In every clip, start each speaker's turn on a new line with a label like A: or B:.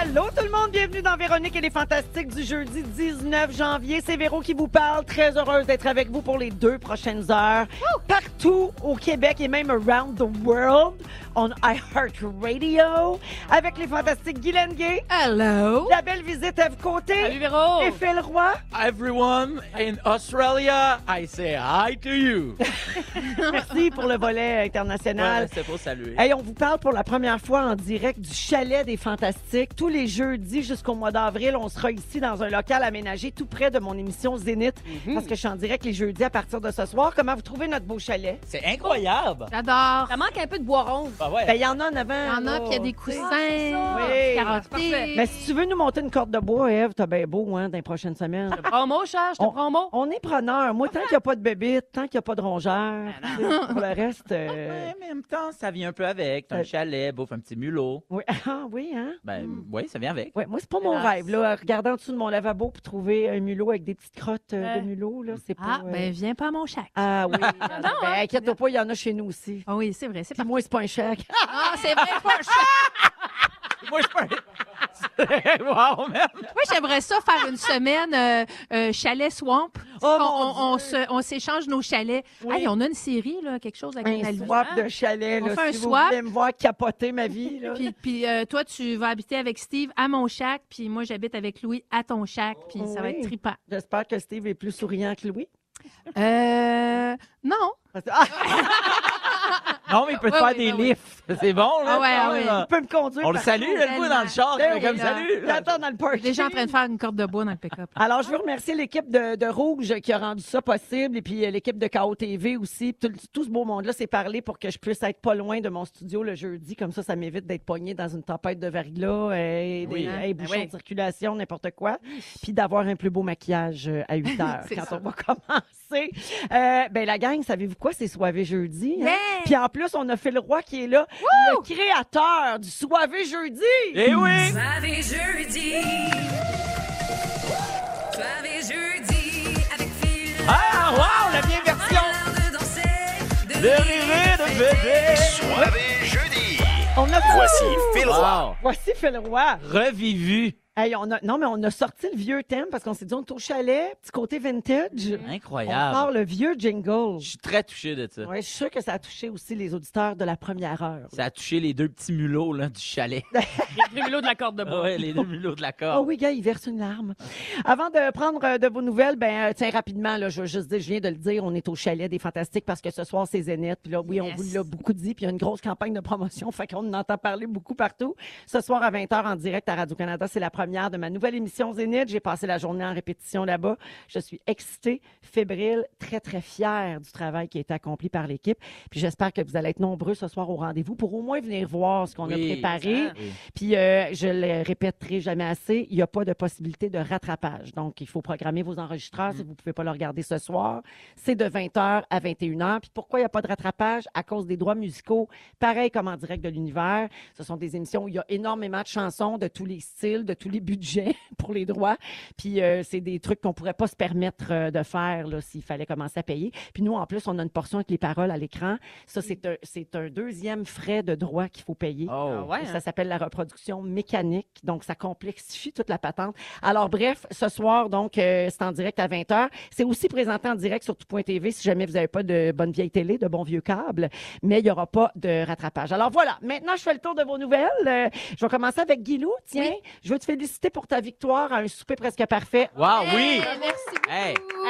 A: Allô tout le monde, bienvenue dans Véronique et les Fantastiques du jeudi 19 janvier. C'est Véro qui vous parle. Très heureuse d'être avec vous pour les deux prochaines heures. Partout au Québec et même around the world on iHeartRadio avec les Fantastiques Guylaine Gay,
B: Hello.
A: la belle visite Eve Côté
B: Salut Véro.
A: et Phil Roy.
C: Everyone in Australia, I say hi to you.
A: Merci pour le volet international.
C: Ouais, c'est pour saluer.
A: Hey, on vous parle pour la première fois en direct du Chalet des Fantastiques. Tous les jeudis jusqu'au mois d'avril, on sera ici dans un local aménagé tout près de mon émission Zénith.
B: Mhm.
A: Parce que je suis en direct les jeudis à partir de ce soir. Comment vous trouvez notre beau chalet?
C: C'est incroyable.
B: J'adore.
D: Ça manque un peu de bois rond.
C: Bah ouais.
A: Ben, il y en a en avant.
B: Euh, Il y en a,
A: là.
B: puis il y a des coussins.
A: Oui.
B: Carottés.
A: Mais si tu veux nous monter une corde de bois, Eve, t'as bien beau, hein, dans les prochaines semaines.
B: Ah
D: Promo, cher, je te
A: On- Ah,
D: promo.
A: On est preneur. Moi, tant qu'il n'y a pas de bébé, tant qu'il n'y a pas de rongeur,
B: Ah
A: pour le reste. euh,
C: Ouais, mais en même temps, ça vient un peu avec. T'as
A: Euh,
C: un chalet, bouffe un petit mulot.
A: Oui. Ah oui, hein?
C: Ben,
B: Hmm.
C: oui, ça vient avec.
A: Ouais, moi, c'est pas mon
D: Hélas.
A: rêve. Là, regarder en dessous de mon lavabo pour trouver un mulot avec des petites crottes euh,
D: Ouais.
A: de mulot, là, c'est pas.
B: Ah,
A: euh,
B: ben viens pas à mon chac.
A: Ah oui. Ben,
D: non, hein.
A: inquiète-toi pas, il y en a chez nous aussi.
B: Ah oui, c'est vrai, c'est
A: Puis
B: pas.
A: moi, c'est pas un chèque.
B: Ah, c'est vrai, c'est pas un chac.
C: Moi, je peux. wow, man.
B: Moi, j'aimerais ça faire une semaine euh, euh, chalet swamp.
A: Oh,
B: on,
A: mon
B: on- on se- on s'échange nos chalets.
A: Oui.
B: Hey, on a une série, là, quelque chose avec
A: Un
B: Canal+.
A: swap de chalet.
B: On
A: là,
B: fait un
A: si
B: swap.
A: vous voulez me voir capoter ma vie. Là.
B: Puis, puis euh, toi, tu vas habiter avec Steve à mon chac, puis moi, j'habite avec Louis à ton chac, puis ça va
A: Oui.
B: être trippant.
A: J'espère que Steve est plus souriant que Louis.
B: Euh, non.
A: Parce que- Ah,
C: Non, mais il peut te
B: Ouais,
C: faire
B: ouais,
C: des
B: ouais, ouais.
C: lifts. C'est bon, là.
B: Ah ouais,
C: quand
B: ah
C: même,
B: ouais.
C: là.
A: il peut me conduire.
C: On le
A: partout.
C: salue, là, le coup, dans le char.
A: Ben
C: mais
A: oui,
C: comme
B: là.
C: salut. là.
A: J'attends dans le parking.
B: Déjà en train de faire une corde de bois dans le pick-up.
A: Alors, je veux remercier l'équipe de, de Rouge qui a rendu ça possible et puis euh, l'équipe de KO TV aussi. Tout, tout ce beau monde-là s'est parlé pour que je puisse être pas loin de mon studio le jeudi. Comme ça, ça m'évite d'être pogné dans une tempête de verglas euh, et des
C: Oui,
A: et
C: hein?
A: des bouchons
D: oui.
A: de circulation, n'importe quoi. Puis d'avoir un plus beau maquillage euh, à 8 heures
B: C'est
A: quand
B: ça.
A: on va commencer. Euh, ben, la gang, savez-vous quoi? C'est soivé jeudi. hein? Puis en plus, on a fait le roi qui est là, le créateur du soivé jeudi.
C: Eh oui.
E: Soirée jeudi. Soirée jeudi avec Phil.
C: Ah, wow, la vieille version.
E: de danser, de
C: Le rire de bébé.
F: Soirée jeudi.
A: On a
F: Voici Phil Roy.
C: Wow.
A: Voici fait le roi.
C: Revivu.
A: Hey, on a, non, mais on a sorti le vieux thème parce qu'on s'est dit, on est au chalet, petit côté vintage.
G: Mm.
A: On
C: Incroyable.
A: sort le vieux jingle.
C: Je suis très touché de ça.
A: Ouais, je suis sûre que ça a touché aussi les auditeurs de la première heure.
C: Ça a touché les deux petits mulots là, du chalet. Ah
D: Les mulots de la corde de bois. Ah
C: ouais, les deux mulots de la
A: Oh
C: corde.
A: oui, gars, il verse une larme. Avant de prendre euh, de vos nouvelles, ben euh, tiens, rapidement, là, je veux juste dire, je viens de le dire, on est au chalet des Fantastiques parce que ce soir, c'est Zénith. Puis là, oui, on
B: Yes.
A: vous l'a beaucoup dit, puis il y a une grosse campagne de promotion, fait qu'on en entend parler beaucoup partout. Ce soir, à 20h, en direct à Radio-Canada, c'est la première de ma nouvelle émission Zénith. J'ai passé la journée en répétition là-bas. Je suis excitée, fébrile, très, très fière du travail qui a été accompli par l'équipe. Puis j'espère que vous allez être nombreux ce soir au rendez-vous pour au moins venir voir ce qu'on
C: Oui,
A: a préparé.
D: ça.
C: Oui.
A: Puis euh, je le répéterai jamais assez, il n'y a pas de possibilité de rattrapage. Donc, il faut programmer vos enregistreurs si vous ne pouvez pas le regarder ce soir. C'est de 20h à 21h. Puis pourquoi il n'y a pas de rattrapage? À cause des droits musicaux. Pareil comme en direct de l'univers. Ce sont des émissions où il y a énormément de chansons de tous les styles, de tous les budgets pour les droits. Puis euh, c'est des trucs qu'on pourrait pas se permettre euh, de faire là, s'il fallait commencer à payer. Puis nous, en plus, on a une portion avec les paroles à l'écran. Ça, c'est un, c'est un deuxième frais de droit qu'il faut payer.
D: Ah
C: Oh.
D: ouais,
A: Ça
D: hein?
A: s'appelle la reproduction mécanique. Donc, ça complexifie toute la patente. Alors, bref, ce soir, donc, euh, c'est en direct à 20h. C'est aussi présenté en direct sur tout.tv si jamais vous n'avez pas de bonne vieille télé, de bon vieux câble. Mais il n'y aura pas de rattrapage. Alors, voilà. Maintenant, je fais le tour de vos nouvelles. Euh, je vais commencer avec Guilou. Tiens, je veux te féliciter pour ta victoire à un souper presque parfait.
G: Ah
C: Wow, oui.
B: Hey, Merci beaucoup.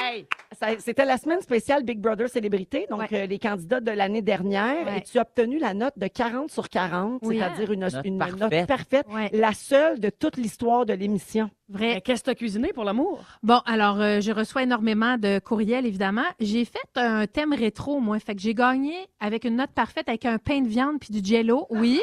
C: Hey.
A: Hey, ça- C'était la semaine spéciale Big Brother Célébrité, donc
B: Ouais.
A: euh, les candidats de l'année dernière.
B: Ouais.
A: Et tu as obtenu la note de 40 sur 40,
B: Oui.
A: c'est-à-dire une,
C: Note
A: une note
C: parfaite.
A: parfaite,
B: Ouais.
A: la seule de toute l'histoire de l'émission.
B: Vrai.
D: Mais qu'est-ce que t'as cuisiné pour l'amour?
B: Bon, alors, euh, je reçois énormément de courriels, évidemment. J'ai fait un thème rétro, moi. Fait que j'ai gagné avec une note parfaite, avec un pain de viande puis du jello, oui.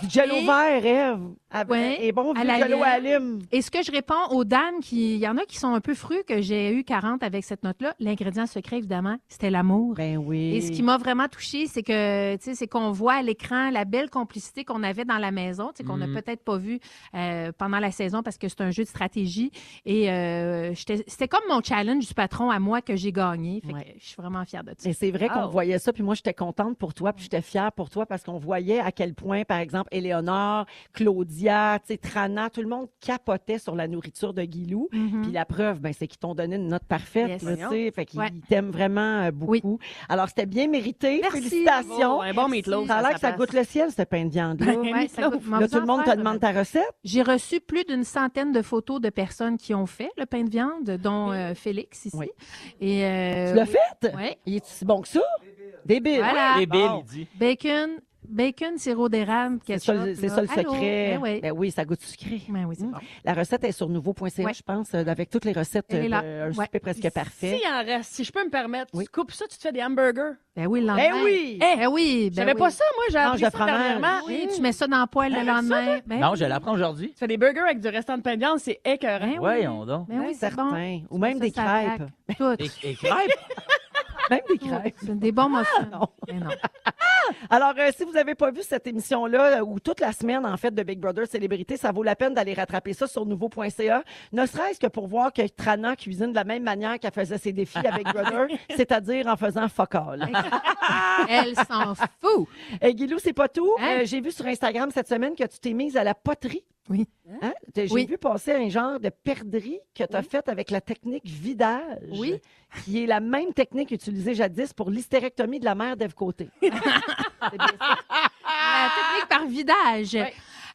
A: Du jello
B: Et-
A: vert, Ève. Avec-
B: Ouais.
A: Et bon,
B: À
A: vieux
B: la
A: Jalo
B: ligne.
A: Alim.
B: Et ce que je réponds aux dames qui, il y en a qui sont un peu fruits que j'ai eu 40 avec cette note-là, l'ingrédient secret, évidemment, c'était l'amour.
A: Ben oui.
B: Et ce qui m'a vraiment touchée, c'est que, tu sais, c'est qu'on voit à l'écran la belle complicité qu'on avait dans la maison, tu sais, qu'on n'a
C: Mhm.
A: Mm-hmm.
B: peut-être pas vu euh, pendant la saison parce que c'est un jeu de stratégie. Et euh, j'étais- c'était comme mon challenge du patron à moi que j'ai gagné. Fait que
A: Ouais.
B: je suis vraiment fière de ça.
A: Mais c'est vrai qu'on
B: Ah.
D: Wow.
A: voyait ça, puis moi, j'étais contente pour toi, puis j'étais fière pour toi parce qu'on voyait à quel point, par exemple, Éléonore, Claudia, tu sais, Trana, tout le monde capotait sur la nourriture de Guilou.
B: Mhm.
A: Puis la preuve, ben, c'est qu'ils t'ont donné une note parfaite,
B: Yes.
A: là, tu sais, fait qu'ils
B: Ouais.
A: t'aiment vraiment euh,
B: Oui.
A: beaucoup. Alors, c'était bien mérité.
B: Merci.
A: Félicitations.
D: Oh, un bon meatloaf.
A: ça a l'air que ça
D: passe.
A: goûte le ciel, ce pain de viande
B: Ouais,
A: là.
B: ouais, ça goûte- m'en
A: Là, tout
B: faisant
A: le monde te
B: faire,
A: demande ta recette.
B: J'ai reçu plus d'une centaine de photos de personnes qui ont fait le pain de viande, dont euh, Félix ici.
A: Oui.
B: Et, euh,
A: tu l'as faite?
B: oui.
A: Il est si bon que ça? Débile.
D: Ah.
B: Voilà.
C: Et Bill, il dit.
B: Bacon, bacon, sirop d'érable,
A: C'est
B: ketchup.
A: ça, le- c'est
B: là.
A: ça le
B: Allô?
A: secret.
B: Ben oui.
A: Ben oui, ça goûte sucré.
B: Ben oui, c'est
A: Mm.
B: bon.
A: La recette est sur nouveau.ca,
B: Ouais.
A: je pense, euh, avec toutes les recettes
B: Elle est
A: euh,
B: là.
A: d'un
B: Ouais.
A: souper presque parfait.
D: Si, en reste, si je peux me permettre,
A: Oui.
D: tu coupes ça, tu te fais des hamburgers.
B: Ben oui, le
A: Eh
B: lendemain.
A: oui!
B: Eh oui, ben
D: Je savais
B: oui.
D: pas ça, moi, j'ai
A: Mange
D: appris
A: de
D: ça
A: fromage.
D: dernièrement.
B: Oui,
D: Mm.
B: tu mets ça dans le poêle le
D: Ben, ça,
B: lendemain. Ben
C: Non,
B: oui.
C: je l'apprends aujourd'hui.
D: Tu fais des burgers avec du restant de pain de viande, c'est écœurant.
B: Ben
C: Voyons donc.
B: Ben oui, c'est bon.
A: certains. Ou même
B: Ça,
A: des
B: ça
A: crêpes.
B: attaque. Toutes.
C: Et, et crêpes?
A: Même des crêpes.
B: C'est Des bons muffins.
A: Ah, non.
B: Ben non.
A: Alors, euh, si vous n'avez pas vu cette émission-là, euh, ou toute la semaine, en fait, de Big Brother Célébrité, ça vaut la peine d'aller rattraper ça sur nouveau.ca. Ne serait-ce que pour voir que Trana cuisine de la même manière qu'elle faisait ses défis à Big Brother, c'est-à-dire en faisant focal.
B: Elle s'en fout.
A: Et Euh, Guilou, c'est pas tout.
B: Hein?
A: Euh, J'ai vu sur Instagram cette semaine que tu t'es mise à la poterie.
B: Oui.
A: Hein? T'as- J'ai
B: Oui.
A: vu passer un genre de perdrix que tu as faite avec la technique vidage,
B: Oui.
A: qui est la même technique utilisée jadis pour l'hystérectomie de la mère d'Ève Côté.
C: Ah!
B: La technique par vidage.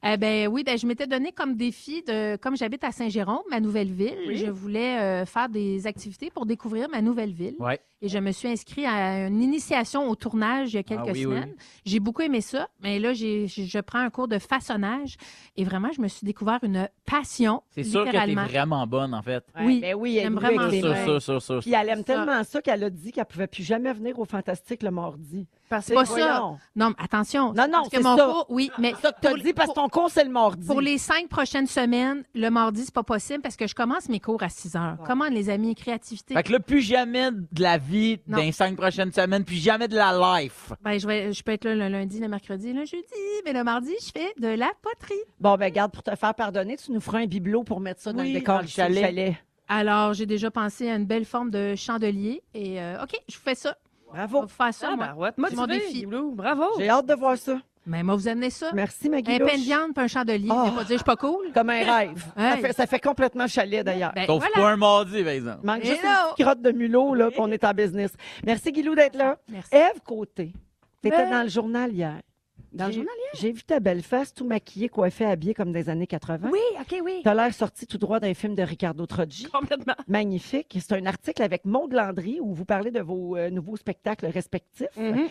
B: Eh ben oui, ben je m'étais donné comme défi de comme j'habite à Saint-Jérôme, ma nouvelle ville,
D: Oui.
B: je voulais euh, faire des activités pour découvrir ma nouvelle ville.
C: Ouais.
B: Et je me suis inscrite à une initiation au tournage il y a quelques
C: Ah oui, oui,
B: semaines. J'ai beaucoup aimé ça, mais là j'ai je je prends un cours de façonnage et vraiment je me suis découvert une passion
C: C'est sûr que t'es
B: littéralement.
C: vraiment bonne, en fait.
B: Oui.
A: Ben oui, elle
B: J'aime
A: est
B: vraiment
A: avec les
C: Sûr,
A: mains.
C: sûr, sûr, sûr.
A: Puis elle aime
D: Ça.
A: tellement ça qu'elle a dit qu'elle pouvait plus jamais venir au Fantastique le mardi.
D: Parce
B: C'est pas ça.
A: Voyons.
B: Non, mais
A: Non,
B: attention. c'est
A: non,
B: parce que
A: c'est
B: mon
A: ça.
B: cours- oui,
C: Ah,
B: mais
A: Ça que t'as
B: pour-
A: dit parce que ton cours, c'est le mardi.
B: Pour les cinq prochaines semaines, le mardi, c'est pas possible parce que je commence mes cours à 6 heures. Comment, les amis, créativité?
C: Fait que là, plus jamais de la vie
B: Non.
C: dans les cinq prochaines semaines, plus jamais de la life.
B: Ben, je, vais, je peux être là le lundi, le mercredi, le jeudi, mais le mardi, je fais de la poterie.
A: Bon, ben garde, pour te faire pardonner, tu nous feras un bibelot pour mettre ça dans
C: Oui,
A: le décor
C: dans le
A: du chalet.
C: chalet.
B: Alors, j'ai déjà pensé à une belle forme de chandelier et euh, OK, je vous fais ça. Je vais
A: Bravo.
B: vous faire ça,
D: Ah,
A: ben.
B: moi.
D: barouette, motivé,
B: mon défi.
D: Guilou, Bravo.
A: J'ai hâte de voir ça.
B: Mais moi, vous amenez ça.
A: Merci, ma
B: Oh. Un
A: Guilou.
B: pain de viande puis un chandelier.
A: Oh.
B: Je vais pas dire, je suis pas cool.
A: Comme un rêve. Ça,
B: Hey.
A: fait, ça fait complètement chalet, d'ailleurs.
B: Ben,
C: Sauf
B: voilà.
C: pas un mardi, par exemple.
A: Manque
B: Et
A: juste
B: non.
A: une petite crotte de mulot, là, puis on est en business. Merci, Guilou, d'être là.
B: Merci.
A: Ève Côté, t'étais
D: Ben.
A: dans le journal hier.
D: Dans le
A: J'ai-
D: journal
A: J'ai vu ta belle face, tout maquillée, coiffée, habillée comme des années 80.
D: Oui, OK, oui.
A: T'as l'air sorti tout droit d'un film de Ricardo Troggi.
D: Complètement.
B: Ah.
A: Magnifique. C'est un article avec Maud Landry où vous parlez de vos euh, nouveaux spectacles respectifs.
B: Mm-hmm.
D: Mhm.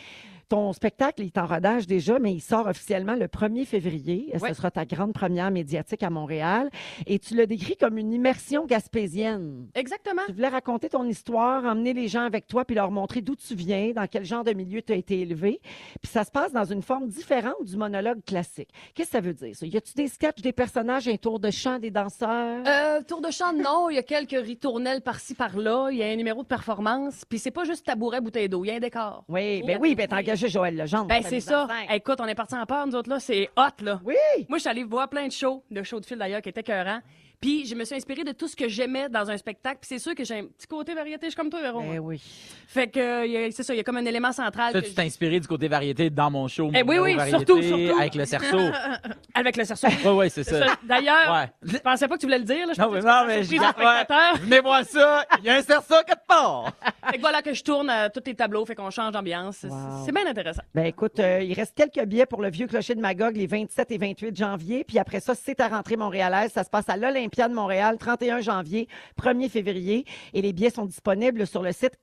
A: Ton spectacle il est en rodage déjà, mais il sort officiellement le 1er février. Euh, Ce
D: Ouais.
A: sera ta grande première médiatique à Montréal. Et tu le décris comme une immersion gaspésienne.
D: Exactement.
A: Tu voulais raconter ton histoire, emmener les gens avec toi, puis leur montrer d'où tu viens, dans quel genre de milieu tu as été élevé. Puis ça se passe dans une forme différente du monologue classique. Qu'est-ce que ça veut dire, ça? Y a-tu des sketchs, des personnages, un tour de chant, des danseurs?
D: Euh, tour de chant, non. Il y a quelques ritournelles par-ci, par-là. Il y a un numéro de performance. Puis c'est pas juste tabouret, bouteille d'eau. Il y a un décor.
A: Oui, ben oui, ben t'as engagé Joël Legendre.
D: Ben,
A: pour
D: c'est
A: ta
D: ça.
A: mise en scène.
D: Hey, écoute, on est parti en peur, nous autres, là. C'est hot, là.
A: Oui!
D: Moi, je suis allée voir plein de shows, de shows de fil d'ailleurs, qui étaient écœurants. Puis, je me suis inspirée de tout ce que j'aimais dans un spectacle. Puis, c'est sûr que j'ai un petit côté variété. Je suis comme toi, Véro.
A: Ben
D: moi.
A: oui.
D: Fait que, euh, il y a- c'est ça, il y a comme un élément central.
C: Ça,
D: Ah, que
C: tu
D: je-
C: t'es inspiré du côté variété dans mon show.
D: Eh
C: mon
D: oui,
C: numéro
D: oui,
C: variété,
D: surtout, surtout.
C: Avec le cerceau.
D: Avec le cerceau.
C: Oui, oui, c'est ça.
D: D'ailleurs,
C: Ouais.
D: je pensais pas que tu voulais le dire. Là. Je
C: Non,
D: pensais
C: mais
D: que tu
C: non,
D: voulais
C: mais je
D: surprise aux spectateurs.
C: ouais, Venez voir ça. Il y a un cerceau quelque part.
D: Fait que voilà que je tourne euh, tous les tableaux, fait qu'on change d'ambiance. C'est-
A: Wow.
D: C'est bien intéressant.
A: Ben écoute, euh, il reste quelques billets pour le vieux clocher de Magog les 27 et 28 janvier. Puis après ça, c'est ta rentrée montréalaise. Ça se passe à l'Olympia de Montréal, 31 janvier, 1er février. Et les billets sont disponibles sur le site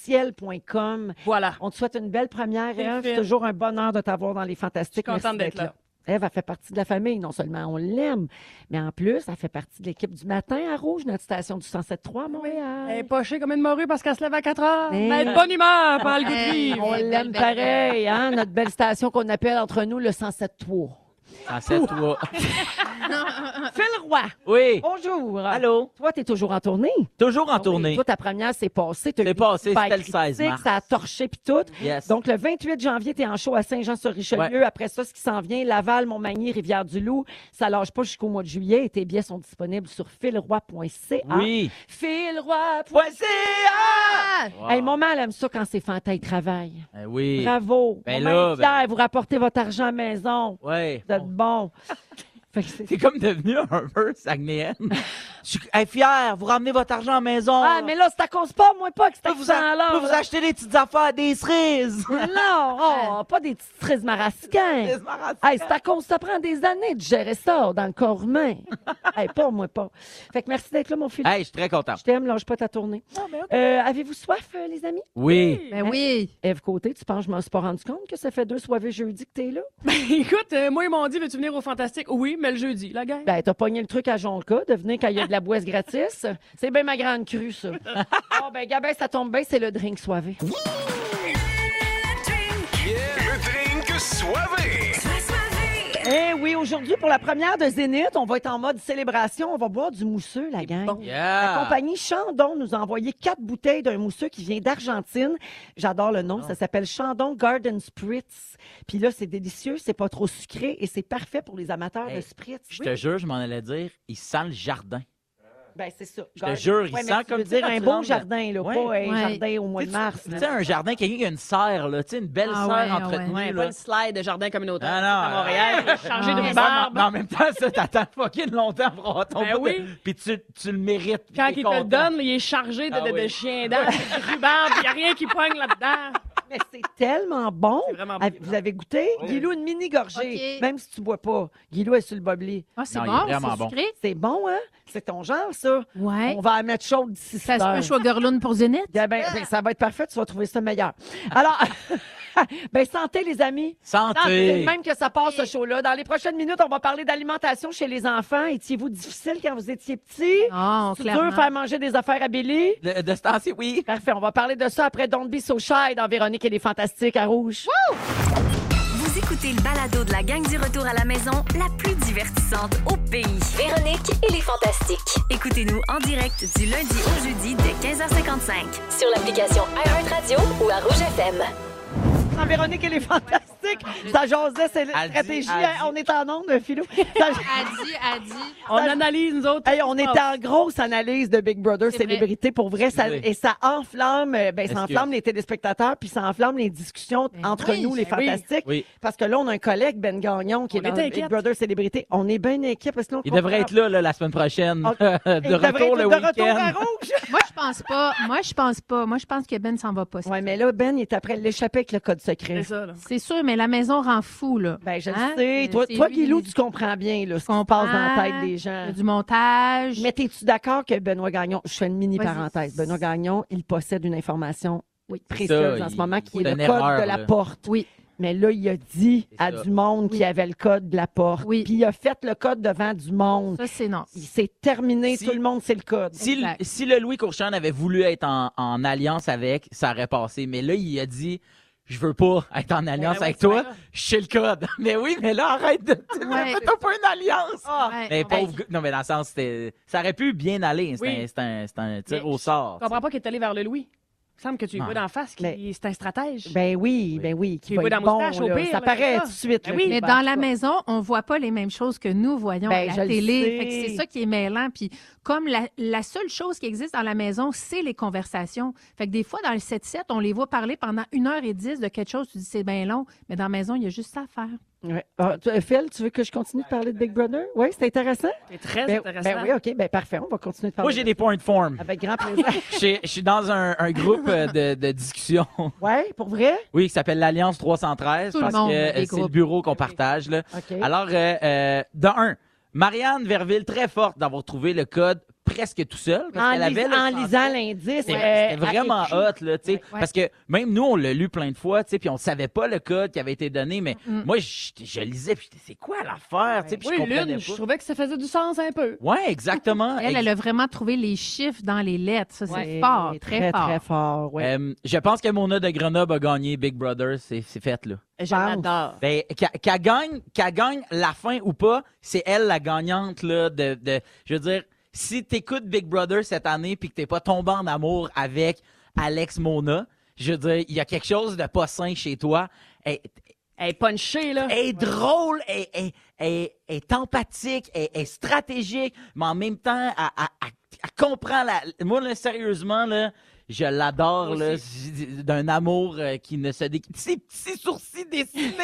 A: evcotéofficiel.com.
D: Voilà.
A: On te souhaite une belle première,
D: C'est
A: Ève.
D: fait.
A: C'est toujours un bonheur de t'avoir dans les Fantastiques.
D: Je suis contente
A: Merci
D: d'être là.
A: Ève, elle fait partie de la famille. Non seulement on l'aime, mais en plus, elle fait partie de l'équipe du matin à Rouge, notre station du 107.3 à Montréal.
D: Elle est pochée comme une morue parce qu'elle se lève à 4 heures.
A: Mais-
D: Mais elle est de bonne humeur, Paul Guthrie.
B: Hey.
A: On
B: Belle,
A: l'aime
B: belle, belle.
A: pareil, hein, notre belle station qu'on appelle entre nous le 107.3.
G: Ah,
C: En sept mois.
A: Phil Roy,
G: Oui.
A: bonjour.
G: Allô? Ah
A: Toi, t'es toujours en tournée.
G: Toujours en tournée.
A: Toi, ta première, c'est passé. T'as
G: C'est
A: eu des
G: passé,
A: super
G: c'était le 16
A: critiques,
G: mars.
A: Ça a torché puis tout.
G: Yes.
A: Donc, le 28 janvier, t'es en show à Saint-Jean-sur-Richelieu. Après ça, ce qui s'en vient, Laval, Montmagny, Rivière-du-Loup. Ça lâche pas jusqu'au mois de juillet. Et tes billets sont disponibles sur philroy.ca.
G: Oui.
A: Philroy.
G: Voici.
C: ah!
A: Hey, mon mal aime ça quand c'est Fantin travaille.
G: Ben oui.
A: Bravo.
G: Ben
A: Mon
G: là,
A: mari
G: ben-
A: Pierre, vous rapportez votre argent à la maison.
G: Ouais.
A: Vous êtes bon. Fait que c'est-
G: C'est comme devenu un peu saguenéenne. Je suis hey, fier, vous ramenez votre argent à la maison.
A: Ah, mais là, c'est à cause pas, moi, pas que c'est
G: Là, vous, a-
A: accident-là.
G: là, vous achetez des petites affaires, des cerises.
A: Non, oh, pas des petites frises marasquins.
G: Hein? Des marasquins.
A: Hey, c'est à cause, ça prend des années de gérer ça dans le corps humain. hey, pas moi, pas. Fait que merci d'être là, mon Philippe.
G: Hey, Ah, ben, je suis très content.
A: Je t'aime, lâche pas ta tournée. Euh, Avez-vous soif, euh, les amis?
G: Oui.
B: Ben oui.
A: Ève Côté, tu penses que je m'en suis pas rendu compte que ça fait deux soirées jeudi que t'es là?
D: Écoute, euh, moi, ils m'ont dit, veux-tu venir au Fantastique? Oui, mais le jeudi, la gang.
A: Ben, t'as pogné le truc à Jonca de venir quand il y a de la boisse gratis. C'est bien ma grande crue, ça. oh, ben, Gabin, ça tombe bien, c'est le drink soivé.
F: Le drink soivé.
A: Eh oui, aujourd'hui, pour la première de Zénith, on va être en mode célébration. On va boire du mousseux, la gang. La
G: Yeah.
A: compagnie Chandon nous a envoyé quatre bouteilles d'un mousseux qui vient d'Argentine. J'adore le nom. Ça s'appelle Chandon Garden Spritz. Puis là, c'est délicieux, c'est pas trop sucré et c'est parfait pour les amateurs de
G: Hey,
A: spritz.
G: Je te jure, je m'en allais dire, il sent le jardin.
A: Ben, c'est ça.
G: te jure, il
A: mais
G: sent
A: tu veux
G: comme
A: dire
G: quand
A: un
G: tu
A: beau
G: rentres-
A: jardin, là,
G: Ouais.
A: pas un
B: Ouais.
A: jardin au mois de
G: Tu-
A: mars.
G: Tu
A: là.
G: sais, un jardin, quelqu'un qui a une serre, là, tu sais, une belle
B: Ah ouais,
G: serre
B: ah
G: entretenue.
B: ouais.
D: Ouais,
G: là.
D: pas le slide de jardin communautaire
G: Ah non,
D: à Montréal, changer
B: Ah.
D: de
G: Mais
D: barbe.
G: en même temps, ça, t'attends fucking longtemps pour avoir ton
D: Ben
G: bout de-
D: oui.
G: Puis tu, tu le mérites. puis
D: Quand
G: t'es
D: il te
G: content.
D: le donne, là, il est chargé de,
G: Ah
D: de, de
G: oui.
D: chiens d'âne, de rubans, il n'y a rien qui pogne là-dedans.
A: Mais c'est tellement bon.
D: C'est vraiment
A: Ah,
D: bon.
G: hein.
A: Vous avez goûté? Guilou, une mini gorgée,
B: Ok.
A: même si tu bois pas. Guilou est sur le bobli.
B: Ah, c'est
G: Non, il est
B: bon,
G: vraiment
B: c'est
G: bon.
B: sucré.
A: C'est bon, hein? C'est ton genre, ça.
B: Ouais.
A: On va la mettre chaude d'ici
B: Ça
A: sept
B: se peut
A: heures.
B: Schwagerlund pour Zénith?
A: Eh ben, ben, ça va être parfait, tu vas trouver ça meilleur. Alors, ben santé les amis.
G: Santé.
A: Santé, Même que ça passe ce show-là. Dans les prochaines minutes, on va parler d'alimentation chez les enfants. Étiez-vous difficile quand vous étiez petit?
G: Ah,
B: Non,
A: C'est dur
B: clairement.
A: faire manger des affaires à Billy?
G: De, de ce temps-ci, oui.
A: Parfait, on va parler de ça après Don't Be So Shy dans Véronique et les Fantastiques à Rouge.
E: Vous écoutez le balado de la gang du retour à la maison, la plus divertissante au pays. Véronique et les Fantastiques. Écoutez-nous en direct du lundi au jeudi dès 15h55 sur l'application iHeartRadio ou à Rouge FM.
A: Dans Véronique et les Fantastiques, ça jasait, c'est la
G: Elle dit,
A: stratégie.
G: elle dit.
A: On est en onde, Philou. Ça-
B: A dit, a dit.
D: On analyse, nous autres.
A: Hey, on était en grosse analyse de Big Brother
B: C'est vrai.
A: célébrité pour vrai ça,
G: Excusez.
A: et ça enflamme euh, ben ça
G: Excuse.
A: enflamme les téléspectateurs puis ça enflamme les discussions
B: Ben
A: entre
B: oui,
A: nous les
D: ben oui.
A: fantastiques
G: Oui.
A: parce que là on a un collègue Ben Gagnon qui
D: On
A: est dans le
D: est
A: Big
D: inquiète.
A: Brother célébrité. On est bien inquiet parce que là, on
G: Il devrait être
A: comprend-
G: là, là, la semaine prochaine.
A: Oh,
G: de
A: Il devrait
G: retour
A: être
G: le
A: de retour à
G: week-end.
A: rouge.
B: Moi, je pense pas. Moi, je pense pas. Moi, je pense que Ben s'en va pas.
A: ouais, mais là Ben il est après l'échapper avec le code secret.
D: C'est ça, là.
B: C'est sûr, mais la maison rend fou, là.
A: Ben je le
B: Hein?
A: sais,
B: Euh,
A: toi,
B: c'est
A: toi
B: lui,
A: Guilou, tu
B: il-
A: comprends bien là, ce
B: Je
A: qui se passe dans la tête
B: comprends.
A: des
B: Il
A: gens.
B: y a du montage.
A: Mais es-tu d'accord que Benoît Gagnon, je fais une mini
B: Vas-y.
A: parenthèse, Benoît Gagnon, il possède une information
B: Oui.
A: précieuse
G: Ça,
A: en ce
G: il-
A: moment qui est
G: c'est
A: le
G: une
A: code
G: erreur,
A: de la
G: là.
A: porte.
B: Oui.
A: Mais là, il a dit
G: C'est
A: à
G: ça.
A: du monde qui
B: Oui.
A: avait le code de la porte.
B: Oui.
A: Puis il a fait le code devant du monde.
B: Ça, c'est non.
A: Il s'est terminé,
G: Si-
A: tout le monde sait le code.
G: Si, le-
B: Exact.
G: si le Louis Courchamp avait voulu être en, en alliance avec, ça aurait passé. Mais là, il a dit Je veux pas être en alliance
D: ouais,
G: avec
D: Ben c'est
G: toi,
D: vrai, là.
G: je sais le code. Mais oui, mais là, arrête de.
B: Ouais.
G: T'as pas une alliance.
B: Ouais,
G: Mais
B: on-
G: pauvre gars- Non, mais dans le sens, c'était- ça aurait pu bien aller. C'est
D: Ben, Oui.
G: un- c'est un, c'est un tir
D: Mais
G: au sort.
D: Je comprends pas qu'il est allé vers le Louis. Il me semble que tu lui
G: Non.
D: vois d'en face, qu'il-
A: Mais-
D: c'est un stratège.
A: Ben oui, ben oui, qui
D: Il
A: va
D: va
A: être
D: dans
A: bon,
D: moustache, au
A: là.
D: pire,
A: ça
D: là,
A: paraît
D: c'est
A: tout de
D: ça.
A: suite.
D: Ben
A: là,
D: oui.
A: qu'il
B: Mais
A: va
B: dans
A: faire
B: la
A: ça.
B: maison, on voit pas les mêmes choses que nous voyons
A: Ben,
B: à
A: je
B: la
A: le sais.
B: télé. Fait que c'est ça qui est mêlant. Puis comme la, la seule chose qui existe dans la maison, c'est les conversations. Fait que des fois, dans le 7-7, on les voit parler pendant une heure et dix de quelque chose. Tu dis, c'est bien long. Mais dans la maison, il y a juste ça à faire.
A: Ouais. Ah, tu- euh, Phil, tu veux que je continue de parler de Big Brother? Oui, c'est intéressant?
D: C'est très
A: Ben,
D: intéressant.
A: ben oui, OK, ben parfait, on va continuer de parler.
G: Moi, j'ai des points de
B: Ah,
G: forme.
A: Avec grand plaisir.
G: Je suis- je suis dans un, un groupe euh, de, de discussion,
A: ouais, pour vrai?
G: oui, qui s'appelle l'Alliance 313,
B: Tout le
G: parce
B: monde
G: que
B: a
G: euh,
B: des
G: c'est le
B: groupes.
G: bureau qu'on partage. Là.
A: OK.
G: Alors, euh, euh, de un, Marianne Verville, très forte d'avoir trouvé le code presque tout seul. Parce
A: en,
G: qu'elle
A: lis-
G: avait le
A: en
G: sentiment-
A: lisant l'indice.
G: C'était
A: euh,
G: c'était vraiment
A: écrit.
G: hot, là, tu sais.
B: Ouais.
G: Parce que même nous, on l'a lu plein de fois, tu sais, puis on savait pas le code qui avait été donné, mais
B: Mm.
G: moi, je, je lisais, puis j'étais, c'est quoi l'affaire, tu sais, puis je
D: Oui,
G: comprenais
D: l'une, je trouvais que ça faisait du sens un peu.
G: pas. Ouais,
A: Ah,
G: exactement.
B: Elle, elle a vraiment trouvé les chiffres dans les lettres. Ça, c'est fort,
A: Oui,
B: très, fort.
A: Très fort, oui.
G: Euh, je pense que Mona de Grenoble a gagné Big Brother, c'est c'est fait, là.
A: Pense.
H: J'adore.
G: Ben, qu'elle qu'elle gagne, qu'elle gagne la fin ou pas, c'est elle la gagnante, là, de, de- je veux dire, si t'écoutes Big Brother cette année puis que t'es pas tombé en amour avec Alex Mona, je veux dire, il y a quelque chose de pas sain chez toi. Elle,
D: Elle est punchée, là.
G: elle est drôle, elle, elle- elle- elle est empathique, elle, elle est stratégique, mais en même temps, elle, elle- elle- elle comprend la. Moi, là, sérieusement, là, je l'adore là, j- d'un amour euh, qui ne se dé... Ses petits sourcils dessinés,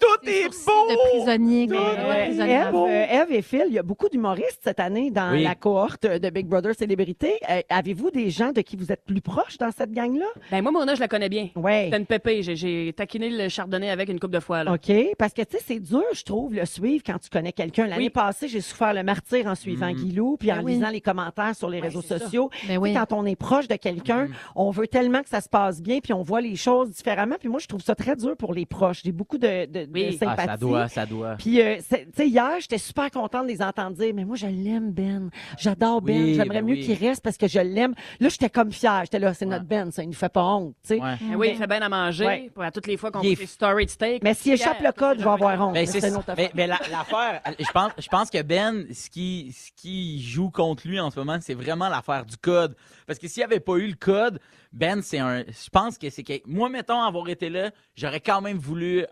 G: tout
B: Ah! Des
G: est
B: sourcils De
G: beau.
B: prisonnier,
A: Euh,
B: comme- ouais, prisonnier.
A: Eve, euh, Eve et Phil, il y a beaucoup d'humoristes cette année dans
G: Oui.
A: la cohorte de Big Brother Célébrité. Euh, Avez-vous des gens de qui vous êtes plus proches dans cette gang-là?
D: Ben, moi, Mona, je la connais bien.
A: Oui.
D: C'était une pépée. J'ai- J'ai taquiné le chardonnay avec une coupe de fois, là.
A: OK. Parce que, tu sais, c'est dur, je trouve, le suivre quand tu connais quelqu'un. L'année
D: Oui.
A: passée, j'ai souffert le martyr en suivant
G: Mm.
A: Guilou, puis en
B: Ben oui.
A: lisant les commentaires sur les réseaux
D: c'est ça.
A: sociaux.
B: Ben
A: Tu sais,
B: oui.
A: Quand on est proche de quelqu'un,
G: Mm-hmm.
A: on veut tellement que ça se passe bien, puis on voit les choses différemment. Puis moi, je trouve ça très dur pour les proches. J'ai beaucoup de, de, de
D: Oui. Ah, ça
A: sympathie.
G: ça doit, ça doit.
A: Puis, euh, c'est- tu sais, hier, j'étais super contente de les entendre dire, mais moi, je l'aime, Ben. J'adore Ben.
G: Oui,
A: J'aimerais
G: ben
A: mieux
G: oui.
A: qu'il reste parce que je l'aime. Là, j'étais comme fière. J'étais là, c'est
G: Ouais.
A: notre Ben, ça, il nous fait pas honte, tu sais.
G: Ouais.
D: Ben oui, il fait bien à manger.
A: Ouais.
D: Pour- À toutes les fois qu'on
G: Il est
D: fait des story de steak.
A: Mais s'il échappe
B: euh,
A: le code, je vais avoir honte.
G: Ben,
A: Mais
G: c'est
A: c'est une
G: ça.
A: autre
G: Mais,
A: affaire.
G: mais la- l'affaire, euh, je pense, je pense que Ben, ce qui, ce qui joue contre lui en ce moment, c'est vraiment l'affaire du code. Parce que s'il n'y avait pas eu le code, Ben, c'est un. Je pense que c'est que. Moi, mettons, avoir été là, j'aurais quand même voulu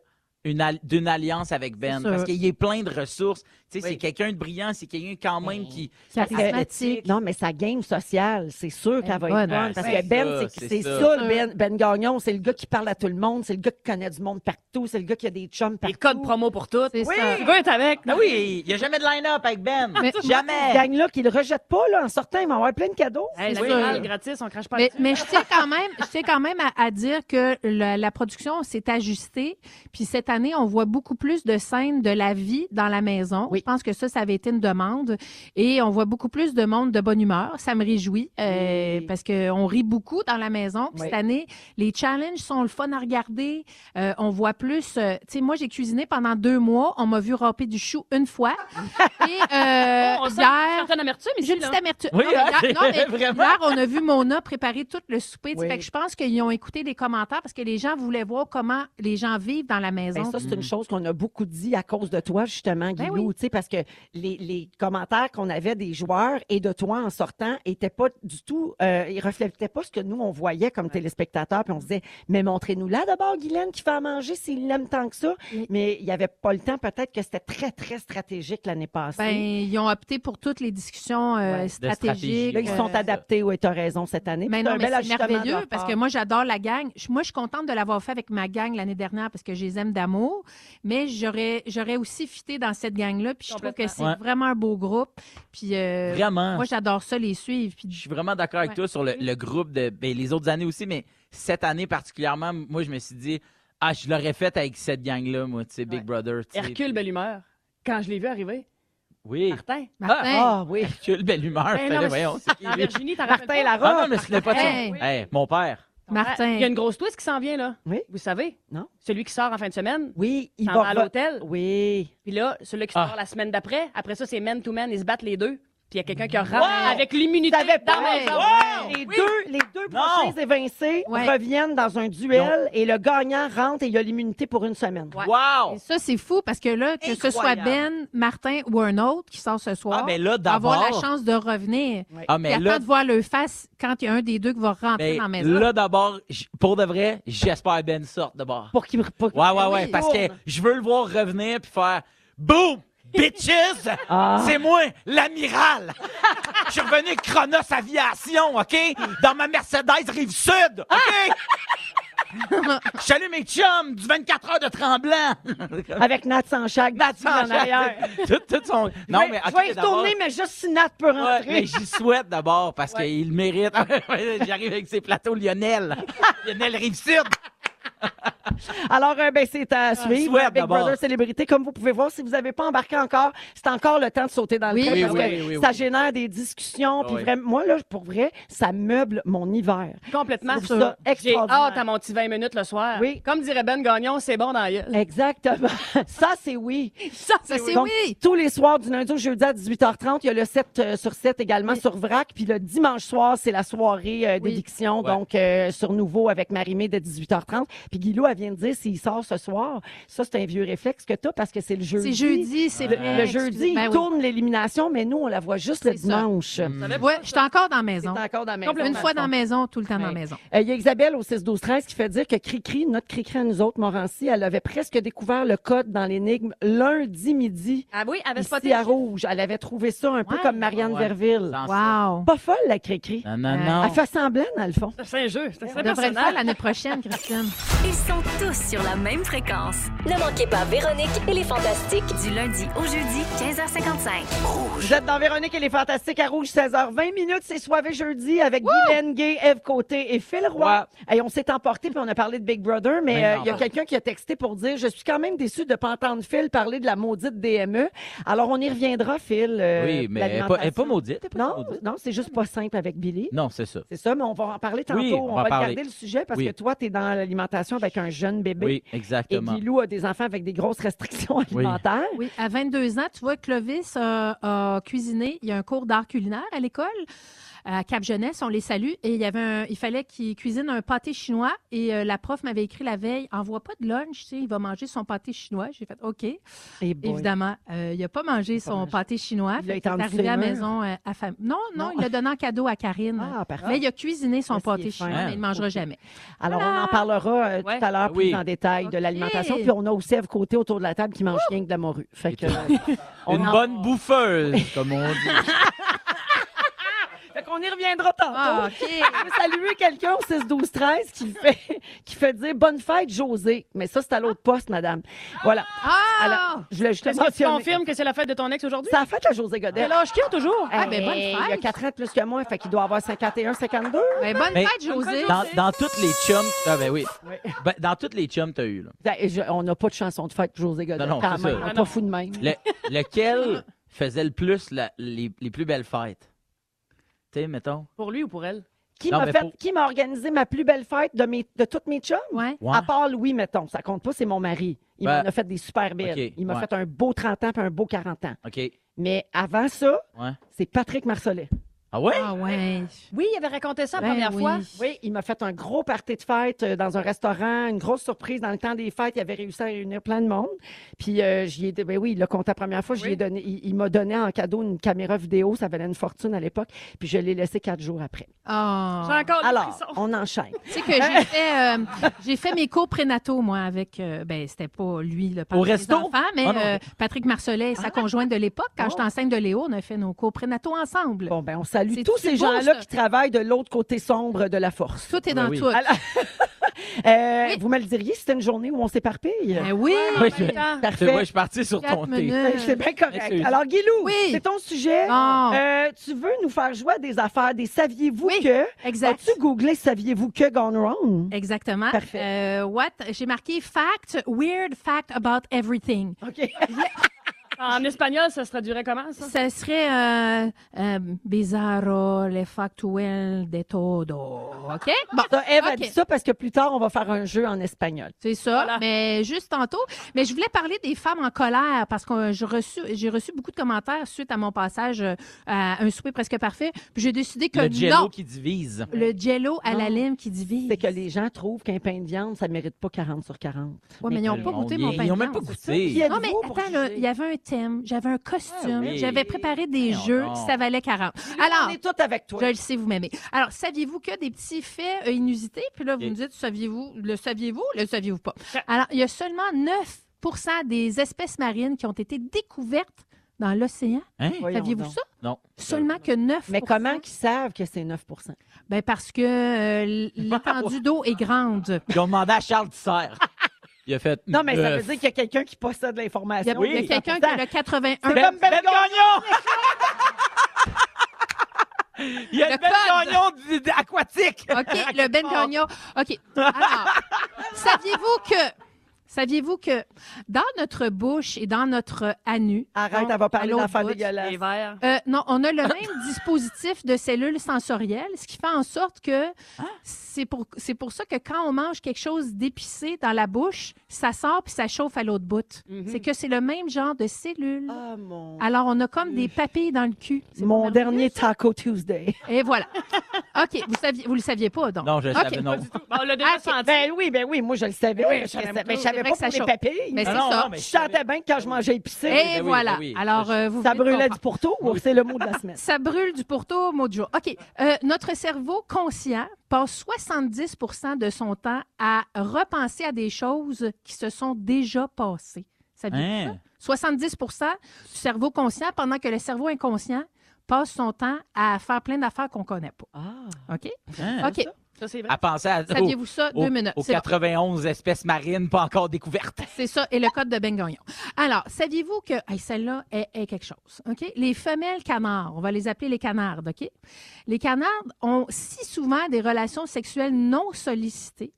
G: une al- d'une alliance avec Ben.
B: sûr.
G: Parce qu'il est plein de ressources. Tu sais,
D: Oui.
G: c'est quelqu'un de brillant, c'est quelqu'un quand même qui.
B: Charismatique.
A: Non, mais sa game sociale, c'est sûr qu'elle va être
B: bonne.
A: bonne. Parce
G: Ouais,
A: que Ben, c'est-
G: c'est ça,
A: c'est
G: c'est
A: ça,
G: ça.
A: le ben, ben Gagnon. C'est le gars qui parle à tout le monde. C'est le gars qui connaît du monde partout. C'est le gars qui a des chums
D: Les
A: partout.
D: codes promo pour tout.
B: C'est
D: oui,
B: ça.
D: tu veux être avec.
G: Ah oui, il n'y a jamais de line-up avec Ben.
B: Mais-
A: Cette
G: jamais.
A: gang-là qui le rejette pas, là, en sortant, il va avoir plein de cadeaux.
D: Hey, la
B: C'est
D: virale,
B: sûr.
D: gratis, on crache pas
B: Mais,
D: dessus.
B: mais je tiens quand même, je tiens quand même à, à dire que la, la production s'est ajustée. Puis cette année, on voit beaucoup plus de scènes de la vie dans la maison.
A: Oui.
B: Je pense que ça, ça avait été une demande. Et on voit beaucoup plus de monde de bonne humeur. Ça me réjouit euh,
A: Oui.
B: parce qu'on rit beaucoup dans la maison.
A: Oui.
B: Puis cette année, les challenges sont le fun à regarder. Euh, on voit plus. euh, tu sais, moi, j'ai cuisiné pendant deux mois. On m'a vu râper du chou une fois. Et euh,
D: on sent une
B: hier,
D: certaine amertume
B: j'ai
D: ici,
B: une
D: là.
B: petite amertume.
G: Oui,
B: non, mais
G: hein,
B: hier-
G: c'est-
B: non, mais
G: vraiment.
B: hier, on a vu Mona préparer tout le souper. tu sais,
A: Oui.
B: Fait que je pense qu'ils ont écouté les commentaires parce que les gens voulaient voir comment les gens vivent dans la maison.
A: Ben, ça, c'est une chose qu'on a beaucoup dit à cause de toi, justement,
B: Ben
A: Guilou, tu sais, parce que les, les commentaires qu'on avait des joueurs et de toi en sortant étaient pas du tout, euh, ils reflétaient pas ce que nous, on voyait comme téléspectateurs, puis on se disait, mais montrez-nous-là d'abord, Guylaine, qui fait à manger s'il l'aime tant que ça.
B: Oui.
A: Mais il y avait pas le temps, peut-être que c'était très, très stratégique l'année passée.
B: Ben, ils ont opté pour toutes les discussions euh,
A: Ouais, de
B: stratégiques.
G: stratégie.
A: Là, ils sont
B: euh,
A: adaptés, oui, tu as raison, cette année.
B: Mais
A: Puis c'est
B: non,
A: un bel
B: mais c'est
A: ajustement de
B: merveilleux
A: leur
B: parce
A: part.
B: que moi, j'adore la gang. Je- Moi, je suis contente de l'avoir fait avec ma gang l'année dernière parce que je les aime d'amour. Mais j'aurais, j'aurais aussi fité dans cette gang-là. Puis je trouve que
D: Complètement.
B: c'est
G: Ouais.
B: vraiment un beau groupe. Puis euh,
G: Vraiment.
B: moi, j'adore ça, les suivre.
G: Je
B: Puis
G: suis vraiment d'accord avec
B: Ouais.
G: toi sur le, le groupe de ben, les autres années aussi, mais cette année particulièrement, moi je me suis dit ah je l'aurais fait avec cette gang là, moi tu sais Big
D: Ouais.
G: Brother. tu sais,
D: Hercule,
G: puis-
D: belle humeur. Quand je l'ai vu arriver,
G: Oui.
D: Martin.
B: Martin,
A: Ah oui,
G: Hercule belle humeur.
D: Ben
G: fallait-
D: non, mais-
G: voyons, c'est qui,
D: Ah,
G: lui?
D: Virginie, t'en rappelles
A: Martin
D: pas?
A: Larocque.
G: Ah non mais c'était pas de son.
B: Hey.
G: Hey, mon père.
B: Martin.
D: Il y a une grosse twist qui s'en vient, là.
A: Oui.
D: Vous savez?
A: Non.
D: Celui qui sort en fin de semaine,
A: Oui, il
D: il
A: va.
D: va à l'hôtel.
A: Oui.
D: Puis là, celui qui
G: Ah.
D: sort la semaine d'après, après ça, c'est man to man, ils se battent les deux. Puis il y a quelqu'un qui rentre avec l'immunité
A: T'avais
D: dans
A: pas-
D: la maison.
A: Les deux, les deux
G: Non.
A: prochains évincés
B: Ouais.
A: reviennent dans un duel et le gagnant rentre et il a l'immunité pour une semaine.
D: Ouais.
A: Oh.
G: Wow. Ah,
B: Et ça, c'est fou parce que là, que ce soit Ben, Martin ou un autre qui sort ce soir,
G: Ah
A: ben,
G: mais là
B: avoir la
G: d'abord.
B: chance de revenir.
G: Ah
B: Mais
G: mais
B: attend
G: là
B: de voir le face quand il y a un des deux qui va rentrer
G: ben,
B: dans la maison.
G: là d'abord j- pour de vrai, j'espère Ben sorte d'abord.
A: Pour qu'il pour-
G: Ouais
B: Ben
G: ouais ouais
A: Oui.
G: parce que je veux le voir revenir puis faire boum bitches.
A: Ah.
G: C'est moi, l'amiral. Je suis revenu Chronos Aviation, OK? Dans ma Mercedes Rive-Sud, OK? Je salue mes chums du 24 heures de tremblant.
A: Avec Nat Sanchak.
G: Nat
A: dessus en arrière.
G: Tout, tout son... Non,
A: Je vais-
G: mais...
A: je vais y
G: OK, d'abord-
A: retourner, mais juste si Nat peut
G: Ouais,
A: rentrer.
G: mais j'y souhaite d'abord parce qu'il mérite. J'arrive avec ses plateaux Lionel. Lionel Rive-Sud.
A: Alors, euh, ben, c'est à suivre.
G: souhait,
A: Big
G: d'abord.
A: Brother Célébrité, comme vous pouvez voir, si vous n'avez pas embarqué encore, c'est encore le temps de sauter dans
B: Oui.
A: le train
B: Oui,
A: parce
C: oui,
A: que
C: oui, oui,
A: ça
C: oui.
A: génère des discussions. Puis
C: Oui.
A: vraiment, moi, là, pour vrai, ça meuble mon hiver.
D: Complètement.
A: Je trouve ça
D: J'ai
A: extraordinaire.
D: hâte à mon petit 20 minutes le soir.
A: Oui.
D: Comme dirait Ben Gagnon, c'est bon dans la gueule.
A: Exactement. Ça, c'est oui.
D: Ça,
B: Ça, c'est
A: Donc,
B: oui!
A: tous les soirs, du lundi au jeudi à 18h30, il y a le 7 euh, sur 7 également sur VRAC. Puis le dimanche soir, c'est la soirée euh, d'édiction,
C: Ouais.
A: donc euh, sur Nouveau avec Marimé de 18h30. Puis Guilou, elle vient de dire s'il sort ce soir. Ça, c'est un vieux réflexe que t'as parce que c'est le jeudi.
B: C'est jeudi, c'est
A: Le,
B: vrai.
A: le jeudi, il
B: Ben oui.
A: tourne l'élimination, mais nous, on la voit juste le
B: C'est ça.
A: dimanche.
B: Ouais, je suis encore dans la maison.
A: C'est encore dans la maison.
B: Une fois dans la maison, tout le temps dans la
A: Ouais.
B: maison.
A: Euh, Il y a Isabelle au 6-12-13 qui fait dire que Cricri, notre Cricri à nous autres, Morancy, elle avait presque découvert le code dans l'énigme lundi midi.
D: Ah oui, avait
A: Ici
D: spoté.
A: à Rouge, elle avait trouvé ça un peu
B: Ouais.
A: comme Marianne
G: Ouais.
A: Verville.
G: Dans ça.
B: Wow!
A: Pas folle, la Cricri.
G: Non, non,
B: Ouais.
A: Euh,
G: non.
A: Elle fait semblant, dans le fond.
D: C'est un jeu.
B: On
D: C'est un
B: devrait le
D: personnage.
B: faire l'année prochaine, Christine.
E: Ils sont tous sur la même fréquence.
H: Ne manquez pas Véronique et les Fantastiques.
E: Du lundi au jeudi, 15h55.
A: Vous êtes dans Véronique et les Fantastiques à Rouge, 16h20 minutes. C'est Soivé jeudi avec Guylaine Gay, Eve Côté et Phil Roy. Et on s'est emporté puis on a parlé de Big Brother, mais
G: Mais
A: euh,
G: non.
A: il y a quelqu'un qui a texté pour dire Je suis quand même déçu de ne pas entendre Phil parler de la maudite DME. Alors on y reviendra, Phil. euh,
G: oui, mais elle est pas, elle est pas maudite. elle est pas
A: Non,
G: maudite.
A: non, c'est juste pas simple avec Billy.
G: Non, c'est ça.
A: C'est ça, mais on va en parler tantôt.
G: Oui, on
A: on va,
G: va en parler.
A: garder le sujet parce
G: Oui.
A: que toi, tu es dans l'alimentation avec un jeune bébé.
G: Oui,
A: Et
G: exactement.
A: Guilou a des enfants avec des grosses restrictions
G: Oui.
A: alimentaires.
B: Oui, à 22 ans, tu vois, Clovis euh, a cuisiné. Il y a un cours d'art culinaire à l'école, à Cap Jeunesse, on les salue. Et il, y avait un- il fallait qu'il cuisine un pâté chinois. Et euh, la prof m'avait écrit la veille Envoie pas de lunch, tu sais, il va manger son pâté chinois. J'ai fait OK.
A: Et boy.
B: Évidemment, euh, il n'a pas mangé
A: pas
B: son
A: mangé.
B: pâté chinois.
A: Il
B: Il
A: l'a
B: est
A: étendu
B: arrivé
A: ses
B: à la
A: murs.
B: maison euh, à femme. Non, non,
A: Non.
B: il l'a donné en cadeau à Karine.
A: Ah, parfait.
B: Mais il a cuisiné son
A: Parce qu'il est
B: pâté
A: fin.
B: chinois, mais il ne mangera jamais.
A: Alors, on
B: Voilà.
A: en parlera euh,
D: Ouais.
A: tout à l'heure plus
G: Ah Oui.
A: en détail de
B: Ok.
A: l'alimentation. Puis on a aussi Ève Côté autour de la table qui mange rien que de la morue. Fait que, euh, on,
G: Une
A: en-
G: bonne bouffeuse, comme on dit.
A: Fait qu'on y reviendra tantôt.
B: Ah, OK.
A: Je veux saluer quelqu'un au 6 12 13 qui fait qui fait dire bonne fête José mais ça c'est à l'autre poste madame voilà
B: Ah!
A: alors je voulais juste
D: Est-ce que tu
A: mentionner
D: confirmes que c'est la fête de ton ex aujourd'hui?
A: ça a fait à José Godet
D: Elle lâche qui toujours?
A: Ah,
B: ben, bonne
A: Il y a
B: fête.
A: 4 ans de plus que moi, fait qu'il doit avoir 51, 52.
B: Ben, bonne
G: Mais-
B: fête, José.
G: Dans, dans toutes les chums. Ah, ben oui. Ben, dans toutes les chums, t'as eu, là.
A: Ben, je- on n'a pas de chanson de fête, José Godet.
G: Non, non,
A: quand
G: c'est
A: même.
G: ça.
A: On est
D: Ah,
A: pas
D: non.
A: fou de même.
G: Le- lequel faisait le plus la- les, les plus belles fêtes? Tu sais, mettons.
D: Pour lui ou pour elle?
A: Qui
G: Non,
A: m'a
G: mais
A: fait,
G: faut-
A: qui m'a organisé ma plus belle fête de, mes, de toutes mes chums?
B: Ouais.
G: Ouais.
A: À part Louis, mettons. Ça compte pas, c'est mon mari. Il
G: Ben,
A: m'en a fait des super belles.
G: ok,
A: Il m'a
G: ouais.
A: fait un beau 30 ans puis un beau 40 ans.
G: OK.
A: Mais avant ça,
G: Ouais.
A: c'est Patrick Marcellet.
G: Ah ouais?
B: Ah, ouais.
D: Oui, il avait raconté ça
B: Ben
D: la première
B: oui.
D: fois.
A: Oui, il m'a fait un gros party de fête euh, dans un restaurant, une grosse surprise dans le temps des fêtes. Il avait réussi à réunir plein de monde. Puis euh, j'y ai, dit- ben oui, il l'a compté la première fois. j'y ai
D: Oui.
A: donné, il, il m'a donné en cadeau une caméra vidéo. Ça valait une fortune à l'époque. Puis je l'ai laissé quatre jours après.
B: Ah.
D: J'ai encore des
A: Alors,
D: frissons.
A: on enchaîne.
B: Tu sais que j'ai fait, euh, j'ai fait mes cours prénataux, moi, avec. euh, ben, c'était pas lui, le parent des
G: resto?
B: enfants, mais
G: Ah, non. Ah.
B: euh, Patrick Marcelet et sa conjointe de l'époque, quand
A: Oh.
B: j'étais enceinte de Léo, on a fait nos cours prénataux ensemble.
A: Bon, ben on salue
B: C'est
A: tous
B: du
A: ces
B: beau,
A: gens-là
B: ça.
A: qui travaillent de l'autre côté sombre de la force.
B: Tout est
G: Ben
B: dans
G: oui.
B: tout.
A: Alors- Euh,
B: Ah, Oui.
A: Vous me le diriez, c'était une journée où on s'éparpille.
B: Ben oui!
G: Ouais,
D: En même
G: je-
D: temps,
G: C'est
A: Parfait.
G: moi, je
A: Euh,
G: suis parti sur
B: Quatre
G: ton thé.
B: minutes.
A: C'est bien correct.
G: Excuse.
A: Alors, Guilou,
B: Oui.
A: c'est ton sujet.
B: Bon.
A: Euh, tu veux nous faire jouer à des affaires, des saviez-vous
B: Oui,
A: que.
B: exact.
A: As-tu googlé saviez-vous que gone wrong?
B: Exactement.
A: Parfait.
B: Euh, what? J'ai marqué fact, weird fact about everything.
A: OK.
D: Ah, en espagnol, ça se traduirait comment, ça?
B: Ça serait euh, euh, bizarro, le factuel de todo. OK? Bon.
A: Ça, Eve a
B: OK.
A: dit ça parce que plus tard, on va faire un jeu en espagnol.
B: C'est ça, mais juste tantôt. Mais je voulais parler des femmes en colère parce que euh, je reçu- j'ai reçu, beaucoup de commentaires suite à mon passage euh, à un souper presque parfait. Puis j'ai décidé que
G: Le
B: non,
G: jello qui divise.
B: le jello à
A: Non.
B: la lime qui divise.
A: C'est que les gens trouvent qu'un pain de viande, ça ne mérite pas 40 sur 40.
B: Ouais, mais ils n'ont pas
G: On
B: goûté
G: y-
B: mon
G: Ils
B: pain de
G: n'ont même pas
B: viande.
A: Qui
G: goûté.
A: a-
B: Non, mais
A: Êtes-vous pour
B: attends, là,
A: juger?
B: il y avait un thème, j'avais un costume,
G: Ah oui.
B: j'avais préparé des
G: Voyons
B: jeux,
G: donc.
B: ça valait 40. Alors,
A: on est tous avec toi.
B: Je le sais, vous m'aimez. Alors, saviez-vous que des petits faits euh, inusités? Puis là, vous
G: Ok.
B: me dites, saviez-vous, le saviez-vous, le saviez-vous pas? Alors, il y a seulement 9 des espèces marines qui ont été découvertes dans l'océan.
G: Hein?
A: Voyons
B: Saviez-vous
A: donc. Euh,
B: ça?
G: Non.
B: Seulement que 9
A: Mais comment qu'ils savent que c'est 9
B: Ben parce que euh, l- l'étendue d'eau est grande.
G: Ils ont demandé à Charles Tissère. Il a fait.
A: Non, mais ça
G: euh,
A: veut dire qu'il y a quelqu'un qui possède
B: Il y a,
A: l'information.
B: il y a quelqu'un qui a le 81.
G: Ben-
A: comme Ben
G: Ben Gagnon! Il y a
B: Le
G: le Ben
B: code.
A: Oh.
G: Gagnon d- d- aquatique!
B: OK, le Ben Gagnon. OK. Alors, Saviez-vous que. Saviez-vous que dans notre bouche et dans notre anus.
A: Arrête,
B: donc,
A: elle va
B: à
A: parler
B: l'autre
A: d'affaires
B: bout,
A: dégueulasses.
D: Les verres.
B: euh, non, on a le même dispositif de cellules sensorielles, ce qui fait en sorte que
G: Ah.
B: c'est pour, c'est pour ça que quand on mange quelque chose d'épicé dans la bouche, ça sort puis ça chauffe à l'autre bout.
D: Mhm.
B: C'est que c'est le même genre de cellules.
A: Ah, mon...
B: Alors, on a comme des papilles dans le cul. C'est pas
A: Mon
B: merveilleux,
A: dernier
B: ça?
A: Taco Tuesday.
B: Et voilà. OK, vous saviez, vous le saviez pas, donc.
G: Non, je le
B: OK.
G: savais, non.
D: Bon, on l'a déjà
B: Ah,
D: senti.
A: Ben oui, ben oui, moi je le savais.
D: Oui,
A: je
D: ça
A: savais-
D: aime
A: mais je
D: tout.
A: savais
B: C'est vrai
A: pas
B: que ça
A: pour les
B: chauffe.
A: papilles.
B: Mais c'est
G: non,
B: ça.
G: non, mais
A: Je sentais bien que quand je mangeais épicé,
B: Et
G: ben oui,
B: voilà.
G: ben oui.
B: Alors, euh, vous
A: ça
B: venez de
A: brûlait
B: comprendre.
A: du pourtour. C'est le mot de la semaine.
B: Ça brûle du pourtour, mot de jour. OK. Euh, notre cerveau conscient passe 70 de son temps à repenser à des choses qui se sont déjà passées. Ça vient
G: Hein?
B: 70 du cerveau conscient, pendant que le cerveau inconscient passe son temps à faire plein d'affaires qu'on connaît pas. OK?
G: Hein?
B: OK.
D: Ça, c'est vrai.
G: À penser à, aux,
B: Saviez-vous ça?
G: aux-
B: Deux minutes.
G: aux
B: C'est bon.
G: 91 espèces marines pas encore découvertes.
B: C'est ça, et le code de Ben Gagnon. Alors, saviez-vous que hey, celle-là est, est quelque chose? OK? Les femelles canards, on va les appeler les canardes, OK? Les canardes ont si souvent des relations sexuelles non sollicitées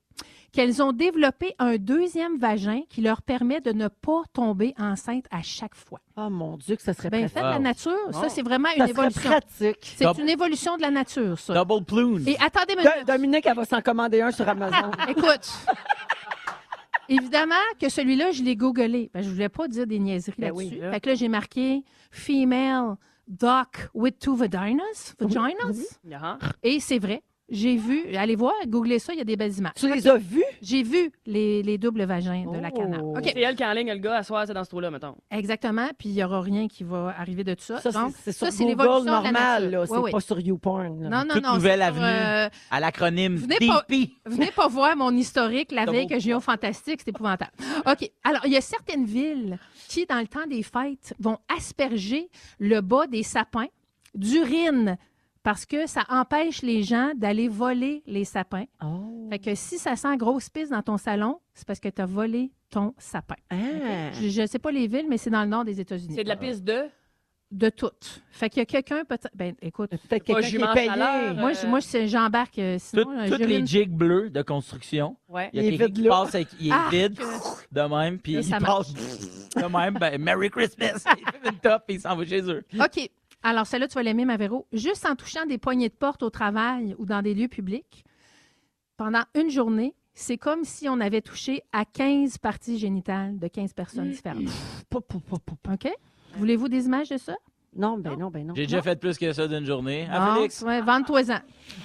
B: qu'elles ont développé un deuxième vagin qui leur permet de ne pas tomber enceinte à chaque fois.
A: Oh mon Dieu, que ça serait
B: Ben,
A: pratique.
B: fait de la
G: Wow.
B: nature, ça, c'est vraiment une
A: Ça serait
B: évolution.
A: pratique.
B: C'est une évolution de la nature, ça.
G: Double plume.
B: Et attendez,
A: Do-
B: monsieur.
A: Dominique, elle va s'en commander un sur Amazon.
B: Écoute. Évidemment que celui-là, je l'ai googlé. Ben, je voulais pas dire des niaiseries
A: Ben
B: là-dessus.
A: oui, là.
B: Fait que là, j'ai marqué female doc with two vaginas, vaginas.
D: Ah,
B: Et c'est vrai. J'ai vu, allez voir, googlez ça, il y a des belles images.
A: tu les as vus?
B: J'ai vu les, les doubles vagins de la
A: Oh.
B: canard. OK,
D: C'est elle qui enligne le gars à soir, c'est dans ce trou-là, mettons.
B: exactement. Puis il y aura rien qui va arriver de tout ça.
A: Ça, c'est-
B: Donc,
A: c'est sur
B: ça, c'est
A: Google
B: l'évolution de la
A: normal.
B: nature.
A: là. C'est
B: Ouais, ouais.
A: pas sur YouPorn. là.
B: Non, non,
G: Toute
B: non.
G: nouvelle
B: c'est sur,
G: avenue.
B: euh,
G: À l'acronyme
B: Venez
G: DP.
B: pas- Venez pas voir mon historique la
G: T'as
B: veille
G: beau
B: que j'ai eu au Fantastique, c'est épouvantable. OK. Alors, il y a certaines villes qui, dans le temps des fêtes, vont asperger le bas des sapins d'urine parce que ça empêche les gens d'aller voler les sapins.
A: Oh.
B: Fait que si ça sent grosse pisse dans ton salon, c'est parce que tu as volé ton sapin.
A: Ah.
B: Je ne sais pas les villes, mais c'est dans le nord des États-Unis.
D: C'est de la piste de.
B: De toutes. Fait qu'il y a quelqu'un peut-être... Ben, écoute,
D: Euh,
A: Peut-être quelqu'un
D: Pas
A: qui est
D: jument
A: payé.
D: chaleur.
B: moi, je- moi je- j'embarque, euh, sinon...
G: Tout-
B: euh,
G: toutes
B: j'urine
G: les jigs bleus de construction.
D: Ouais.
G: Il y
A: Il
G: a
A: est
G: quelqu'un
A: vide,
G: qui
A: là.
G: passe avec, il est
B: Ah,
G: vide,
B: que-
G: de même, puis
B: Là,
G: il
B: ça
G: passe de même, ben, Merry Christmas, il fait une top, puis il s'en va chez eux.
B: OK. Alors, celle-là, tu vas l'aimer, ma Véro. Juste en touchant des poignées de porte au travail ou dans des lieux publics, pendant une journée, c'est comme si on avait touché à 15 parties génitales de 15 personnes
A: Mm-hmm.
B: différentes.
A: Pou, pou, pou, pou, pou.
B: OK? Voulez-vous des images de ça?
A: Non, ben non, ben non.
G: J'ai déjà fait plus que ça d'une journée. Ah,
B: Non,
G: Félix?
B: ouais, vente-toi-en.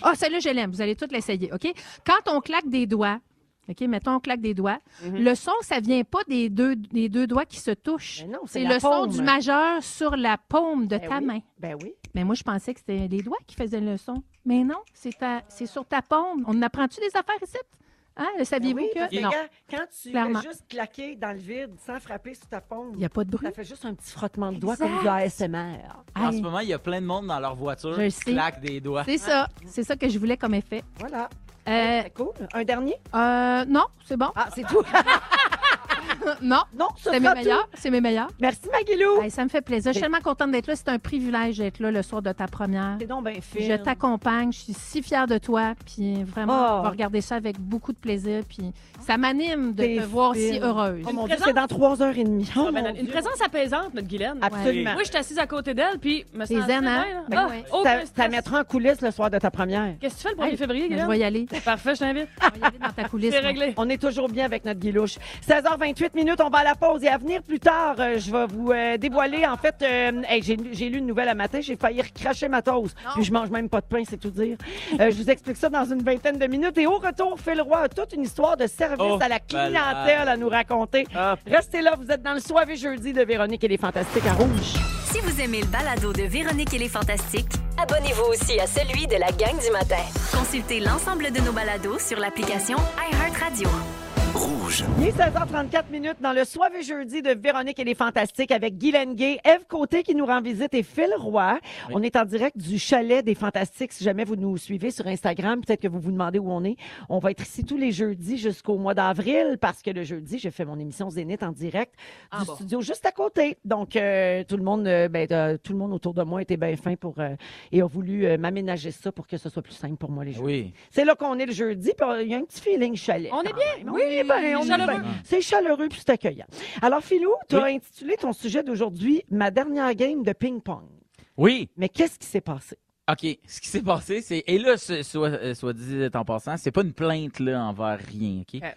B: Ah, celle-là, je l'aime. Vous allez toutes l'essayer, OK? Quand on claque des doigts, OK, mettons, on claque des doigts,
A: Mm-hmm.
B: le son, ça vient pas des deux, des deux doigts qui se touchent.
A: Ben non, c'est
B: C'est
A: la
B: le son
A: paume.
B: du majeur sur la paume de
A: Ben
B: ta
A: oui.
B: main.
A: Ben oui.
B: Mais moi, je pensais que c'était les doigts qui faisaient le son. Mais non, c'est ta- c'est sur ta paume. On apprend-tu des affaires ici? Hein? Le
A: Ben
B: saviez-vous
A: oui, parce
B: que.
A: que
B: Non,
A: quand- Quand tu
B: Clairement.
A: fais juste claquer dans le vide sans frapper sur ta paume,
B: il n'y a pas de bruit.
A: ça fait juste un petit frottement de doigts
B: Exact.
A: comme du ASMR.
G: En ce
B: Aïe,
G: moment, il y a plein de monde dans leur voiture
B: Je le
G: qui
B: sais.
G: claque des doigts.
B: C'est ça. C'est ça que je voulais comme effet.
A: Voilà.
B: Euh,
A: C'est cool. Un dernier?
B: euh, non, c'est bon.
A: Ah, c'est tout.
B: non,
A: non, ce
B: c'est mes
A: sera tout.
B: meilleurs. C'est mes meilleurs.
A: Merci, Maguilou.
B: Aïe, ça me fait plaisir. Je suis tellement contente d'être là. C'est un privilège d'être là le soir de ta première.
A: C'est donc bien
B: Puis
A: fait.
B: Je t'accompagne, je suis si fière de toi, puis vraiment,
A: Oh.
B: on va regarder ça avec beaucoup de plaisir, puis ça m'anime de
A: T'es
B: te voir si
A: fine.
B: heureuse.
A: Oh mon Dieu, c'est dans 3h30. Oh,
D: Ah, ben,
A: mon
D: une
A: Dieu.
D: présence apaisante, notre Guylaine.
A: Absolument.
D: Moi, je suis assise à côté d'elle, puis me
B: C'est
D: sens
B: zen, hein? Ben
D: Ah,
B: ouais.
D: aucun
A: Ça, ça
D: stress.
A: mettra en coulisses le soir de ta première.
D: Qu'est-ce que tu fais le 1er février,
B: Mais je vais
D: Guylaine?
B: y aller.
D: Parfait, je t'invite.
B: Je vais y aller dans ta coulisse.
D: C'est
B: moi.
D: réglé.
A: On est toujours bien avec notre guilouche. 16h28 minutes, on va à la pause et à venir plus tard, euh, je vais vous euh, dévoiler. En fait, euh, hey, j'ai, j'ai lu une nouvelle à matin, j'ai failli recracher ma toast. Puis je mange même pas de pain, c'est tout dire. Euh, je vous explique ça dans une vingtaine de minutes. Et au retour, Phil Roy a toute une histoire de service
G: Oh,
A: à la clientèle à nous raconter.
G: Ah.
A: Restez là, vous êtes dans le soir et jeudi de Véronique et les Fantastiques à Rouge.
E: Si vous aimez le balado de Véronique et les Fantastiques,
H: Abonnez-vous aussi à celui de la gang du matin.
E: consultez l'ensemble de nos balados sur l'application iHeartRadio.
F: Rouge.
A: Il est 16h34 minutes dans le soir et jeudi de Véronique et les Fantastiques avec Guy Lenguet, Eve Côté qui nous rend visite et Phil Roy. On est en direct du chalet des Fantastiques. Si jamais vous nous suivez sur Instagram, peut-être que vous vous demandez où on est. On va être ici tous les jeudis jusqu'au mois d'avril parce que le jeudi, je fais mon émission Zénith en direct
D: Ah
A: du studio juste à côté. Donc euh, tout le monde, euh, ben, euh, tout le monde autour de moi était bien fin pour euh, et a voulu euh, m'aménager ça
D: Ah
A: pour que ce soit plus simple pour moi les jours.
G: Oui.
A: C'est là qu'on est le jeudi. puis Il y a un petit feeling chalet.
D: On est
A: quand même.
D: bien.
A: On est
D: Oui,
A: pareil, ben, on est
D: chaleureux.
A: bien. C'est chaleureux puis c'est accueillant. Alors, Philou, tu as intitulé ton sujet d'aujourd'hui Ma dernière game de ping-pong.
G: Oui.
A: Mais qu'est-ce qui s'est passé?
G: OK. Ce qui s'est passé, c'est. Et là, ce- soit, euh, soit dit en passant, c'est pas une plainte là, envers rien, OK?
D: Ouais.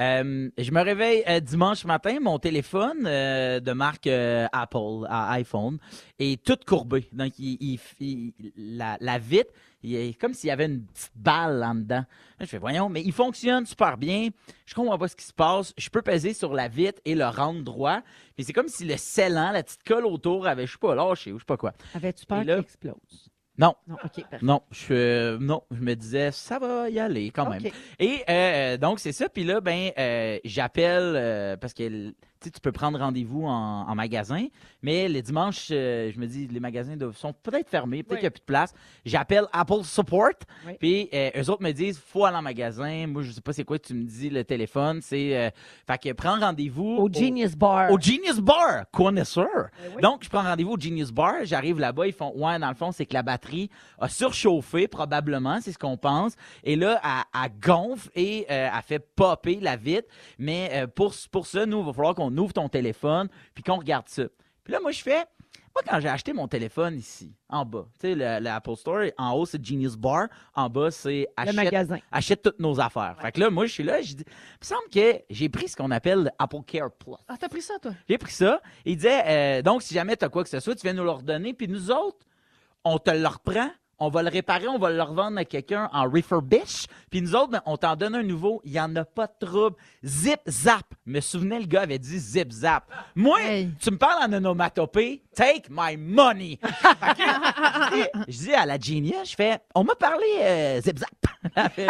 G: Euh, je me réveille euh, dimanche matin, mon téléphone euh, de marque euh, Apple, à iPhone, est tout courbé. Donc, il, il- il- la, la vitre, il est comme s'il y avait une petite balle en dedans. Là, Je fais, voyons, mais il fonctionne super bien. Je comprends pas ce qui se passe. Je peux peser sur la vitre et le rendre droit. Mais c'est comme si le scellant, la petite colle autour avait, je sais pas, lâché ou je sais pas quoi.
A: Avais-tu peur
G: Et là-
A: qu'il explose?
G: Non.
A: Non, OK, parfait.
G: Non, je euh, non, je me disais ça va y aller quand même.
A: OK.
G: Et euh, donc c'est ça. Puis là, ben euh, j'appelle euh, parce que tu sais, tu peux prendre rendez-vous en, en magasin, mais les dimanches, euh, je me dis les magasins doivent- sont peut-être fermés, peut-être
D: Oui.
G: qu'il n'y a plus de place. J'appelle Apple Support.
A: Oui.
G: Puis euh, eux autres me disent faut aller en magasin. Moi, je sais pas c'est quoi que tu me dis le téléphone. C'est euh, fait que prends rendez-vous
A: Au Genius Bar. Ben
G: au Genius Bar, connaisseur. Donc, je prends rendez-vous au Genius Bar. J'arrive là-bas. Ils font, ouais, dans le fond, c'est que la batterie a surchauffé, probablement. C'est ce qu'on pense. Et là, elle, elle gonfle et euh, elle fait popper la vitre. Mais euh, pour, pour ça, nous, il va falloir qu'on ouvre ton téléphone puis qu'on regarde ça. Puis là, moi, je fais, moi, quand j'ai acheté mon téléphone ici, en bas, tu sais, le- l'Apple Store, en haut, c'est Genius Bar. En bas, c'est
A: le
G: achète
A: magasin.
G: achète toutes nos affaires. Fait que là, moi, je suis là, je dis, il me semble que j'ai pris ce qu'on appelle le Apple Care Plus.
D: Ah, t'as pris ça, toi?
G: J'ai pris ça. Il disait, euh, donc, si jamais tu as quoi que ce soit, tu viens nous le redonner. Puis nous autres, on te le reprend, on va le réparer, on va le revendre à quelqu'un en refurbish. Puis nous autres, ben, on t'en donne un nouveau. Il n'y en a pas de trouble. Zip, zap. Je me souvenais, le gars avait dit zip, zap. Moi,
B: Hey.
G: tu me parles en onomatopée, take my money. Fait que, je dis- je dis à la genius, je fais, on m'a parlé euh, zip, zap. Elle fait,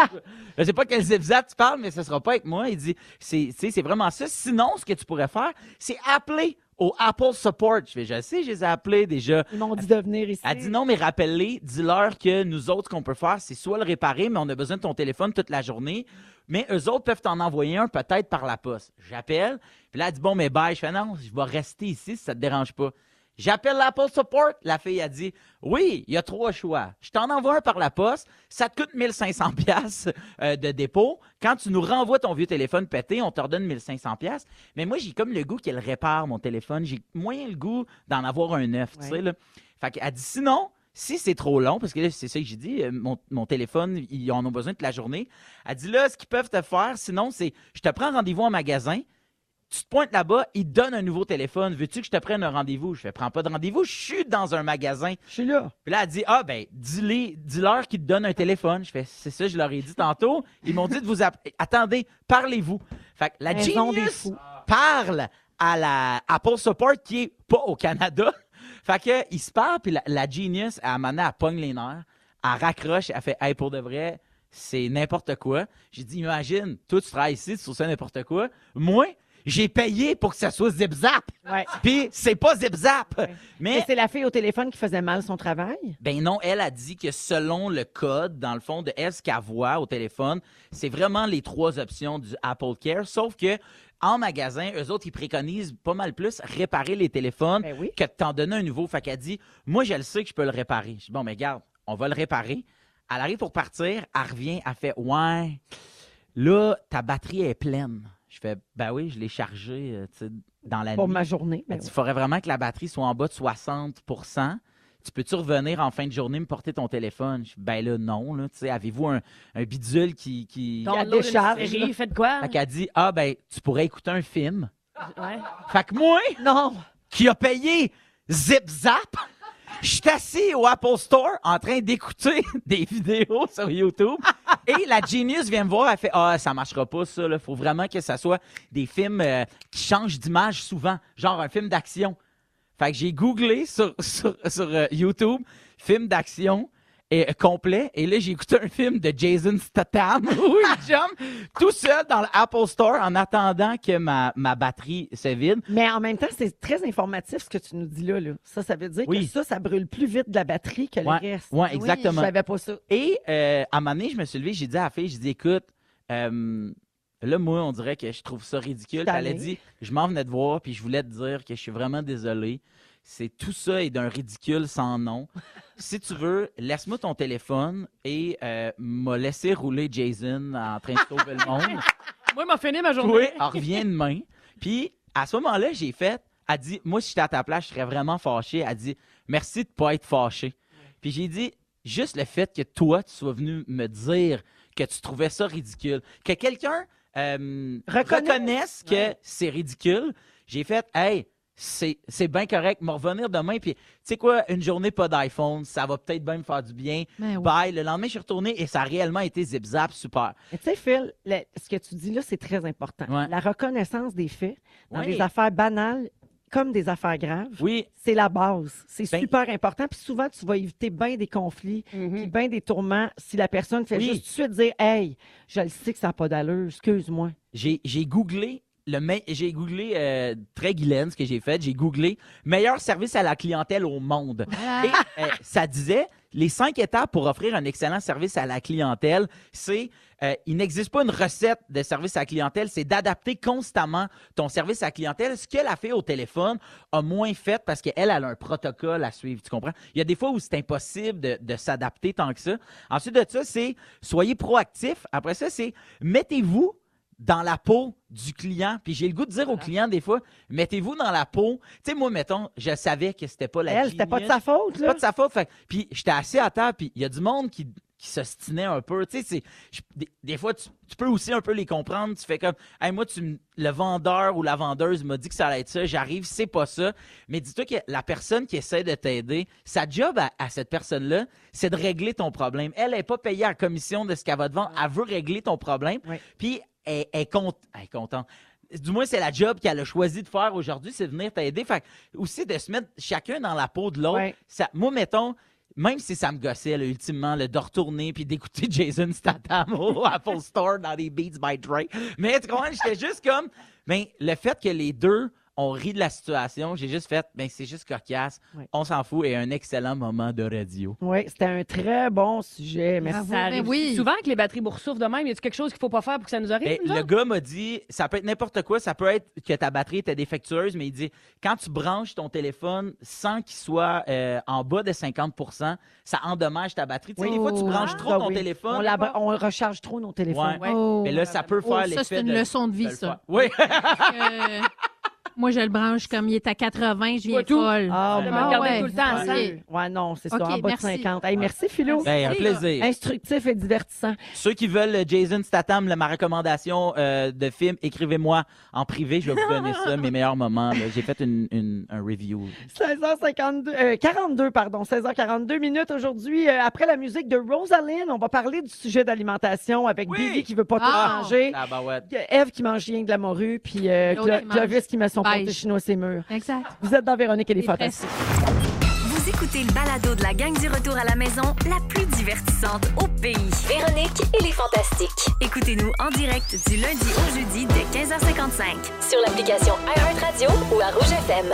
G: je sais pas quel zip, zap tu parles, mais ce sera pas avec moi. Il dit, c'est tu sais, c'est vraiment ça. Sinon, ce que tu pourrais faire, c'est appeler au Apple Support. Je fais, je sais, je les ai appelés déjà.
A: Ils m'ont dit de venir ici.
G: Elle dit non, mais rappelle-les, dis-leur que nous autres, ce qu'on peut faire, c'est soit le réparer, mais on a besoin de ton téléphone toute la journée. Mais eux autres peuvent t'en envoyer un peut-être par la poste. J'appelle. Puis là, elle dit bon, mais bye. Je fais non, je vais rester ici si ça te dérange pas. J'appelle l'Apple Support. La fille a dit oui, il y a trois choix. Je t'en envoie un par la poste. Ça te coûte 1500 pièces euh, de dépôt. Quand tu nous renvoies ton vieux téléphone pété, on te redonne 1500 pièces. Mais moi, j'ai comme le goût qu'elle répare mon téléphone. J'ai moyen le goût d'en avoir un neuf. Tu
A: Ouais.
G: sais là. Fait qu'elle dit sinon, si c'est trop long, parce que là, c'est ça que j'ai dit, euh, mon, mon téléphone, ils en ont besoin toute la journée. Elle dit là, ce qu'ils peuvent te faire, sinon, c'est je te prends rendez-vous en magasin, tu te pointes là-bas, ils te donnent un nouveau téléphone. Veux-tu que je te prenne un rendez-vous? Je fais prends pas de rendez-vous, je suis dans un magasin.
A: Je suis là.
G: Puis là, elle dit Ah, ben, dis-les- dis-leur qu'ils te donnent un téléphone. Je fais C'est ça, je leur ai dit tantôt. Ils m'ont dit de vous appeler. Attendez, parlez-vous. Fait que la
A: Maison des
G: Genius
A: fous.
G: parle à la Apple Support qui est pas au Canada. Fait que, ils se parlent, puis la, la Genius, à Mané, elle pogne les nerfs. Elle raccroche, elle fait Hey, pour de vrai, c'est n'importe quoi. J'ai dit Imagine, toi, tu travailles ici, tu trouves ça n'importe quoi. Moi, j'ai payé pour que ça soit zip-zap.
A: Ouais.
G: Puis, c'est pas zip-zap.
A: Mais c'est la fille au téléphone qui faisait mal son travail.
G: Ben non, elle a dit que selon le code, dans le fond, de elle, ce qu'elle voit au téléphone, c'est vraiment les trois options du Apple Care, sauf que en magasin, eux autres, ils préconisent pas mal plus réparer les téléphones
A: Ben oui.
G: que de t'en donner un nouveau. Fait qu'elle dit, moi, je le sais que je peux le réparer. Je dis, bon, mais garde, on va le réparer. Elle arrive pour partir, elle revient, elle fait, ouais, là, ta batterie est pleine. Je fais, ben oui, je l'ai chargée, euh, tu sais, dans la
A: Pour
G: nuit.
A: ma journée. ben
G: Elle dit,
A: oui.
G: Il faudrait vraiment que la batterie soit en bas de 60 Tu peux-tu revenir en fin de journée me porter ton téléphone? Je dis, ben là, non. Là, Tu sais, Avez-vous un, un bidule qui. qui...
A: Non.
D: Download une
A: décharge.
D: série, Faites quoi?
G: Fait qu'elle dit Ah, ben, tu pourrais écouter un film.
D: Ouais.
G: Fait que moi,
A: Non!
G: qui a payé Zip Zap, je suis assis au Apple Store en train d'écouter des vidéos sur YouTube. Et la Genius vient me voir, elle fait Ah, ça marchera pas, ça. Il faut vraiment que ça soit des films euh, qui changent d'image souvent, genre un film d'action. Fait que j'ai googlé sur, sur, sur, euh, YouTube, film d'action et, euh, complet. Et là, j'ai écouté un film de Jason Statham où il jump tout seul dans l'Apple Store en attendant que ma, ma batterie se vide.
A: Mais en même temps, c'est très informatif ce que tu nous dis là. là. Ça, ça veut dire que
G: Oui.
A: ça, ça brûle plus vite de la batterie que le reste.
G: ouais, exactement.
A: Je savais pas ça.
G: Et euh, à un moment donné, je me suis levé, j'ai dit à la fille, j'ai dit, écoute, euh, là, moi, on dirait que je trouve ça ridicule. Puis Elle a
A: Tanné.
G: dit, je m'en venais te voir, puis je voulais te dire que je suis vraiment désolé. C'est tout ça est d'un ridicule sans nom. Si tu veux, laisse-moi ton téléphone et euh, m'a laissé rouler Jason en train de sauver le monde.
D: Moi, il m'a fini ma journée.
G: toi, elle revient demain. Puis, à ce moment-là, j'ai fait, elle dit, moi, si j'étais à ta place, je serais vraiment fâché. Elle dit, merci de pas être fâché. Puis, j'ai dit, juste le fait que toi, tu sois venu me dire que tu trouvais ça ridicule, que quelqu'un euh,
A: Reconnaisse.
G: reconnaisse que c'est ridicule, j'ai fait, hey, c'est c'est bien correct, me revenir demain. Puis, tu sais quoi, une journée pas d'iPhone, ça va peut-être bien me faire du bien.
B: Ben oui.
G: Bye. Le lendemain, je suis retourné et ça a réellement été zip-zap, super.
A: Mais Tu sais, Phil, le- ce que tu dis là, c'est très important.
G: Ouais.
A: La reconnaissance des faits dans
G: Oui.
A: des affaires banales comme des affaires graves.
G: Oui,
A: C'est la base. C'est
G: Ben-
A: super important. Puis souvent, tu vas éviter bien des conflits,
D: Mhm.
A: puis bien des tourments si la personne fait
G: Hmm. Oui.
A: juste tout de suite dire Hey, je le sais que ça n'a pas d'allure, excuse-moi.
G: J'ai j'ai googlé le me- j'ai googlé euh, très Guylaine, ce que j'ai fait, j'ai googlé meilleur service à la clientèle au monde.
B: Voilà.
G: Et euh, ça disait les cinq étapes pour offrir un excellent service à la clientèle, c'est euh, il n'existe pas une recette de service à la clientèle, c'est d'adapter constamment ton service à la clientèle. Ce qu'elle a fait au téléphone a moins fait parce qu'elle elle a un protocole à suivre, tu comprends? Il y a des fois où c'est impossible de, de s'adapter tant que ça. Ensuite de ça, c'est soyez proactif. Après ça, c'est mettez-vous dans la peau du client. Puis j'ai le goût de dire au client des fois, mettez-vous dans la peau. Tu sais, moi, mettons, je savais que c'était pas la
A: Elle, c'était pas de
G: genius.
A: sa faute,
G: C'est
A: là.
G: pas de sa faute. Fait que- puis j'étais assis à terre, puis il y a du monde qui, qui s'ostinait un peu. Tu sais, c'est- je- des, des fois, tu, tu peux aussi un peu les comprendre. Tu fais comme, hey, moi, tu, me- le vendeur ou la vendeuse m'a dit que ça allait être ça. J'arrive, c'est pas ça. Mais dis-toi que la personne qui essaie de t'aider, sa job à, à cette personne-là, c'est de régler ton problème. Elle n'est pas payée à la commission de ce qu'elle va te vendre. Elle veut régler ton problème.
A: Ouais.
G: Puis elle, elle est cont- elle est contente. Du moins, c'est la job qu'elle a choisi de faire aujourd'hui, c'est de venir t'aider. Fait que, aussi de se mettre chacun dans la peau de l'autre.
A: Ouais.
G: Ça- Moi, mettons, même si ça me gossait, là, ultimement, là, de retourner puis d'écouter Jason Statham oh, au Apple Store dans des Beats by Dre. Mais tu comprends, j'étais juste comme, mais le fait que les deux ont ri de la situation, j'ai juste fait, ben c'est juste cocasse,
A: Ouais.
G: on s'en fout et un excellent moment de radio.
A: Oui, c'était un très bon sujet. Merci.
B: Bravo.
D: Ça arrive
B: Ben oui.
D: souvent que les batteries boursouflent de même. Y a-tu quelque chose qu'il faut pas faire pour que ça nous arrive?
G: Ben,
D: nous
G: le
D: autres?
G: gars m'a dit, ça peut être n'importe quoi, ça peut être que ta batterie était défectueuse, mais il dit, quand tu branches ton téléphone sans qu'il soit euh, en bas de 50 ça endommage ta batterie. Tu sais,
B: Oui.
G: des fois, tu
B: Oh,
G: branches
B: ah,
G: trop
A: Ah
G: ton
A: oui.
G: téléphone.
A: On, la- on recharge trop nos téléphones.
G: Ouais.
B: Oh.
G: Mais là, ça peut
B: Oh,
G: faire l'effet
B: ça, c'est une
G: de-
B: leçon de
G: de
B: vie,
G: le
B: ça.
G: faire. Oui.
B: Euh, moi, je le branche comme il est à 80, je viens
D: Pas tout.
B: folle.
A: Ah,
D: de me
A: ouais.
D: regarder tout le temps
B: Ouais.
D: ça.
B: Ok.
A: Ouais, non, c'est
B: Ok,
A: ça, en bas
B: merci.
A: de 50. Hey, merci, Philo.
G: Ben, un
B: Merci.
G: plaisir.
A: Instructif et divertissant.
G: Ceux qui veulent euh, Jason Statham, là, ma recommandation euh, de film, écrivez-moi en privé, je vais vous donner ça, mes meilleurs moments. là. J'ai fait une, une- un review.
A: 16h52, euh, 42, pardon, 16h42 minutes aujourd'hui. euh, après la musique de Rosaline, on va parler du sujet d'alimentation avec
G: Oui.
A: Billy qui veut pas
B: Ah.
A: tout manger.
G: Ah, bah ouais.
A: Eve qui mange rien que de la morue, puis euh,
B: L'autre
A: Cla-
B: qui mange
A: Clovis qui met son
B: beige.
A: pâté chinois à ses murs.
G: Ah.
B: Exact.
A: Vous êtes dans Véronique et les
B: Et
A: Fantastiques.
B: presque.
E: Vous écoutez le balado de la gang du retour à la maison, la plus divertissante au pays.
H: Véronique et les Fantastiques.
E: Écoutez-nous en direct du lundi au jeudi dès 15h55.
H: Sur l'application iHeartRadio ou à Rouge FM.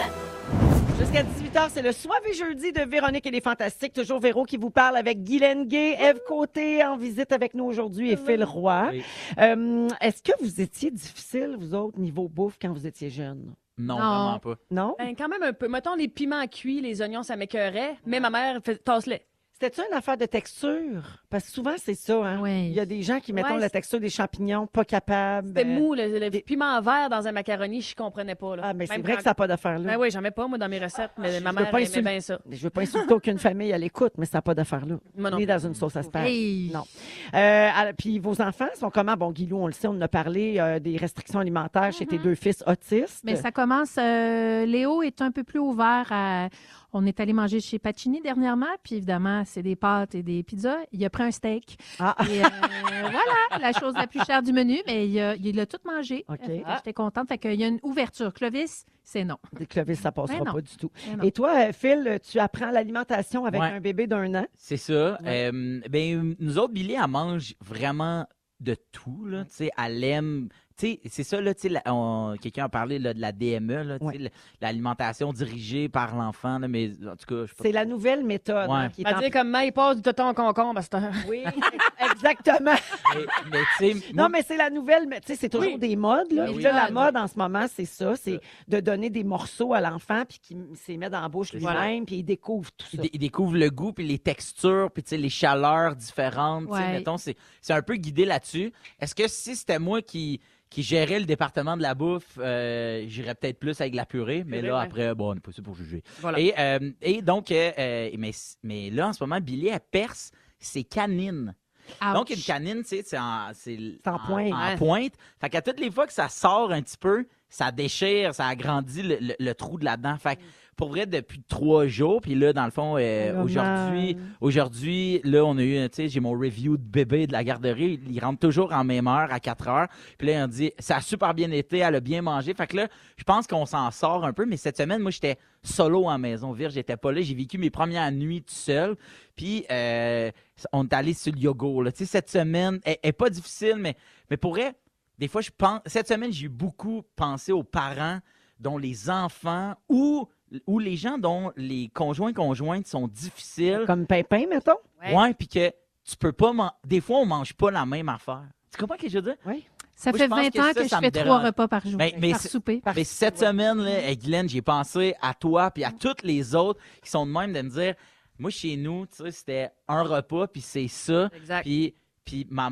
A: Jusqu'à 18h, c'est le soir et jeudi de Véronique et les Fantastiques. Toujours Véro qui vous parle avec Guylaine Gay, Eve Côté en visite avec nous aujourd'hui et Phil Roy.
G: Oui.
A: Euh, Est-ce que vous étiez difficile, vous autres, niveau bouffe, quand vous étiez jeune?
G: Non,
B: Non.
G: vraiment pas.
A: Non?
D: Ben, quand même un peu. Mettons, les piments cuits, les oignons, ça m'écœurait. Mais ma mère fait- tasse-les.
A: C'était-tu une affaire de texture? Parce que souvent, c'est ça. Hein?
B: Oui.
A: Il y a des gens qui, mettons,
D: Ouais,
A: la
D: c'est-
A: texture des champignons, pas capable.
D: C'était
A: Euh,
D: mou, le, le piment vert dans un macaroni, je comprenais pas. Là.
A: Ah, mais c'est
D: Même
A: vrai
D: quand-
A: que ça n'a pas d'affaire là.
D: Ben oui, j'en mets pas, moi, dans mes recettes, mais ma
A: veux
D: mère
A: pas
D: aimait
A: insulter-
D: bien ça.
A: Je veux pas insulter aucune famille à l'écoute, mais ça n'a pas d'affaire là.
D: Moi non
A: Ni
D: plus.
A: dans une sauce à
G: hein.
A: spag.
B: Hey.
A: Non. Euh, alors, puis vos enfants sont comment? Bon, Guilou, on le sait, on en a parlé euh, des restrictions alimentaires chez
D: Mm-hmm.
A: tes deux fils autistes.
B: Mais ça commence. euh, Léo est un peu plus ouvert à. On est allé manger chez Pacini dernièrement, puis évidemment, c'est des pâtes et des pizzas. Il a pris un steak.
A: Ah.
B: Et, euh, voilà, la chose la plus chère du menu, mais il a, il a tout mangé. Euh,
A: OK.
B: Fait que
G: Ah.
B: J'étais contente. Fait qu'il y a une ouverture. Clovis, c'est non.
A: Des Clovis, ça passera
B: Ben non.
A: pas du tout.
B: Ben non.
A: Et toi, euh, Phil, tu apprends l'alimentation avec
G: Ouais.
A: un bébé d'un an.
G: C'est ça. Euh, ben, nous autres, Billy, elle mange vraiment de tout. Là, Tu sais, elle aime. tu sais, C'est ça, là, tu sais, la- on- quelqu'un a parlé là, de la DME, là, tu sais,
A: Ouais.
G: le- l'alimentation dirigée par l'enfant, là, mais en tout cas, je sais pas
A: C'est la nouvelle méthode hein,
G: Ouais.
A: qui est
D: Elle
A: en-
D: dit comme ma, il passe du toton au concombre à cette heure.
A: Oui, exactement.
G: Mais, mais tu sais,
A: Non, mais c'est la nouvelle, mais tu sais, c'est toujours
D: Oui.
A: des modes. Là.
B: Oui,
A: Puis là,
B: oui.
A: la mode en ce moment, c'est ça, c'est de donner des morceaux à l'enfant, puis qu'il s'y met dans la bouche lui-même, puis il découvre tout
G: Il,
A: ça.
G: dé- il découvre le goût, puis les textures, puis tu sais, les chaleurs différentes. tu sais,
B: Ouais.
G: Mettons, c'est c'est un peu guidé là-dessus. Est-ce que si c'était moi qui, qui gérait le département de la bouffe. Euh, J'irais peut-être plus avec la purée, mais
D: Purée,
G: là,
D: ouais.
G: après, bon, on n'est pas ici pour juger.
D: Voilà.
G: Et, euh, et donc, euh, euh, mais, mais là, en ce moment, Billy, elle perce ses canines. Donc, une canine, tu sais, c'est en, c'est l-
A: C'est en pointe.
G: en pointe. Fait qu'à toutes les fois que ça sort un petit peu, ça déchire, ça agrandit le, le- le trou de la dent. Fait que pour vrai, depuis trois jours, puis là, dans le fond, euh,
A: Vraiment.
G: aujourd'hui, aujourd'hui, là, on a eu, tu sais, j'ai mon review de bébé de la garderie. Il rentre toujours en même heure, à 4 heures. Puis là, on dit, ça a super bien été, elle a bien mangé. Fait que là, je pense qu'on s'en sort un peu. Mais cette semaine, moi, j'étais solo en maison vierge. J'étais pas là. J'ai vécu mes premières nuits tout seul. Puis, euh, on est allé sur le yoga. là. Tu sais, cette semaine, elle elle est pas difficile, mais, mais pour vrai, des fois, je pense. Cette semaine, j'ai eu beaucoup pensé aux parents dont les enfants ou, ou les gens dont les conjoints conjointes sont difficiles.
A: Comme Pimpin, mettons.
D: Ouais.
G: Ouais, puis que tu peux pas. man- Des fois, on mange pas la même affaire. Tu comprends ce que je veux dire?
B: ça
G: moi,
B: fait
G: je pense
B: 20
G: que
B: ans
G: ça,
B: que,
G: ça
B: je
G: me
B: fais trois
G: dérange.
B: repas par jour,
G: Mais- Ben, mais
B: par
G: c'est-
B: souper.
G: Mais cette semaine, là, hey, Guylaine, j'ai pensé à toi puis à toutes les autres qui sont de même de me dire Moi, chez nous, tu sais, c'était un repas, puis c'est ça.
D: Exact.
G: Puis, puis ma-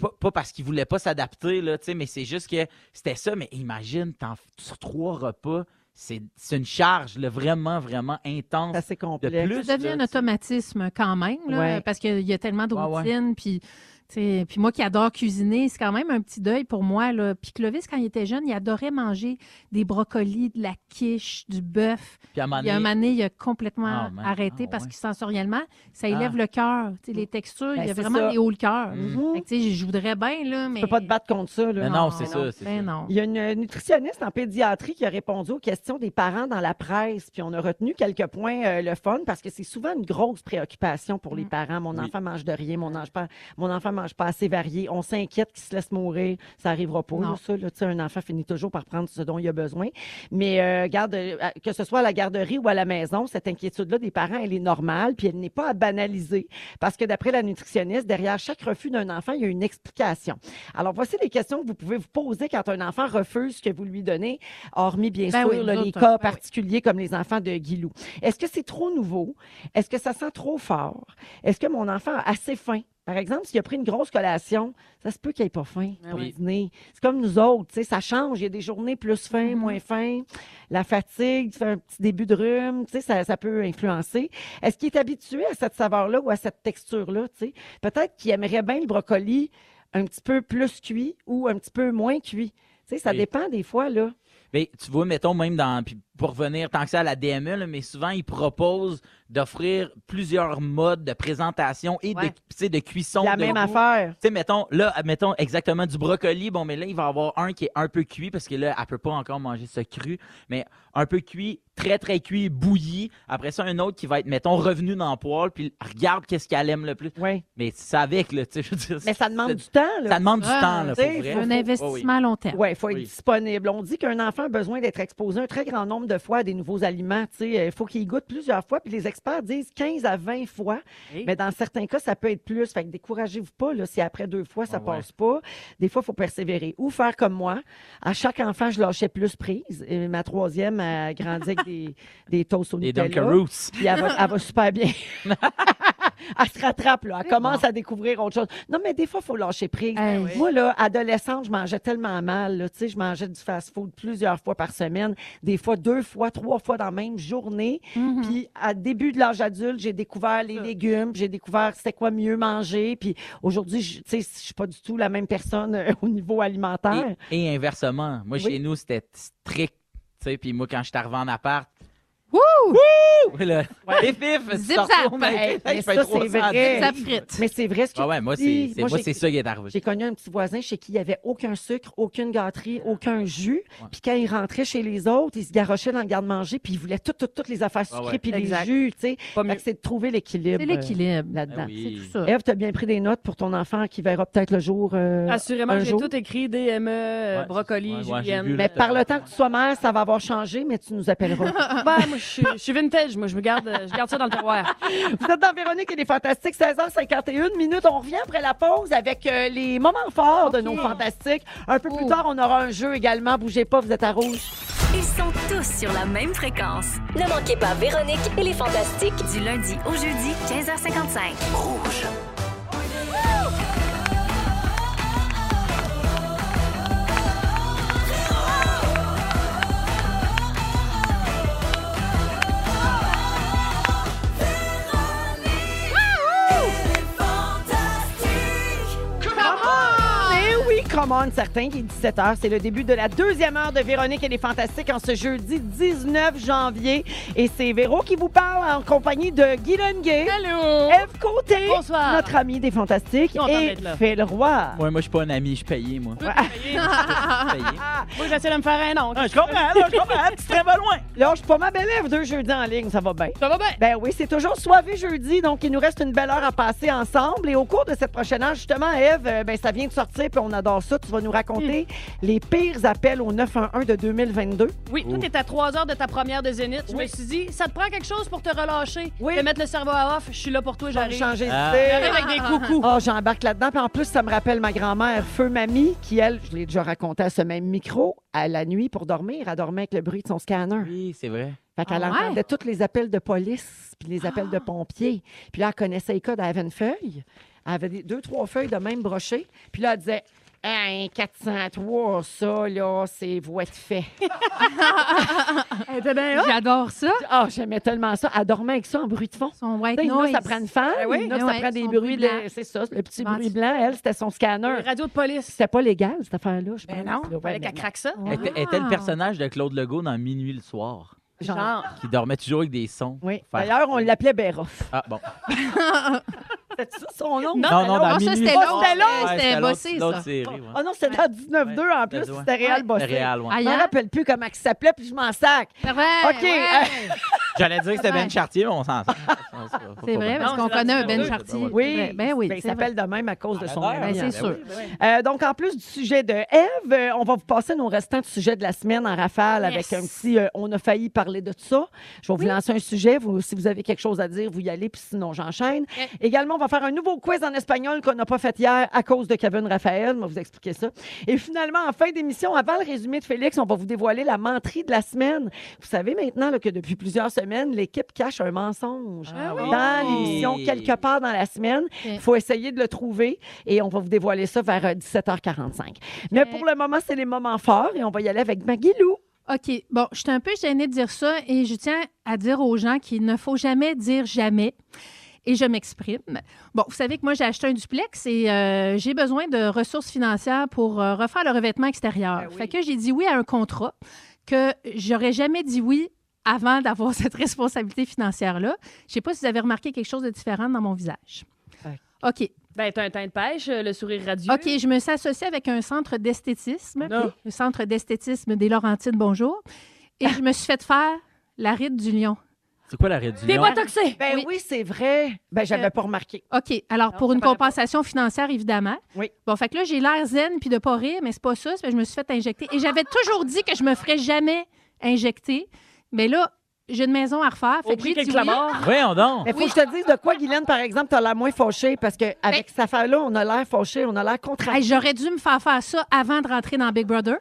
G: pas, pas parce qu'il voulait pas s'adapter, là, tu sais, mais c'est juste que c'était ça. Mais imagine, t'en f- sur trois repas, c'est c'est une charge, là, vraiment, vraiment intense.
A: C'est assez
G: De
A: complexe.
G: plus,
B: Ça devient
G: là, tu
B: un
G: sais.
B: automatisme quand même, là,
A: Ouais.
B: parce qu'il y a tellement de
G: Ouais, ouais.
B: routines. Puis, tu sais, puis moi qui adore cuisiner, c'est quand même un petit deuil pour moi. Là. Puis Clovis, quand il était jeune, il adorait manger des brocolis, de la quiche, du bœuf.
G: Puis à un moment
B: Il y a un
G: donné,
B: année, il a complètement
G: Ah, man.
B: arrêté
G: Ah,
B: parce
G: ouais. Ah.
B: que sensoriellement, ça élève le cœur. Tu sais, Les textures,
A: Ben,
B: il y a
A: c'est
B: vraiment
A: ça.
B: des hauts le cœur.
G: Mm.
A: Mhm.
B: Fait que, tu sais, Je voudrais bien, là, mais...
A: Tu peux pas te battre contre ça. Là.
G: Mais non, c'est ça, c'est
B: ben
G: ça.
B: non.
A: Il y a une euh, nutritionniste en pédiatrie qui a répondu aux questions des parents dans la presse, puis on a retenu quelques points euh, le fun parce que c'est souvent une grosse préoccupation pour les
B: Mm.
A: parents. Mon
G: Oui.
A: enfant mange de rien, mon, ange pas, mon enfant mange pas assez varié. On s'inquiète qu'il se laisse mourir, ça arrivera pas.
B: Non.
A: là, ça, là, tu sais, un enfant finit toujours par prendre ce dont il a besoin. Mais euh, garde, euh, à- que ce soit à la garderie ou à la maison, cette inquiétude-là des parents, elle est normale, puis elle n'est pas à banaliser parce que d'après la nutritionniste, derrière chaque refus d'un enfant, il y a une explication. Alors, voici les questions que vous pouvez vous poser quand un enfant refuse ce que vous lui donnez, hormis bien
B: Ben
A: sûr
B: oui,
A: là,
B: nous
A: les
B: autres,
A: cas
B: ben oui.
A: particuliers comme les enfants de Guilou. Est-ce que c'est trop nouveau? Est-ce que ça sent trop fort? Est-ce que mon enfant a assez faim? Par exemple, s'il a pris une grosse collation, ça se peut qu'il n'ait pas faim
D: Ah
B: Ben
A: pour
D: oui.
A: le dîner. C'est comme nous autres, tu sais, ça change. Il y a des journées plus faim,
B: Mhm.
A: moins faim. La fatigue, tu fais un petit début de rhume, tu sais, ça, ça peut influencer. Est-ce qu'il est habitué à cette saveur-là ou à cette texture-là? tu sais? Peut-être qu'il aimerait bien le brocoli un petit peu plus cuit ou un petit peu moins cuit. Tu sais, ça
G: Oui.
A: dépend des fois, là.
G: Mais ben, tu vois, mettons même dans. Puis pour revenir tant que ça à la DME, là, mais souvent, ils proposent d'offrir plusieurs modes de présentation et de-
D: Ouais.
G: tu sais, de, cuisson.
A: la
G: de
A: même
G: goût.
A: affaire.
G: Tu sais, mettons, là, mettons exactement du brocoli. Bon, mais là, il va y avoir un qui est un peu cuit parce que là, elle peut pas encore manger ce cru. Mais un peu cuit, très, très cuit, bouilli. Après ça, un autre qui va être, mettons, revenu dans le poêle. Puis regarde qu'est-ce qu'elle aime le plus.
A: Oui.
G: Mais ça avec, là, tu sais, je veux dire.
A: Mais ça demande
G: c'est-
A: du temps, là.
G: Ça demande du
B: Ouais,
G: temps, là, pour
A: tu sais,
G: vrai.
A: faut-
B: un
A: Ouais,
B: investissement
G: Oh, oui.
B: à long terme.
A: Oui, il faut être
G: Oui.
A: disponible. On dit qu'un enfant a besoin d'être exposé un très grand nombre de fois à des nouveaux aliments. Tu sais, Il faut qu'il y goûte plusieurs fois. Puis les experts disent 15 à 20 fois.
D: Hey.
A: Mais dans certains cas, ça peut être plus. Fait que découragez-vous pas là, si après deux fois, ça
G: Ouais, Ah ouais.
A: passe pas. Des fois, il faut persévérer. Ou faire comme moi. À chaque enfant, je lâchais plus prise. Et ma troisième a grandi avec des, des toasts au
G: Les
A: Nutella.
G: Dunkaroos.
A: Puis elle va, elle va super bien. elle se rattrape, là. Elle commence à découvrir autre chose. Non, mais des fois, il faut lâcher prise.
B: Hey.
A: Moi, là, adolescente, je mangeais tellement mal. Là, Tu sais, je mangeais du fast-food plusieurs fois par semaine, des fois deux fois, trois fois dans la même journée.
B: Mhm.
A: Puis, à début de l'âge adulte, j'ai découvert les légumes, j'ai découvert c'était quoi mieux manger. Puis, aujourd'hui, je tu sais, je suis pas du tout la même personne euh, au niveau alimentaire.
G: Et, et inversement. Moi,
A: Oui.
G: chez nous, c'était strict. Tu sais, puis moi, quand je suis arrivé en appart.
B: Wouh!
G: Wouh! Là, Les fifs!
B: Zip,
G: sortez
B: zap!
G: au magasin,
A: Hey, mais
G: je
A: ça,
G: paye
A: c'est
G: 300
A: vrai.
B: Ça frite.
A: Mais c'est vrai ce que
G: Ah ouais, moi, c'est, c'est- moi, c'est ça qui est arrivé.
A: J'ai connu un petit voisin chez qui il n'y avait aucun sucre, aucune gâterie, aucun jus.
G: Ouais.
A: Puis quand il rentrait chez les autres, il se garochait dans le garde-manger, puis il voulait toutes toutes toutes les affaires
G: Ah ouais.
A: sucrées, puis les
D: Exact. Mm.
A: jus, tu sais.
D: Pas
A: Fait
D: mieux.
A: que C'est de trouver l'équilibre
B: C'est l'équilibre. Ben
A: euh, là-dedans.
G: Ah oui.
B: C'est tout ça.
A: Ève, tu as bien pris des notes pour ton enfant qui verra peut-être le jour. euh, un
D: Assurément, j'ai
A: jour.
D: tout écrit DME, euh,
G: Ouais,
D: brocoli,
G: ouais, ouais, j'ai
D: julienne.
G: vu, là.
A: Mais par le temps que tu sois mère, ça va avoir changé, mais tu nous appelleras.
D: Ben, moi, je suis- je suis vintage. Moi, je me garde, euh, je garde ça dans le terroir.
A: Vous êtes dans Véronique et les Fantastiques, 16h51 minutes. On revient après la pause avec euh, les moments forts de nos Fantastiques. Un peu plus
B: Oh.
A: tard, on aura un jeu également. Bougez pas, vous êtes à rouge.
E: Ils sont tous sur la même fréquence.
H: Ne manquez pas Véronique et les Fantastiques.
E: Du lundi au jeudi, 15h55.
A: Come on, certains, il est 17h. C'est le début de la deuxième heure de Véronique et les Fantastiques en ce jeudi 19 janvier. Et c'est Véro qui vous parle en compagnie de Guy Lenguet,
D: Allô!
A: Eve Côté,
D: Bonsoir.
A: notre ami des Fantastiques,
D: Content
A: et
D: d'être là.
A: Phil Roy. Ah,
G: Ouais, moi, je suis pas un ami, je suis payé, moi.
D: Vous
G: Je
D: payez?
G: suis payé.
D: Moi, j'essaie de me faire un nom.
G: Ah, je comprends, là, je comprends. Tu serais pas loin.
A: Là, je suis pas ma belle Ève, deux jeudis en ligne, ça va bien.
D: Ça va bien?
A: Ben oui, c'est toujours soivé jeudi, donc il nous reste une belle heure à passer ensemble. Et au cours de cette prochaine heure, justement, Eve, euh, ben ça vient de sortir, puis on adore ça. Tu vas nous raconter les pires appels au 911 de 2022.
D: Oui, tout est à 3 heures de ta première de Zénith. Je me suis dit, ça te prend quelque chose pour te relâcher,
A: Oui.
D: te mettre le cerveau à off. Je suis là pour toi,
A: J'ai
D: j'arrive.
A: changer
G: Ah.
D: J'arrive avec des coucous.
A: Oh, j'embarque là-dedans. Puis en plus, ça me rappelle ma grand-mère, Feu Mamie, qui, elle, je l'ai déjà raconté à ce même micro, à la nuit pour dormir, elle dormait avec le bruit de son scanner.
G: Oui, c'est vrai.
A: Fait qu'elle
B: Ah ouais?
A: entendait tous les appels de police, puis les appels de pompiers. Puis là, elle connaissait les codes, elle avait une feuille. Elle avait des- deux, trois feuilles de même brochée. Puis là, elle disait Hein, 403, ça, là, c'est voie de fait.
B: Eh, J'adore ça.
A: Ah, j'aimais tellement ça. Elle dormait avec Ah ça en bruit de fond.
B: Son white
A: T'sais, Là,
B: noise.
A: ça prend une femme.
D: Eh oui.
A: Là,
B: Eh
A: ça
B: ouais,
A: prend des
B: son
A: bruits.
B: bruit blanc.
A: de- C'est ça, le petit
B: Venti-
A: bruit blanc. Elle, c'était son scanner.
D: Les radios de police.
A: C'était pas légal, cette affaire-là, je pense.
D: Ben non,
A: là. Ouais,
D: fallait
A: mais
D: qu'elle craque ça.
B: Ouais.
G: Était, était le personnage de Claude Legault dans Minuit le soir,
A: non. Genre,
D: Genre,
G: qui dormait toujours avec des sons.
A: oui.
G: Faire-
A: D'ailleurs, on l'appelait Béroff.
G: Ah, bon.
A: C'est ça son nom?
G: Non, non, dans
B: non, ça,
G: Minuit
B: c'était
G: le
B: l'autre,
G: soir.
B: c'était l'autre,
G: Ouais,
B: c'était
G: l'autre-
B: bossé,
G: l'autre
B: ça.
G: série, ouais.
A: Ah non, c'était dans 19-2 en plus,
G: Ouais.
A: c'était Réal Bossé.
G: Réal, ouais.
A: Je me
B: Ailleurs?
A: rappelle plus comment il s'appelait, puis je m'en sac.
B: Ah, C'est
A: OK,
B: ouais.
G: J'allais dire que c'était Ben
B: Ouais.
G: Chartier, mais on s'en sort.
B: C'est vrai, parce qu'on
D: Non, c'est la
B: connaît un
D: numéro
B: Ben
D: deux.
B: Chartier.
A: Oui,
B: C'est vrai. Ben oui,
A: ben, il
B: c'est
A: s'appelle de même à cause de son
G: l'heure.
B: vrai. Ben,
A: ami.
B: c'est sûr.
A: Euh, donc, en plus du sujet de Eve, euh, on va vous passer nos restants de sujets de la semaine en rafale
D: Yes.
A: avec un petit euh, On a failli parler de ça. Je vais vous lancer un sujet. Vous, si vous avez quelque chose à dire, vous y allez, puis sinon, j'enchaîne.
D: Ok.
B: Eh.
A: Également, on va faire un nouveau quiz en espagnol qu'on n'a pas fait hier à cause de Kevin Raphaël. On va vous expliquer ça. Et finalement, en fin d'émission, avant le résumé de Félix, on va vous dévoiler la menterie de la semaine. Vous savez maintenant là, que depuis plusieurs semaines, l'équipe cache un
G: ben
A: mensonge
B: Ah
A: dans l'émission quelque part dans la semaine. Il faut essayer de le trouver et on va vous dévoiler ça vers euh, 17h45. Mais pour le moment, c'est les moments forts et on va y aller avec Maggie Lou.
B: OK. Bon, je suis un peu gênée de dire ça et je tiens à dire aux gens qu'il ne faut jamais dire jamais. Et je m'exprime. Bon, vous savez que moi, j'ai acheté un duplex et euh, j'ai besoin de ressources financières pour euh, refaire le revêtement extérieur.
D: Ben oui.
B: Fait que j'ai dit oui à un contrat que j'aurais jamais dit oui avant d'avoir cette responsabilité financière-là. Je sais pas si vous avez remarqué quelque chose de différent dans mon visage. OK.
D: ben, t'as un teint de pêche, euh, le sourire radieux.
B: OK, je me suis associée avec un centre d'esthétisme,
D: Non.
B: le centre d'esthétisme des Laurentides, bonjour. Et je me suis fait faire la ride du lion.
G: C'est quoi la réduction?
D: T'es pas toxique.
A: Ben oui,
B: Oui.
A: c'est vrai. Ben, j'avais
B: Euh,
A: pas remarqué.
B: OK, alors
D: Non,
B: pour
D: ça
B: une
D: paraît
B: compensation financière, évidemment.
A: Oui.
B: Bon, fait que là, j'ai l'air zen puis de pas rire, mais c'est pas ça, c'est parce que je me suis fait injecter. Et j'avais toujours dit que je me ferais jamais injecter. Mais là, j'ai une maison à refaire. Fait
D: Au
B: que
D: prix
B: j'ai
D: qu'elle
B: dit oui.
D: clamore.
G: Voyons donc.
A: Mais faut que je te dise de quoi, Guylaine, par exemple, t'as la moins fauchée parce que avec cette affaire-là, on a l'air fauché, on a l'air contrarié.
B: Ben Hey, J'aurais dû me faire faire ça avant de rentrer dans Big Brother.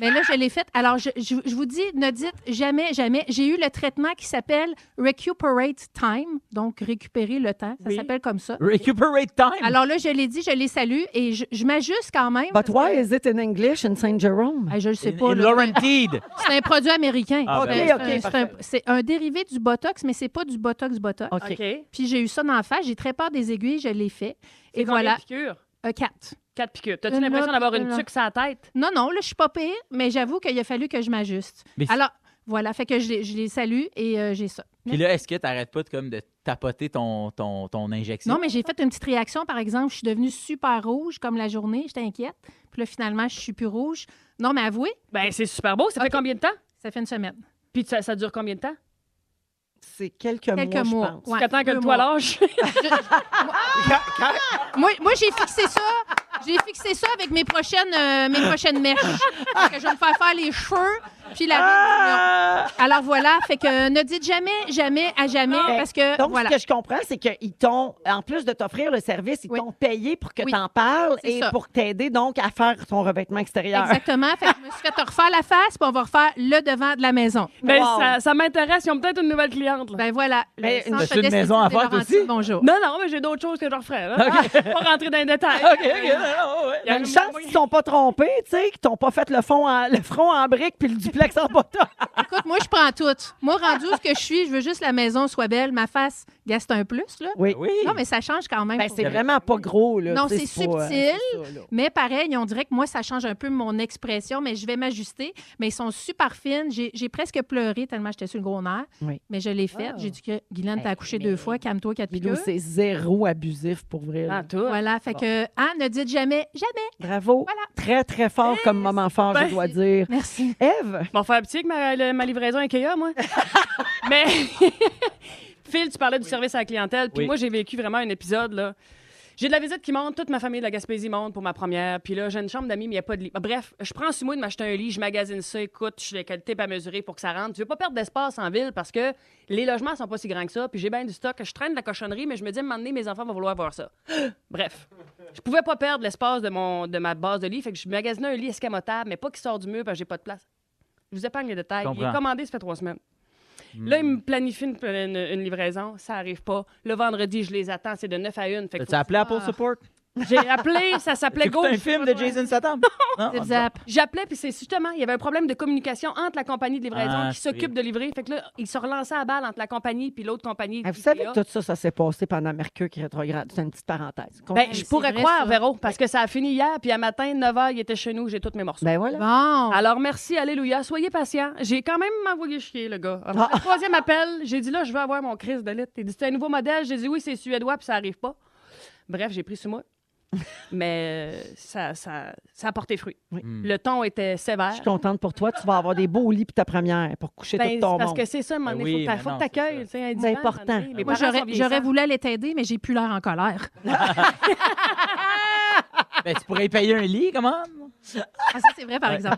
B: Mais là, je l'ai fait. Alors, je, je- je vous dis, ne dites jamais, jamais. J'ai eu le traitement qui s'appelle Recuperate Time, donc récupérer le temps. Ça
D: Oui.
B: s'appelle comme ça.
G: Recuperate time.
B: Alors là, je l'ai dit, je les salue et je, je m'ajuste quand même.
A: But why is it in English in Saint Jerome?
B: Hey, je le sais
G: In-
B: pas.
G: in
B: là.
G: Laurentide.
B: C'est un produit américain.
G: Ah, ben
B: C'est
A: oui.
B: un-
A: Ok, ok,
B: c'est un, c'est un dérivé du Botox, mais c'est pas du Botox Botox.
A: OK.
D: OK.
B: Puis j'ai eu ça dans la face. J'ai très peur des aiguilles. Je l'ai fait.
D: Et
B: Et voilà,
D: voilà. piqûres?
B: un 4.
D: Quatre piqûres. T'as-tu
B: Une
D: l'impression
B: autre,
D: d'avoir une
B: une
D: tuque sur la tête?
B: Non, non, là, je suis pas pire, mais j'avoue qu'il a fallu que je m'ajuste.
G: Mais c'est-
B: Alors, voilà, fait que je, les- je les salue et euh, j'ai ça.
G: Puis là, est-ce que t'arrêtes pas de, comme, de tapoter ton, ton, ton injection?
B: Non, mais j'ai fait une petite réaction, par exemple. Je suis devenue super rouge comme la journée, j'étais inquiète. Puis là, finalement, je suis plus rouge. Non, mais avouez,
D: Ben, c'est super beau. Ça fait
B: Ok.
D: combien de temps?
B: ça fait une semaine.
D: Puis ça, ça dure combien de temps?
A: C'est quelques,
B: Quelques
A: mois,
B: mois.
A: je pense.
B: Ouais,
D: Qu'attends que
B: deux
D: le
B: mois.
D: toit lâche.
B: Moi, moi j'ai fixé ça. J'ai fixé ça avec mes prochaines, euh, mes prochaines mèches. Parce que je vais me faire faire les cheveux, puis
A: Ah!
B: la ride du lion. Alors voilà, fait que euh, ne dites jamais, jamais, à jamais,
A: Non.
B: parce
A: Ben,
B: que
A: Donc,
B: voilà.
A: ce que je comprends, c'est qu'ils t'ont, en plus de t'offrir le service, ils
B: Oui.
A: t'ont payé pour que
B: Oui.
A: tu en parles
B: C'est
A: et
B: ça.
A: pour t'aider donc à faire ton revêtement extérieur.
B: Exactement. Fait que je me suis fait refaire la face, puis on va refaire le devant de la maison.
D: Ben,
A: Wow.
D: ça, ça m'intéresse. Ils ont peut-être une nouvelle cliente. là.
B: Ben voilà. le
A: Mais une-
B: centre
G: T'as-tu une
B: d'esthétique
G: maison à
B: de
G: faire, toi
B: Laurentides,
G: aussi?
B: Bonjour.
D: Non, non, mais j'ai d'autres choses que je referais. là. Ah, Pas rentrer dans les détails.
G: OK, OK. non, non, ouais.
D: Il y a
A: Une
D: un
A: chance
D: moyen-
A: qu'ils ne sont pas trompés, tu sais, qu'ils t'ont pas fait le, fond en- le front en briques puis le flex en bottom. Ben,
B: Écoute, moi, je prends tout. Moi, rendu où ce que je suis, je veux juste que la maison soit belle, ma face, gars, c'est un plus, là.
A: Oui.
G: Oui.
B: Non, mais ça change quand même.
A: Ben,
B: pour
A: c'est
B: vrai.
A: vraiment pas gros, là.
B: Non,
A: tu sais,
B: c'est
A: pas, euh,
B: subtil.
A: c'est ça, là.
B: Mais pareil, on dirait que moi, ça change un peu mon expression, mais je vais m'ajuster. Mais ils sont super fines. J'ai j'ai presque pleuré tellement j'étais sur le gros nerf.
A: Oui.
B: Mais je l'ai faite. J'ai dit que Guylaine, t'as
A: Hey,
B: accouché
A: mais-
B: deux fois, calme-toi, quatre
A: Milou,
B: piqûres.
A: c'est zéro abusif pour vrai. là.
D: Ah, tout.
B: Voilà, fait que, ah, ne dites jamais, jamais.
A: Bravo.
B: Voilà. Eh, ben,
A: Très, très fort comme moment fort, je dois dire.
B: Merci.
A: Ève,
D: Bon, faire petit avec ma, le- ma livraison IKEA, moi. Mais Phil, tu parlais du service à la clientèle. Puis
G: Oui.
D: moi, j'ai vécu vraiment un épisode, là. J'ai de la visite qui monte, toute ma famille de la Gaspésie monte pour ma première. Puis là, j'ai une chambre d'amis, mais il n'y a pas de lit. Ah, Bref, je prends sur moi de m'acheter un lit, je magasine ça, écoute, je suis de qualité pas mesurer pour que ça rentre. Tu veux pas perdre d'espace en ville parce que les logements sont pas si grands que ça, puis j'ai bien du stock, je traîne de la cochonnerie, mais je me dis à un moment donné, mes enfants vont vouloir voir ça. Bref, je pouvais pas perdre l'espace de, mon, de ma base de lit, fait que je magasinais un lit escamotable, mais pas qui sort du mur parce que j'ai pas de place. Je vous épargne les détails. Il
G: Comprends.
D: est commandé, ça fait trois semaines. Là, ils me planifient une, une- une livraison, ça arrive pas. Le vendredi, je les attends, c'est de 9 à 1. Fait que
G: T'as appelé Apple Support?
D: j'ai appelé, ça s'appelait
G: T'écoutes
D: Go.
G: un film de Jason Statham? Non?
B: Zip, zap.
D: J'appelais, puis c'est justement, il y avait un problème de communication entre la compagnie de livraison
G: Ah,
D: qui s'occupe
G: oui.
D: de livrer. Fait que là, ils se relançaient à balle entre la compagnie puis l'autre compagnie.
A: Ah, vous savez
D: IKEA.
A: que tout ça, ça s'est passé pendant Mercure qui rétrograde. C'est une petite parenthèse. Con-
D: Ben, je
B: C'est
D: pourrais
B: vrai,
D: croire,
B: ça.
D: Véro, parce que ça a fini hier, puis à matin, 9 h, il était chez nous, j'ai tous mes morceaux.
A: Ben voilà.
B: Bon.
D: Alors, merci, Alléluia. Soyez patient. J'ai quand même m'envoyé chier, le gars. Alors,
A: Ah.
D: le troisième appel, j'ai dit là, je veux avoir mon crise de litre. Il dit c'est un nouveau modèle. J'ai dit oui, c'est suédois, puis ça arrive pas. Bref, j'ai pris sous moi. Mais euh, ça, ça, ça a porté fruit.
A: Oui.
G: Hmm.
D: Le ton était sévère.
A: Je suis contente pour toi. Tu vas avoir des beaux lits pour ta première, pour coucher
D: Ben,
A: tout ton
D: parce
A: monde.
D: que c'est ça, il
G: Ben
D: faut,
G: oui,
D: que t'a-
G: mais
D: faut
G: non,
D: que
G: c'est
D: t'accueilles, tu sais, un
A: C'est
D: divan,
A: important.
D: un divan. Les
B: Moi,
D: parents
B: j'aurais
D: sont
B: j'aurais
D: vieillissants.
B: voulu aller t'aider, mais j'ai plus l'air en colère.
G: Ben, tu pourrais y payer un lit, comment?
B: Ah, ça, c'est vrai, par exemple.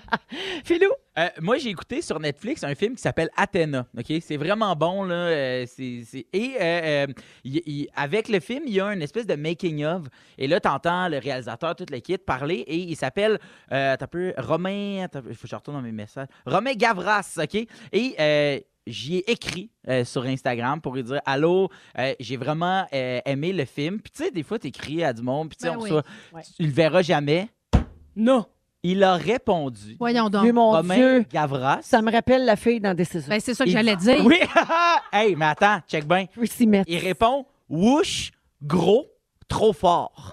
A: Philou,
G: Euh, moi, j'ai écouté sur Netflix un film qui s'appelle Athéna. Ok, C'est vraiment bon. Là, euh, c'est- c'est- Et euh, euh, il- il- avec le film, il y a une espèce de making-of. Et là, tu entends le réalisateur, toute l'équipe parler. Et il s'appelle euh, attends un peu, Romain. attends un peu, Il faut que je retourne dans mes messages. Romain Gavras. ok. Et. euh, J'y ai écrit euh, sur Instagram pour lui dire Allô, euh, j'ai vraiment euh, aimé le film. Puis, tu sais, des fois, t'écris à du monde, puis, tu sais,
B: Ben
G: on
B: oui.
G: reçoit- tu le verras jamais.
D: Non.
G: Il a répondu
B: Voyons donc.
A: Dieu, mon
G: Romain
A: Dieu,
G: Gavras.
A: ça me rappelle la fille dans Décision.
B: Ben, c'est ça que
G: Il-
B: j'allais dire.
G: Oui! hey, mais attends, check bien.
A: Je peux s'y mettre.
G: Il répond whoosh, gros, trop fort.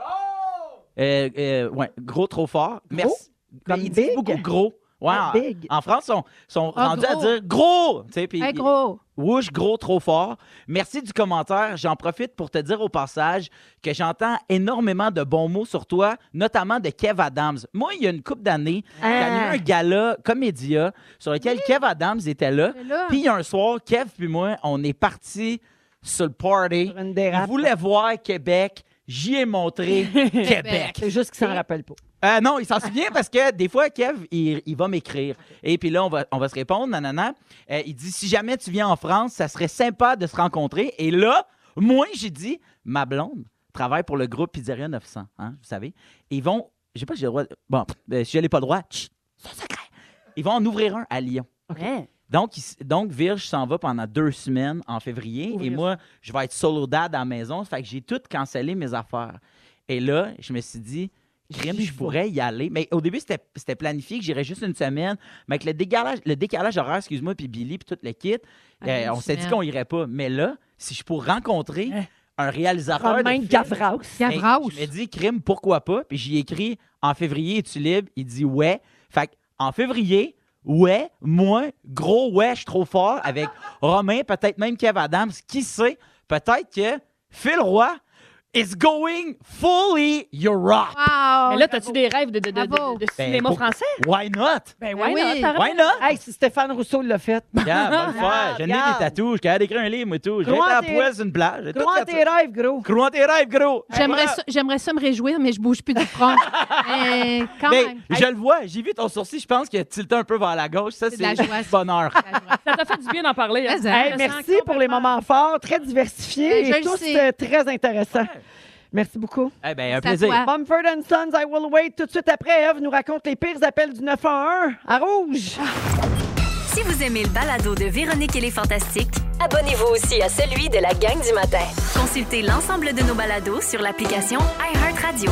G: Euh, euh, ouais, gros, trop fort. Merci. Mais
A: Oh! Comme
G: il dit
A: big?
G: beaucoup gros. Ouais,
A: Ah,
G: en-
A: big.
G: en France, on sont
B: Ah,
G: rendus à
B: gros.
G: dire gros. Tu sais, puis
B: Hey, gros.
G: Whoosh, gros, trop fort. Merci du commentaire. J'en profite pour te dire au passage que j'entends énormément de bons mots sur toi, notamment de Kev Adams. Moi, il y a une couple d'années, j'ai
A: Ah.
G: eu un gala comédia sur lequel Kev Adams était là.
B: C'est là.
G: Puis un soir, Kev puis moi, on est parti sur le party.
A: Sur une
G: Il
A: dérape.
G: voulait voir Québec. J'y ai montré Québec.
A: C'est juste qu'il s'en rappelle pas.
G: Euh, non, il s'en souvient parce que des fois, Kev, il, il va m'écrire. Et puis là, on va, on va se répondre, nanana. Euh, il dit, si jamais tu viens en France, ça serait sympa de se rencontrer. Et là, moi, j'ai dit, ma blonde travaille pour le groupe Pizzeria 900, hein, vous savez. Ils vont, je sais pas si j'ai le droit, bon, euh, si je n'ai pas le droit, tch, c'est secret. Ils vont en ouvrir un à Lyon.
D: Hein?
G: Donc, il s- donc Virge s'en va pendant deux semaines en février et
D: Ouvrir.
G: moi, je vais être solo dad à la maison. Fait que j'ai tout cancellé mes affaires. Et là, je me suis dit, crime,
A: J'y
G: je
A: vais.
G: pourrais y aller. Mais au début, c'était c'était planifié que j'irais juste une semaine. Mais avec le décalage, le décalage horaire, excuse-moi, puis Billy, puis tout le kit,
B: Ah,
G: euh,
B: une
G: on s'est dit
B: semaine. Hein?
G: qu'on irait pas. Mais là, si je pourrais rencontrer un réalisateur. de
A: Romain
G: film,
A: Gavras.
G: ben,
B: Gavras.
G: Je me dis, crime, pourquoi pas? Puis j'y écris, en février, es-tu libre? Il dit, ouais. Fait que, en février, ouais, moi, gros ouais, je suis trop fort avec Romain, peut-être même Kev Adams. Qui sait? Peut-être que Phil Roy is going fully your rock.
B: Wow.
D: Mais là, t'as-tu des rêves de, de, de,
B: Bravo.
D: de- de
G: Ben,
D: cinéma
G: pour-
D: français?
G: Why not?
D: Ben
B: why oui. not, t'arrêtes.
G: Why not?
A: Hey, si Stéphane Rousseau l'a fait,
G: Regarde, va le faire. J'ai
A: Regarde.
G: des tatous. J'ai d'écrire un livre, moi, tout. J'ai été
A: Gros en
G: à
A: tes-
G: poil sur une plage. J'ai tout
A: crois en
G: fait
A: tes
G: ça.
A: rêves, gros.
G: Gros en tes rêves, gros.
B: J'aimerais
G: Voilà.
B: ça, j'aimerais ça me réjouir, mais je bouge plus du front. Eh, quand
G: Mais
B: même.
G: je le vois, j'ai vu ton sourcil, je pense qu'il a tilté un peu vers la gauche. Ça,
B: C'est
G: c'est
B: de la joie, ça.
G: bonheur.
D: Ça t'a fait du bien d'en parler. hein?
B: Mais, hein,
D: Je me
A: Ben,
D: sens
A: Merci pour les
D: complètement-
A: moments forts, très
B: Ouais,
A: diversifiés
B: je
A: et
B: le
A: tous
B: sais.
A: euh, très intéressants. Merci beaucoup.
G: Eh bien, un
B: Ça
G: plaisir.
B: doit. Ah.
A: Mumford and Sons, I Will Wait. Tout de suite après, Eve nous raconte les pires appels du 911 à rouge.
E: Si vous aimez le balado de Véronique et les Fantastiques,
H: Abonnez-vous aussi à celui de la gang du matin.
E: consultez l'ensemble de nos balados sur l'application iHeartRadio.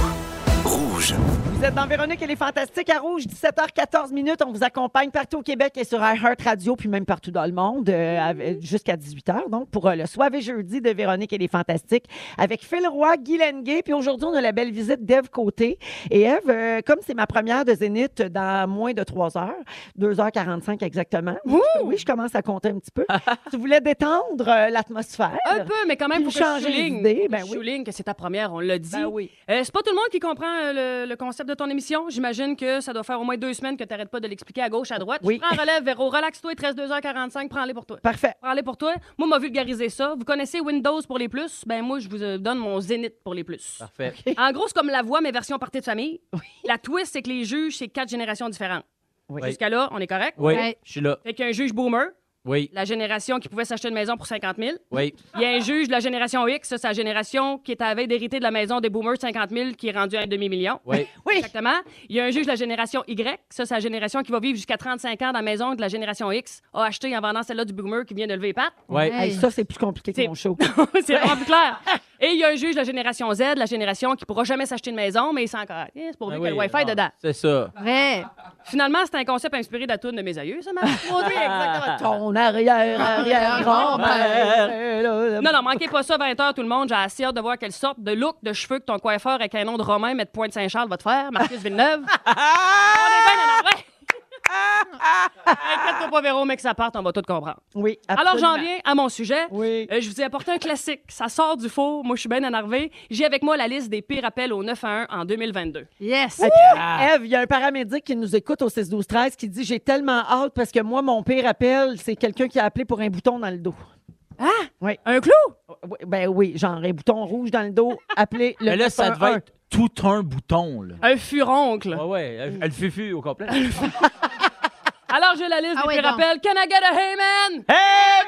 F: Rouge.
A: Vous êtes dans Véronique et les Fantastiques à Rouge, 17h14 minutes. On vous accompagne partout au Québec et sur iHeart Radio, puis même partout dans le monde, euh, avec- jusqu'à 18h, donc, pour euh, le Soir et Jeudi de Véronique et les Fantastiques, avec Phil Roy, Guy Lenguet, puis aujourd'hui, on a la belle visite d'Ève Côté. Et Ève, euh, comme c'est ma première de Zénith dans moins de 3 heures, 2h45 exactement, je- oui, je commence à compter un petit peu, tu voulais détendre euh, l'atmosphère.
D: Un peu, mais quand même,
A: Puis
D: faut que je
A: changer les
D: souligne,
A: idées,
D: faut que
A: ben
D: je
A: oui.
D: souligne que c'est ta première, on l'a dit.
A: Ben oui.
D: Euh, c'est pas tout le monde qui comprend euh, le, le concept de ton émission. J'imagine que ça doit faire au moins deux semaines que t'arrêtes pas de l'expliquer à gauche, à droite.
A: Oui.
D: Je prends en relève, Véro. Relax-toi, il te reste 2h45, prends-les pour toi.
A: Parfait.
D: Prends-les pour toi. Moi, m'a vulgarisé ça. Vous connaissez Windows pour les plus? Ben moi, je vous euh, donne mon Zénith pour les plus.
G: Parfait.
A: Ah.
D: En gros, c'est comme la voix, mais version partie de famille. La twist, c'est que les juges, c'est quatre générations différentes.
A: Oui.
D: Jusqu'à là, on est correct.
G: Oui,
B: Ouais.
G: je suis là.
D: Fait qu'il y a un juge boomer,
G: Oui,
D: la génération qui pouvait s'acheter une maison pour 50 000.
G: oui.
D: Il y a un juge de la génération X, ça, c'est la génération qui est à la veille d'hériter de la maison des boomers de 50 000 qui est rendue à un demi-million.
G: Oui.
A: Oui.
D: Exactement. Il y a un juge de la génération Y, ça, c'est la génération qui va vivre jusqu'à 35 ans dans la maison de la génération X, a acheté en vendant celle-là du boomer qui vient de lever les pattes.
G: Ouais.
A: Hey, ça, c'est plus compliqué que
D: C'est-
A: mon show.
D: c'est vraiment plus clair. Et il y a un juge de la génération Z, la génération qui pourra jamais s'acheter une maison, mais c'est encore. Eh, C'est pour dire
G: Ah
D: qu'il y a le
G: oui,
D: Wi-Fi
G: non,
D: dedans.
G: C'est ça.
B: Vrai.
D: Finalement, c'est un concept inspiré de la toune de mes aïeux, ça, Marie.
A: Oui, exactement. Ton arrière, arrière, grand-mère. Euh, là, là.
D: Non, non, manquez pas ça, 20h, tout le monde. J'ai assez hâte de voir quelle sorte de look de cheveux que ton coiffeur avec un nom de Romain, mais de Pointe-Saint-Charles va te faire, Marcus Villeneuve. on est bien en Inquiète-toi pas, Véro, mais que ça parte, on va tout comprendre.
A: Oui,
D: Alors,
A: absolument.
D: j'en viens à mon sujet.
A: Oui.
D: Euh, je vous ai apporté un classique. Ça sort du four. Moi, je suis bien énervée. J'ai avec moi la liste des pires appels au 911 en 2022.
B: Yes.
A: Eve, il y a un paramédic qui nous écoute au 6 12 13 qui dit j'ai tellement hâte parce que moi mon pire appel c'est quelqu'un qui a appelé pour un bouton dans le dos.
D: Un clou?
A: Oui, Ben oui, genre un bouton rouge dans le dos, appelé le
G: Mais là, ça
A: 911.
G: devait être tout un bouton, là.
D: Un furoncle.
G: Ouais, ouais, elle- elle fufu au complet.
D: Alors, j'ai la liste
B: Ah
D: des
B: ouais,
D: pires
B: donc.
D: appels. Can I get a hey man?
G: hey,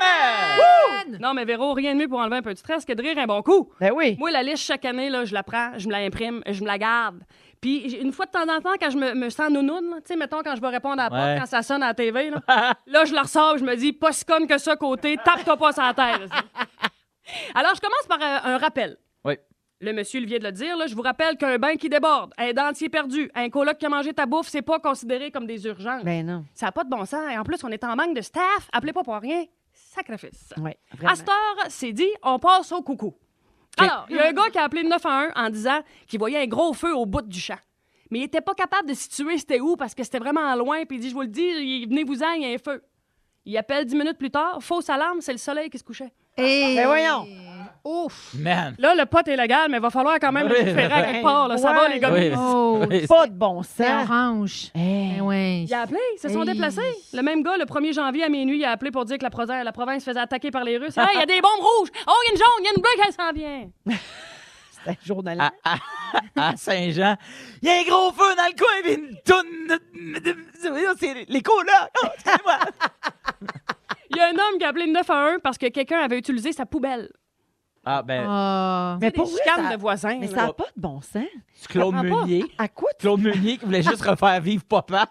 G: man!
D: Non, mais Véro, rien de mieux pour enlever un peu de stress que de rire un bon coup.
A: Ben oui.
D: Moi, la liste, chaque année, là, je la prends, je me la imprime, je me la garde. Puis j'ai- une fois de temps en temps, quand je me, me sens nounoune, là, tu sais, mettons, quand je vais répondre à la porte,
G: Ouais.
D: quand ça sonne à la TV, là, là, je la ressors, je me dis, pas si conne que ça, côté, tape-toi pas sur la terre. Alors, je commence par euh, un rappel.
G: Oui.
D: Le monsieur le vient de le dire, là, je vous rappelle qu'un bain qui déborde, un dentier perdu, un coloc qui a mangé ta bouffe, c'est pas considéré comme des urgences.
A: Ben non.
D: Ça n'a pas de bon sens. Et en plus, on est en manque de staff. Appelez pas pour rien. Sacrifice.
A: Ouais, vraiment. Ben
D: À cette heure, c'est dit, on passe au coucou. Alors, il y a un gars qui a appelé le 911 en disant qu'il voyait un gros feu au bout du champ. Mais il était pas capable de situer c'était où parce que c'était vraiment loin. Puis il dit, je vous le dis, il- venez-vous-en, il y a un feu. Il appelle dix minutes plus tard, fausse alarme, c'est le soleil qui se couchait.
B: Et...
A: Ben voyons.
B: Ouf.
G: Man!
D: Là, le pote est légal, mais il va falloir quand même
G: Oui.
D: récupérer à quelque part. là. Ça va, les gars?
G: Oui,
B: Oh,
G: oui.
A: Pas de bon
B: c'est
A: sens.
B: orange.
A: Hey.
B: Ben ouais.
D: Il a appelé, ils se sont
B: Hey.
D: déplacés. Le même gars, le 1er janvier à minuit, il a appelé pour dire que la province, la province se faisait attaquer par les Russes. Hey, il y a des bombes rouges! Oh, il y a une jaune, il y a une bleue qui s'en vient!
A: C'est un journaliste.
G: À, à- à Saint-Jean, il y a un gros feu dans le coin, puis une toune. C'est les colocs! Oh, excusez-moi!
D: Il y a un homme qui a appelé le 911 parce que quelqu'un avait utilisé sa poubelle.
G: Ah, ben,
B: Ah.
A: Mais
D: C'est des
A: pour vrai,
D: chicanes
A: ça-
D: de voisins.
A: mais
D: là.
A: ça n'a pas de bon sens.
G: c'est Claude
D: comprends pas.
G: Meunier.
A: À quoi tu
G: Claude Meunier qui voulait juste refaire vivre papa.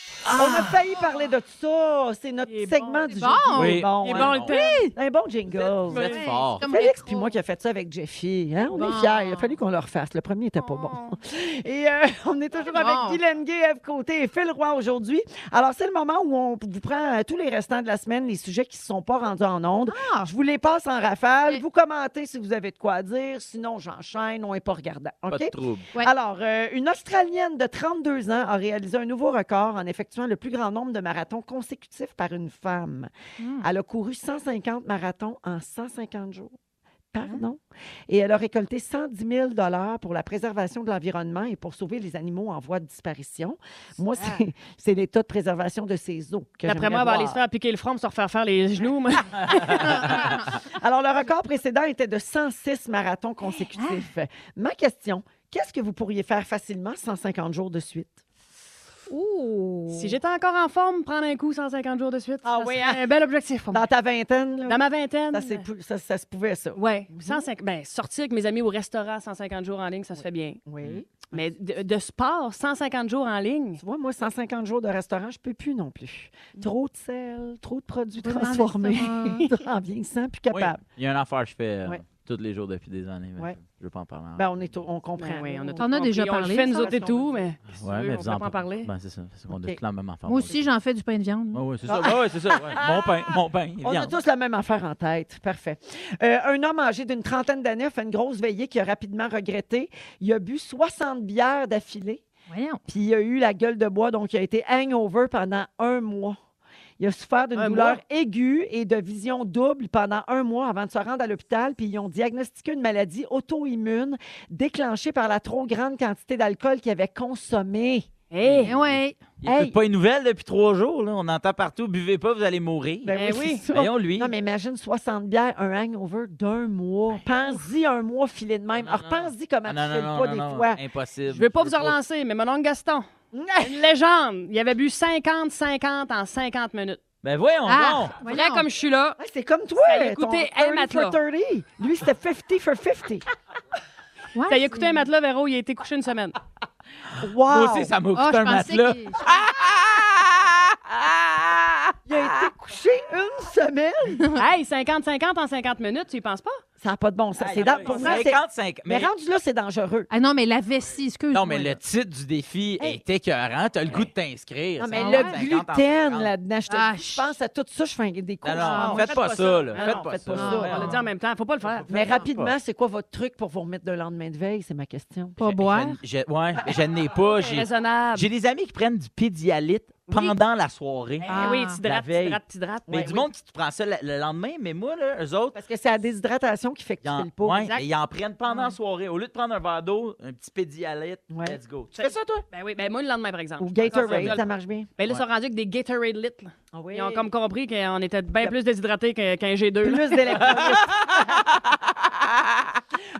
A: de tout ça. C'est notre
D: Il est
A: segment du
B: bon.
A: jour.
G: Oui.
A: Bon,
D: Et
A: hein?
D: bon, le thème.
A: Un bon jingle.
G: Vous êtes
B: Ouais,
G: fort.
B: c'est comme
A: Félix
B: rétro.
A: puis moi qui a fait ça avec Jeffy. hein? On
B: Bon.
A: est fiers. Il a fallu qu'on le refasse. Le premier était pas bon. Et euh, on est toujours avec
B: Bon.
A: Guy Lenguet, Eve Côté et Phil Roy aujourd'hui. Alors, c'est le moment où on vous prend euh, tous les restants de la semaine, les sujets qui ne sont pas rendus en ondes.
B: Ah.
A: Je vous les passe en rafale.
B: Ok.
A: Vous commentez si vous avez de quoi dire. Sinon, j'enchaîne. On n'est pas regardant. OK?
G: Pas de trouble.
B: Ouais.
A: Alors, euh, une Australienne de 32 ans a réalisé un nouveau record en effectuant le plus grand nombre de marathons consécutifs par une femme.
B: Hmm.
A: Elle a couru 150 marathons en 150 jours. Pardon. Et elle a récolté 110 000 pour la préservation de l'environnement et pour sauver les animaux en voie de disparition. Moi, c'est- c'est l'état de préservation de ces eaux que
D: D'après moi,
A: j'aimerais
D: elle va aller
A: voir. Ah.
D: se faire piquer le front pour se refaire faire les genoux. moi.
A: Alors, le record précédent était de 106 marathons consécutifs. Ma question, qu'est-ce que vous pourriez faire facilement 150 jours de suite?
B: Ouh.
D: si j'étais encore en forme, prendre un coup 150 jours de suite.
A: Ah
D: ça
A: oui,
D: serait Un bel objectif pour moi.
A: Dans ta vingtaine, là,
D: Dans ma vingtaine.
A: ça, s'est pu- ça- ça se pouvait, ça.
D: Ouais, 150 ben, sortir avec mes amis au restaurant 150 jours en ligne, ça se fait bien.
A: Oui.
D: Mais de, de sport, 150 jours en ligne.
A: Tu vois, moi, 150 jours de restaurant, je peux plus non plus.
D: Mm.
A: Trop de sel, trop de produits
B: Trop dans le
A: transformés.
B: restaurant.
A: en vieillissant, plus
G: Oui,
A: capable.
G: Il y a un affaire que je fais euh,
A: Ouais.
G: tous les jours depuis des années. mais
A: Ouais.
G: Je veux pas en parler. en-
A: Ben, on, est, au- on comprend.
D: Ben oui, on a tout
B: T'en as
D: compris.
B: déjà
D: On le
B: parlé,
D: fait,
B: ça,
D: nous autres et
A: parce
D: tout, mais. qu'est-ce que
G: Ouais,
D: tu veux,
G: mais
D: on
G: vous
D: peut
G: en
D: pas en parler.
G: Ben, c'est ça. c'est ça, On a
A: Ok.
G: tous la même affaire.
B: Moi aussi, j'en fais du pain de viande.
G: Ouais, ouais, c'est ça. Ouais, ouais, c'est ça. ouais. Mon pain, mon pain.
A: Ah. On a
G: viande.
A: tous la même affaire en tête. Parfait. Euh, un homme âgé d'une trentaine d'années a fait une grosse veillée qu'il a rapidement regretté. Il a bu 60 bières d'affilée,
B: Voyons.
A: puis il a eu la gueule de bois, donc il a été hangover pendant un mois. Il a souffert d'une
D: Un
A: douleur aiguë et de vision double pendant un mois avant de se rendre à l'hôpital, puis ils ont diagnostiqué une maladie auto-immune déclenchée par la trop grande quantité d'alcool qu'il avait consommé.
D: Hey!
B: Eh ouais.
G: Il écoute
A: Hey.
G: pas une nouvelle depuis trois jours. Là. On entend partout buvez pas, vous allez mourir.
A: Ben
D: Eh oui.
A: oui, c'est ça.
G: Voyons lui.
A: Non, mais imagine 60 bières, un hangover d'un mois. Pense-y un mois filé de même.
G: Ben, Non, non,
A: Alors, pense-y comment
G: Ah,
A: tu files pas des fois.
G: Impossible.
D: Je veux pas vous relancer, mais mon oncle Gaston,
G: Eh.
D: une légende, il avait bu 50-50 en 50 minutes.
G: Ben voyons
B: Ah,
G: donc.
D: Voilà
B: voyons.
D: comme je suis là.
A: Ah, c'est comme toi.
D: Ça a coûté
A: ton
D: un
A: 30 for
D: matelas.
A: 30. Lui, c'était 50 for 50.
B: Ouais,
D: Ça lui a coûté un matelas, Véro, il a été couché une semaine.
A: Wow.
G: Moi aussi, ça m'a
B: Ah,
G: coûté
B: je
G: un
B: pensais
G: matelas.
B: qu'il-
A: Il a été couché une semaine.
D: Hey, 50-50 en 50 minutes, tu y penses pas?
A: Ça n'a pas de bon
G: Ah,
A: sens. C'est dans- pour moi, c'est-
G: 55.
A: Mais
G: Mais,
A: rendu là, c'est dangereux.
B: Ah non, mais la vessie, excuse-moi.
G: non, mais le titre du défi est écœurant. T'as le goût de t'inscrire.
A: Non, mais
G: Ça
A: le
G: va, 50 en 50.
A: gluten là-dedans, je te
B: Ah,
A: dis, je pense à tout ça, je fais des cours.
G: Non, non,
D: Ah,
G: faites,
D: ouais,
G: pas, ça, là.
D: Ah,
G: Faites
D: non,
G: pas
A: faites
G: ça.
A: pas
D: Ah,
A: ça.
D: on l'a dit en même temps, faut pas le faire.
A: Mais
G: Vraiment
A: rapidement,
G: pas.
A: c'est quoi votre truc pour vous remettre de lendemain de veille? C'est ma question.
B: Pas boire.
G: Je, je- ouais, je n'ai pas. J'ai,
D: Raisonnable.
G: j'ai des amis qui prennent du pédialyte pendant la soirée.
D: Ah, oui, tu
G: La
D: hydrates, tu
G: veille.
D: hydrates, tu hydrates.
G: Mais
D: Ouais,
G: du
D: oui.
G: monde qui te prend ça le, le lendemain, mais moi, là, eux autres,
A: Parce que c'est la déshydratation qui fait que
G: ils
A: tu fais
G: en,
A: le pot.
G: ouais, mais ils en prennent pendant la soirée. Au lieu de prendre un verre d'eau, un petit pédialyte,
A: Ouais.
G: let's go. Tu fais ça, toi?
D: Ben oui, ben moi, le lendemain, par exemple.
A: Ou
D: Ben
A: Gatorade,
D: là,
A: ça marche bien.
D: ils sont rendus avec des Gatorade lit. là.
A: oui.
D: Ils ont comme compris qu'on était bien plus déshydratés que- qu'un G2. là.
A: Plus d'électronique.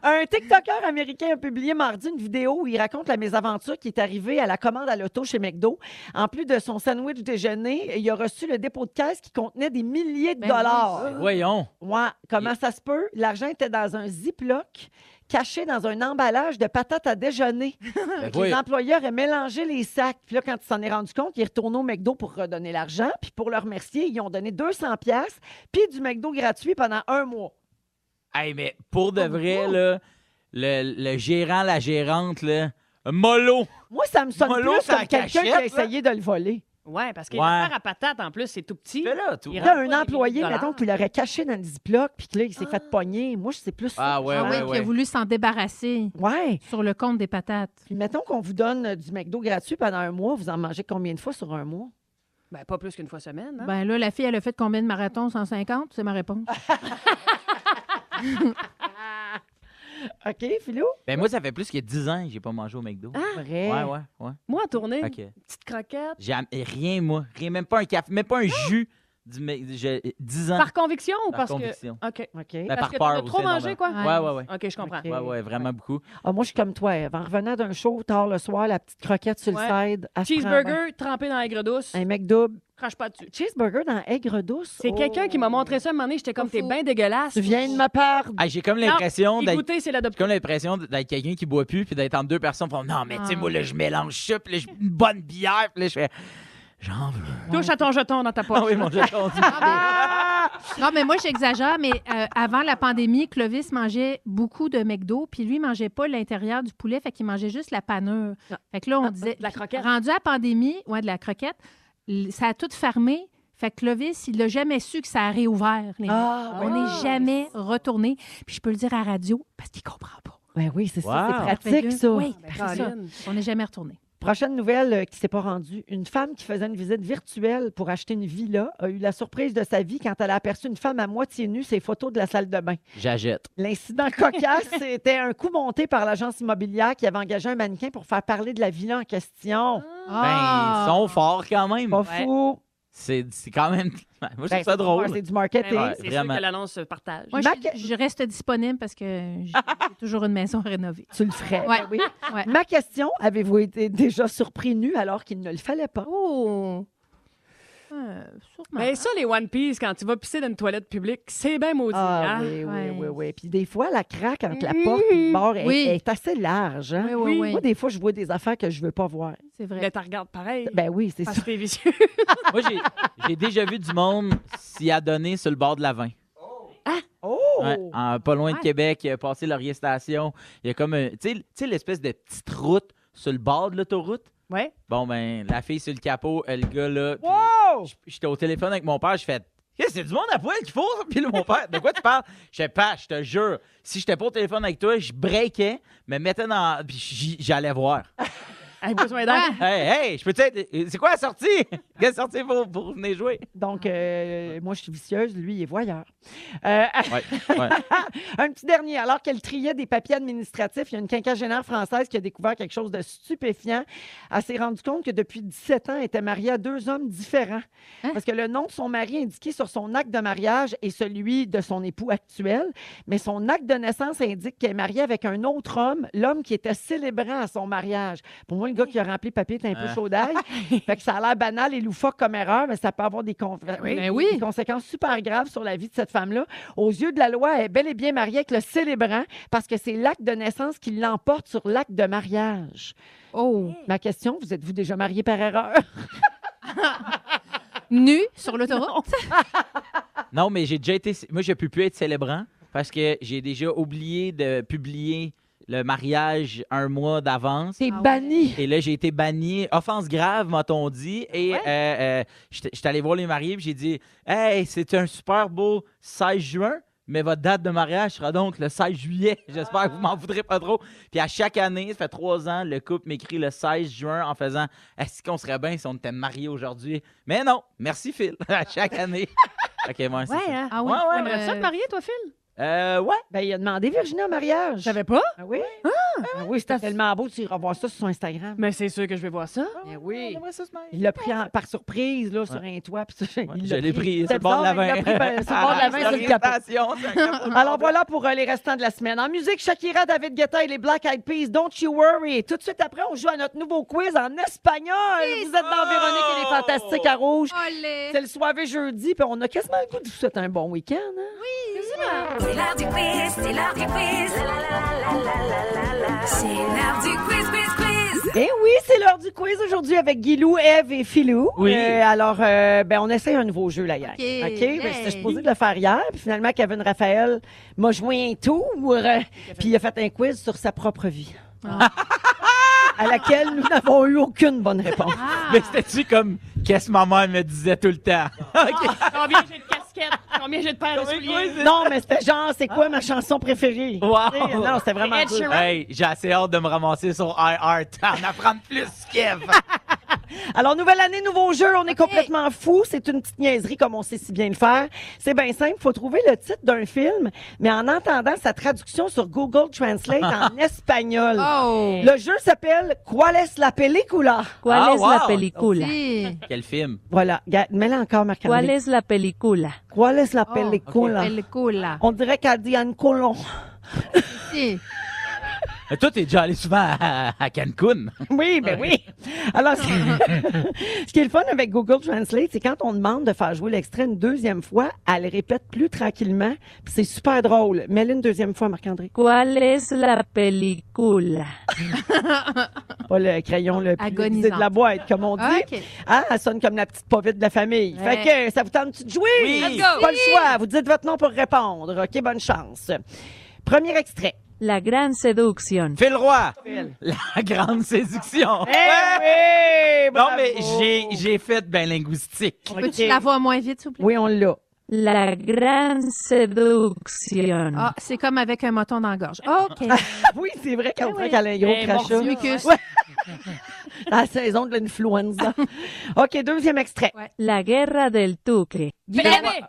A: un TikToker américain a publié mardi une vidéo où il raconte la mésaventure qui est arrivée à la commande à l'auto chez McDo. En plus de son sandwich déjeuner, il a reçu le dépôt de caisse qui contenait des milliers de
B: Ben oui.
A: dollars.
G: Voyons.
A: Ouais, comment ça se peut? L'argent était dans un ziploc caché dans un emballage de patates à déjeuner. Fait que les
G: Ben, voyons.
A: employeurs auraient mélangé les sacs. Puis là, quand ils s'en est rendu compte, ils retournent au McDo pour redonner l'argent. Puis pour le remercier, ils ont donné 200 pièces puis du McDo gratuit pendant un mois.
G: Hey, mais pour de vrai, là, le, le gérant, la gérante, là, mollo.
A: Moi, ça me sonne
G: Mollo,
A: plus
G: ça
A: comme quelqu'un qui
G: cachette,
A: a
G: là.
A: essayé de le voler.
D: Ouais, parce que
G: Ouais.
D: l'affaire à patate, en plus, c'est tout petit.
G: Fais-le, toi.
D: Il
A: Là,
D: rentre pas
A: un
D: les
A: employé,
D: milliers de
A: mettons,
D: dollars.
A: qui l'aurait caché dans le ziploc, puis que là, il s'est fait pogner. Moi, je sais plus. ça.
G: Ah, ouais,
B: Ah oui,
G: ouais,
B: qui
G: ouais.
B: a voulu s'en débarrasser
A: Ouais.
B: sur le compte des patates.
A: Puis mettons qu'on vous donne euh, du McDo gratuit pendant un mois. Vous en mangez combien de fois sur un mois?
D: Ben, pas plus qu'une fois semaine. hein.
B: Ben là, la fille, elle a fait combien de marathons? 150? C'est ma réponse.
A: OK, Philou?
G: Ben, moi, ça fait plus que 10 ans que j'ai pas mangé au McDo.
A: Ah. Vrai.
G: Ouais, ouais, ouais.
D: Moi, en tournée,
G: OK.
D: petite croquette.
G: J'ai am- rien, moi. Rien, même pas un café, même pas un jus. Du, mec- j'ai- 10 ans.
D: Par conviction ou
G: Ah. Par
D: parce
G: conviction.
D: que. OK.
A: OK.
G: Ben,
D: parce
G: par
D: que
G: peur
D: t'en as
G: aussi,
D: trop mangé, quoi.
G: Ouais, ouais, ouais.
D: OK, je comprends.
A: Ok.
G: Ouais, ouais, vraiment beaucoup.
A: Ah, moi, je suis comme toi, Ève. En revenant d'un show tard le soir, la petite croquette sur
D: Ouais.
A: le side. elle se prend bien.
D: Cheeseburger trempé dans l'aigre douce,
A: Un mec double.
D: crache pas dessus.
A: Cheeseburger dans aigre douce.
D: C'est
A: Oh.
D: quelqu'un qui m'a montré ça un moment donné, j'étais comme,
B: Pas
D: t'es
B: fou.
D: bien dégueulasse.
A: Tu viens de me perdre.
G: Ah, j'ai comme l'impression d'être
D: Écoutez,
G: j'ai
D: c'est l'adoption.
G: comme l'impression d'être quelqu'un qui boit plus puis d'être entre deux personnes font non mais tu sais
B: Ah.
G: moi là je mélange ça puis là je- une bonne bière puis là je fais j'en veux.
D: Touche à ton jeton dans ta poche.
G: Ah oui mon Dieu.
B: Non, mais moi, j'exagère, mais euh, avant la pandémie, Clovis mangeait beaucoup de McDo, puis lui, il mangeait pas l'intérieur du poulet, fait qu'il mangeait juste la panure.
A: Ah.
B: Fait que là, on disait...
D: de la croquette.
B: Rendu à la pandémie, ouais, de la croquette, l- ça a tout fermé. Fait que Clovis, il n'a jamais su que ça a réouvert. les mecs.
A: Ah,
B: on
A: ouais.
B: n'est jamais retourné. Puis je peux le dire à la radio, parce qu'il comprend pas.
A: Ben oui, c'est ça.
G: Wow.
A: C'est pratique, ça.
B: Oui,
D: Ben,
B: c'est ça.
D: Caroline.
B: On n'est jamais retourné.
A: Prochaine nouvelle euh, qui s'est pas rendue. Une femme qui faisait une visite virtuelle pour acheter une villa a eu la surprise de sa vie quand elle a aperçu une femme à moitié nue, ses photos de la salle de bain.
G: J'achète.
A: L'incident cocasse, c'était un coup monté par l'agence immobilière qui avait engagé un mannequin pour faire parler de la villa en question.
G: Ben
B: Ah.
G: ils sont forts quand même.
A: Pas
D: Ouais.
A: fou.
G: C'est c'est quand même moi je
A: Ben,
G: trouve ça
A: c'est du-
G: drôle.
A: C'est du marketing.
D: Ben oui,
G: Ouais,
D: C'est sûr
G: vraiment.
D: que l'annonce se partage.
B: Moi,
A: Ma
B: je-
A: que-
B: je, reste disponible parce que j'ai j'ai toujours une maison à rénover.
A: Tu le ferais.
B: Ouais.
A: ben oui.
B: Ouais.
A: Ma question, avez-vous été déjà surpris nu alors qu'il ne le fallait pas?
B: Oh! Euh, sûrement.
D: Mais Ben, ça, les One Piece, quand tu vas pisser dans une toilette publique, c'est bien maudit.
A: Ah
D: hein?
A: oui, oui,
B: Ouais.
A: oui, oui. Puis des fois, la craque entre la porte et le bord est,
B: Oui.
A: est assez large. hein.
B: oui, oui, oui,
A: Moi, des fois, je vois des affaires que je veux pas voir.
B: c'est vrai.
D: Mais t'en regardes pareil.
A: Ben oui, c'est
D: parce
A: sûr.
D: que t'es vicieux.
G: Moi j'ai j'ai déjà vu du monde s'y adonner sur le bord de la vin.
A: Oh!
G: Ouais, en- pas loin
B: Ouais.
G: de Québec, euh, passer Laurier Station, il y a comme un- tu sais- tu sais l'espèce de petite route sur le bord de l'autoroute.
D: Ouais.
G: Bon ben la fille sur le capot, euh, le gars là, puis
A: Wow!
G: J- J'étais au téléphone avec mon père, je fais Qu'est-ce que c'est du monde à poil qu'il faut? Puis là, mon père, de quoi tu parles? Je sais pas, je te jure. Si j'étais pas au téléphone avec toi, je breakais, me mettais dans. Puis j'y- j'allais voir.
D: Hey, besoin d'aide.
G: Hey, hey, je peux être. C'est quoi la sortie? Quelle sortie pour, pour venir jouer?
A: Donc, euh, moi, je suis vicieuse. Lui, il est voyeur. Euh,
G: Ouais,
A: Un petit dernier. Alors qu'elle triait des papiers administratifs, il y a une quinquagénaire française qui a découvert quelque chose de stupéfiant. Elle s'est rendue compte que depuis 17 ans, elle était mariée à deux hommes différents.
B: Hein?
A: Parce que le nom de son mari indiqué sur son acte de mariage est celui de son époux actuel, mais son acte de naissance indique qu'elle est mariée avec un autre homme, l'homme qui était célébrant à son mariage. Pour moi, le gars qui a rempli le papier est un peu
G: Ah.
A: chaud d'ail. fait que ça a l'air banal et loufoque comme erreur, mais ça peut avoir des, con-
B: oui.
A: des-
B: Ben oui.
A: des conséquences super graves sur la vie de cette femme-là. Aux yeux de la loi, elle est bel et bien mariée avec le célébrant parce que c'est l'acte de naissance qui l'emporte sur l'acte de mariage.
B: Oh!
A: Ma question, vous êtes-vous déjà marié par erreur?
B: Nu sur l'autoroute?
G: Non, mais j'ai déjà été. Moi, j'ai pu plus être célébrant parce que j'ai déjà oublié de publier le mariage un mois d'avance.
A: T'es
B: Ah ouais.
A: banni.
G: Et là, j'ai été banni. Offense grave, m'a-t-on dit. Et euh, euh, j'étais j'étais allé voir les mariés, puis j'ai dit Hey, c'est un super beau 16 juin, mais votre date de mariage sera donc le 16 juillet. J'espère que vous m'en voudrez pas trop. Puis à chaque année, ça fait trois ans, le couple m'écrit le 16 juin en faisant Est-ce qu'on serait bien si on était mariés aujourd'hui Mais non, merci Phil, à chaque année. ok, moi, c'est ça.
D: hein?
B: Ah oui,
G: Ouais, ouais,
D: T'aimerais ça te
B: euh,
D: marier, toi, Phil?
G: Euh, ouais.
A: Ben, il a demandé Virginie en mariage.
D: savais pas.
A: Ah oui? Ah oui, c'était tellement beau, tu iras voir ça sur son Instagram.
D: Mais c'est sûr que je vais voir ça.
A: Ben oui.
G: J'aimerais ça se marier.
A: Il l'a pris en- par surprise, là, sur un toit. Puis ça, il
G: je
A: l'a
G: l'ai pris,
A: C'était
G: c'est le bord de la
A: bizarre, mais
G: main.
A: Il l'a pris ben, sur le bord de la main, sur le capot.
G: Station, c'est un capot.
A: Alors voilà pour euh, les restants de la semaine. En musique, Shakira, David Guetta et les Black Eyed Peas, Don't You Worry. Tout de suite après, on joue à notre nouveau quiz en espagnol. Vous êtes dans Véronique et les Fantastiques à Rouge.
B: Olé.
A: C'est le soirée jeudi, puis on a quasiment le goût de vous souhaiter un bon week-end. hein?
E: C'est l'heure du quiz, c'est l'heure du quiz. La, la, la, la, la, la, la, la. C'est l'heure du quiz, quiz, quiz.
A: Eh oui, c'est l'heure du quiz aujourd'hui avec Guilou, Eve et Philou.
G: Oui.
A: Euh, alors, euh, ben, on essaie un nouveau jeu, la gang. OK. Ben,
B: Yay.
A: C'était supposé de le faire hier, puis finalement, Kevin Raphaël m'a joué un tour, euh, puis il a fait un quiz sur sa propre vie.
B: Ah.
A: à laquelle nous n'avons eu aucune bonne réponse.
B: Ah.
G: Mais c'était-tu comme qu'est-ce que ma mère me disait tout le temps? OK.
D: Combien j'ai de casquettes? Combien j'ai de paires de souliers?
A: Non, mais c'était genre, c'est quoi ma chanson préférée?
G: Wow.
A: Tu sais, Non, c'était vraiment
D: Ed
A: dur.
D: Sheeran.
G: Hey, j'ai assez hâte de me ramasser sur IR, en apprendre plus, Kev.
A: Alors, nouvelle année, nouveau jeu, on est complètement fou. C'est une petite niaiserie comme on sait si bien le faire. C'est bien simple, faut trouver le titre d'un film, mais en entendant sa traduction sur Google Translate en espagnol.
B: Oh.
A: Le jeu s'appelle ¿Cuál es la película?
I: ¿Cuál
G: Ah,
I: es la
G: wow.
I: película?
B: Si.
G: Quel film?
A: Voilà, ga- mets-la encore, marc
I: ¿Cuál es la película?
A: ¿Cuál es la
B: Oh,
A: película?
B: Elle coule, là.
A: On dirait qu'elle dit Ancolon.
B: Si.
G: Mais Euh, toi, t'es déjà allé souvent à, à Cancun.
A: Oui, ben oui. Alors, ce qui- ce qui est le fun avec Google Translate, c'est quand on demande de faire jouer l'extrait une deuxième fois, elle le répète plus tranquillement. puis C'est super drôle. Mets-le une deuxième fois, Marc-André.
I: ¿Cuál es la película?
A: Pas le crayon le plus
B: Agonisante.
A: aiguisé de la boîte, comme on dit.
B: OK.
A: Ah, elle sonne comme la petite povite de la famille.
B: Ouais.
A: Fait que ça vous tente de jouer?
G: Oui. Let's
B: go.
A: Pas le choix. Vous dites votre nom pour répondre. OK, bonne chance. Premier extrait.
I: La gran seducción.
G: Phil Roy. La grande séduction.
A: Eh oui!
G: Non,
A: bravo.
G: mais j'ai, j'ai fait ben linguistique.
A: OK.
B: Peux-tu la voir moins vite, s'il vous plaît?
A: Oui, on l'a.
I: La gran seducción.
B: Ah, c'est comme avec un moton dans la gorge. OK.
I: Ah.
A: Oui, c'est vrai qu'on prend qu'elle a un gros
D: Eh,
A: crachat.
D: mon Dieu, que-
B: Mucus.
A: Ouais. La saison de l'influenza. OK, deuxième extrait.
I: La guerra del tuque.
B: Guilherme.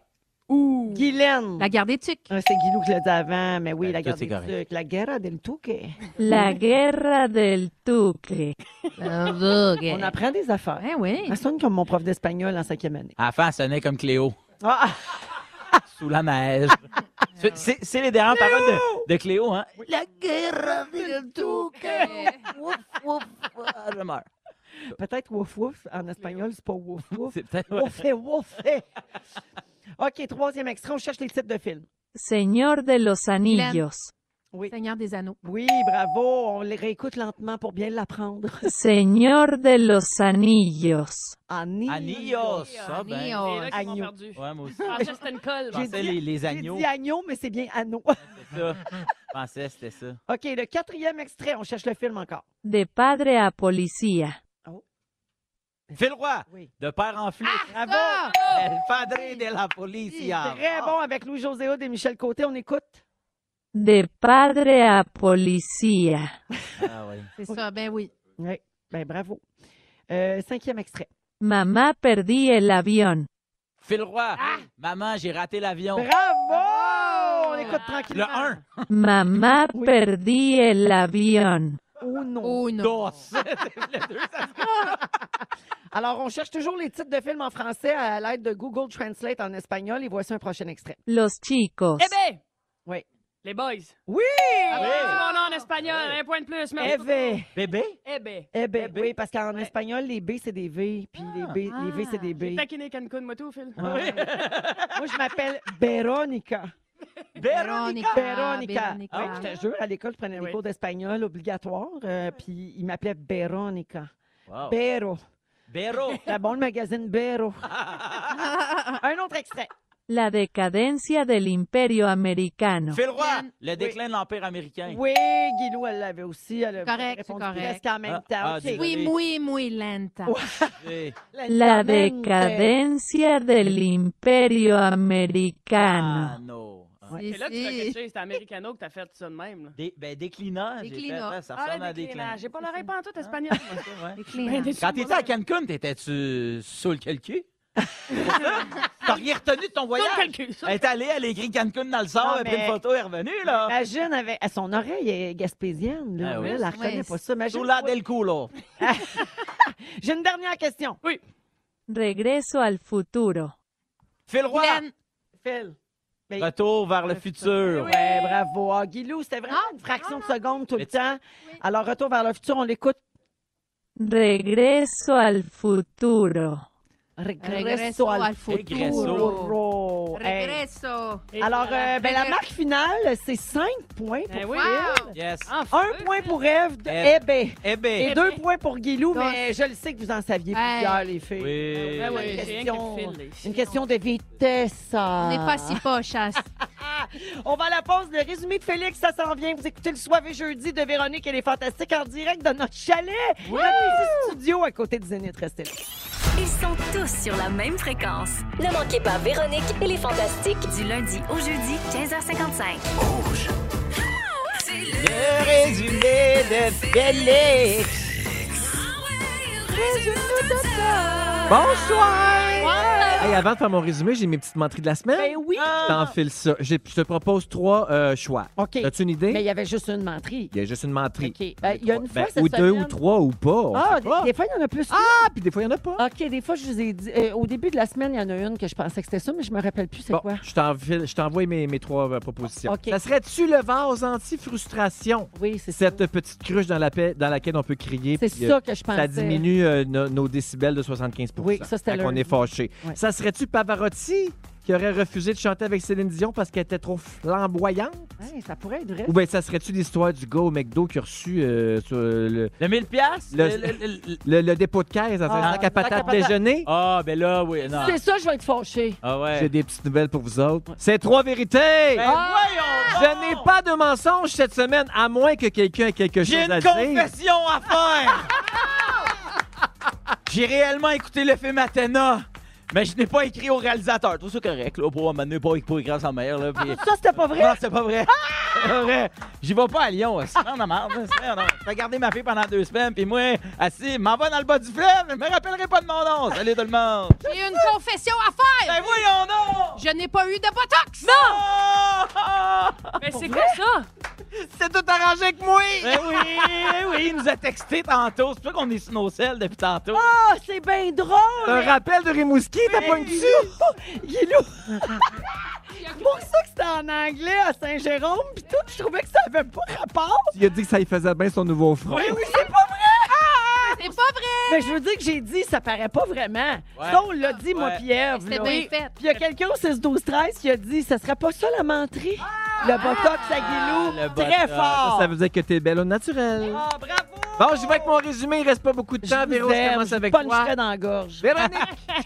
B: Ouh.
A: Guylaine.
B: La garde des tucs.
A: Ah, c'est Guilou qui l'a dit avant, mais oui, la
G: Ben, tout
A: guerre
G: est
A: des
G: correct.
A: trucs, la guerre del tuque.
I: La guerra del tuque.
A: On apprend des affaires.
B: Eh oui.
A: Ça sonne comme mon prof d'espagnol en cinquième année.
G: À la fin, elle sonnait comme Cléo.
A: Ah,
G: Sous la neige. C'est- C'est, c'est les dernières paroles de, de Cléo, hein? La guerre du touque. Ouf, ouf. Ah, Je meurs.
A: ah, peut-être wouf wouf. En espagnol, c'est pas wouf wouf.
G: C'est peut-être...
A: Woufé, woufé. OK, troisième extrait. On cherche les titres de films.
I: Señor de los anillos.
A: Oui.
B: Seigneur des anneaux.
A: Oui, bravo. On les réécoute lentement pour bien l'apprendre.
I: Señor de los anillos.
A: Annie.
G: Anillos. Ça, ben.
B: Anillos.
D: C'est là qu'ils m'ont
A: Agneau.
D: perdu.
G: Ouais, moi aussi.
D: Ah, juste une colle.
G: Je pensais les, les
A: J'ai
G: agneaux.
A: dit agneau, mais c'est bien anneau.
G: C'est ça. Je pensais que c'était ça.
A: OK, le quatrième extrait. On cherche le film encore.
I: De padre a policía.
G: Phil Roy,
A: Oui.
G: de père en Ah, flic.
A: Bravo.
G: El padre Eh, de la policia.
A: Très bon avec Louis José Hood et Michel Côté. On écoute.
I: De padre a policía.
G: Ah oui.
B: C'est ça, ben oui.
A: Oui. Ben bravo. Euh, cinquième extrait.
I: Mamá perdí el avión.
G: Phil Roy, maman, j'ai raté l'avion.
A: Bravo! On écoute
G: Le
A: tranquillement.
G: 1,
I: Mamá
A: Oui.
I: perdí el avión.
A: Oh non.
B: Oh non.
G: dos. Le deux, ça se-
A: Alors, on cherche toujours les titres de films en français à l'aide de Google Translate en espagnol. Et voici un prochain extrait.
I: Los chicos.
D: Eh ben!
A: Oui.
D: Les boys.
A: Oui!
D: Ah, c'est mon nom en espagnol. Un point de plus.
A: Eh
D: Merci.
A: ben,
G: Bébé?
D: Eh ben.
A: eh ben, oui, parce qu'en espagnol, les B, c'est des V, puis les, B, les V, c'est des B.
D: Taquiné Cancun, moi tout, Phil.
A: Ah. Moi, je m'appelle Veronica.
B: Véronica.
A: Véronica.
B: Véronica.
A: Ah, je te jure, à l'école, je prenais des
D: Oui.
A: cours d'espagnol obligatoires, euh, puis il m'appelait Véronica.
G: Wow.
A: Bero.
G: Béro.
A: C'est bon, le magazine Bero. Un autre extrait.
I: La decadencia del imperio americano.
G: Fais le roi! Le déclin de l'Empire américain.
A: Oui, Guilou, elle l'avait aussi. Elle a
B: Correct,
A: répondu
B: c'est correct.
A: presque en même
G: Ah,
A: temps.
G: ah,
A: OK.
G: désolé.
B: Oui, muy, muy lenta.
G: Eh,
I: La
A: Lentamente.
I: decadencia del imperio
G: Ah,
I: americano.
G: non.
D: Et là, tu t'as catché, c'était Americano que t'as fait ça de même. Là.
G: Des, ben, déclinage.
B: Déclina.
G: hein, Ça
D: Ah,
G: ressemble
D: là,
G: à
D: des
G: déclinage.
D: clinages. J'ai pas l'oreille pantoute espagnole. moi.
B: Les
D: Ben,
B: clients.
D: des-
G: Quand t'étais à Cancun, t'étais-tu saoul quelqu'un? T'as rien retenu de ton
D: Tout
G: voyage?
D: calcul, ça.
G: Elle est allée, elle a écrit Cancun dans le
A: Non,
G: sort, elle a pris
A: mais-
G: une photo, elle est revenue, là.
A: Imagine, avec, à son oreille est gaspésienne. Là,
G: Ah oui.
A: Elle la reconnaît
B: Ouais,
A: pas ça. Imagine-
G: Sous la del culo.
A: J'ai une dernière question.
I: Regreso al futuro.
G: Fais le roi.
B: Guylaine,
A: Phil. Ben,
G: Retour vers le futur.
A: Ouais, bravo. Ah, Guilou, c'était vraiment
B: Ah,
A: une fraction
B: ah,
A: de seconde tout
G: Mais
A: le
G: tu-
A: temps. Alors, retour vers le futur, on l'écoute.
I: Regreso al futuro.
B: Regreso al futuro.
A: futuro. Hey.
B: Regreso.
I: Ah.
A: Alors, euh, ben, la
B: Regre-
A: marque finale, c'est 5 points pour
D: Ben oui.
B: Wow.
G: Yes.
D: Enfin.
A: Un point pour Eve de
G: Ève.
A: Hébé.
G: Eh
A: Hein? Et
J: ben.
G: bien.
A: deux points pour Guilou,
B: Donc-
A: mais je le sais que vous en saviez
B: Hey.
A: plusieurs, les filles.
G: Oui.
D: Ben oui,
A: Une
D: j'ai rien que le
A: question-
D: fil, les filles.
A: Une question de vitesse. euh,
B: On n'est pas si pochas.
A: On va à la pause. Le résumé de Félix, ça s'en vient. Vous écoutez le soir et jeudi de Véronique et les Fantastiques en direct de notre chalet. Notre petit studio à côté de Zénith. Restez là.
E: Ils sont tous sur la même fréquence.
H: Ne manquez pas Véronique et les Fantastiques.
E: Du lundi au jeudi, 15h55.
G: Le résumé de Félix.
H: Ah
G: Bonsoir.
J: Hey, avant de faire mon résumé, j'ai mes petites menteries de la semaine.
A: Ben oui.
J: Je t'enfile ça. J'ai- Je te propose trois euh, choix.
A: OK.
J: As-tu une idée?
A: Mais il y avait juste une menterie.
J: Il y a juste une menterie.
A: OK. Euh, il y a une fois
J: Ben,
A: cette
J: ou deux
A: semaine-
J: ou trois ou pas. on
A: Ah,
J: sait
A: des,
J: pas.
A: des fois, il y en a plus.
J: Ah, puis des fois, il n'y en a pas.
A: OK, des fois, je vous ai dit. euh, au début de la semaine, il y en a une que je pensais que c'était ça, mais je me rappelle plus c'est
J: Bon,
A: quoi.
J: je t'enfile- je t'envoie mes, mes trois euh, propositions.
A: OK.
J: Ça serait-tu le vase anti-frustration?
A: Oui, c'est ça.
J: Cette petite cruche dans, la paix- dans laquelle on peut crier.
A: C'est
J: puis, euh,
A: ça que je pensais.
J: ça diminue euh, no- nos décibels de 75
A: Oui, ça, c'était
J: Fait
A: le-
J: qu'on est fâché.
A: Ouais.
J: Ça serait-tu Pavarotti qui aurait refusé de chanter avec Céline Dion parce qu'elle était trop flamboyante?
A: Ouais, ça pourrait être vrai.
J: Ou bien ça serait-tu l'histoire du gars au McDo qui a reçu euh, sur le,
G: Le 1000 piastres?
J: Le-
G: le- le- le-
J: le- le dépôt de caisse dans
A: Ah,
J: un sac à patate
A: patate.
J: déjeuner?
G: Ah, ben là, oui. Non.
A: C'est ça, je vais être fâchée.
G: Ah
J: J'ai
G: ouais.
J: des petites nouvelles pour vous autres. C'est trois vérités!
G: Ben
A: Ah!
G: voyons
J: Je
G: donc!
J: n'ai pas de mensonge cette semaine, à moins que quelqu'un ait quelque chose
G: J'ai
J: à
G: une
J: dire.
G: confession à faire! J'ai réellement écouté le film Athéna, mais je n'ai pas écrit au réalisateur. Tout ça correct, là, pour m'amener pas pour écrire à sa mère, là. puis-
A: Ça, c'était pas vrai.
G: Non, c'est pas vrai. C'est pas vrai. J'y vais pas à Lyon. aussi. Non, non, marre. là. C'est- non. J'ai gardé ma fille pendant deux semaines, puis moi, assis, m'en va dans le bas du fleuve, je me rappellerai pas de mon nom. Salut tout le monde.
B: J'ai une confession à faire.
G: Ben voyons donc!
B: Je n'ai pas eu de botox.
G: Non!
D: Mais c'est quoi ça?
J: C'est tout arrangé avec moi!
G: Ben oui, eh oui, il nous a texté tantôt. C'est pour ça qu'on est sur nos selles depuis tantôt.
A: Ah, c'est bien drôle.
J: Un rappel de Rimouski, t'as pas une dessus?
A: Guilou. pour ça que c'était en anglais à Saint-Jérôme, puis tout, je trouvais que ça avait pas rapport.
J: Il a dit que ça lui faisait bien son nouveau front.
A: Mais oui, c'est pas
J: Ah!
A: vrai.
B: C'est pas vrai.
A: Mais je veux dire que j'ai dit, ça paraît pas vraiment.
G: Ouais.
A: Ça, on l'a dit, moi,
G: Ouais.
A: Pierre.
B: C'était bien fait.
A: Puis il y a quelqu'un au 6 12 13 qui a dit ça serait pas ça la menterie. le botox à Guilou,
G: Ah, le
A: très
G: botox.
A: fort.
J: Ah! Ça veut dire que t'es belle au naturel.
A: Ah, bravo.
J: Bon, j'y vais avec mon résumé, il reste pas beaucoup de temps.
A: Je
J: Véro,
A: vous
J: je
A: aime,
J: commence
A: je vous
J: avec toi.
A: puncherai dans la gorge.
J: Véronique,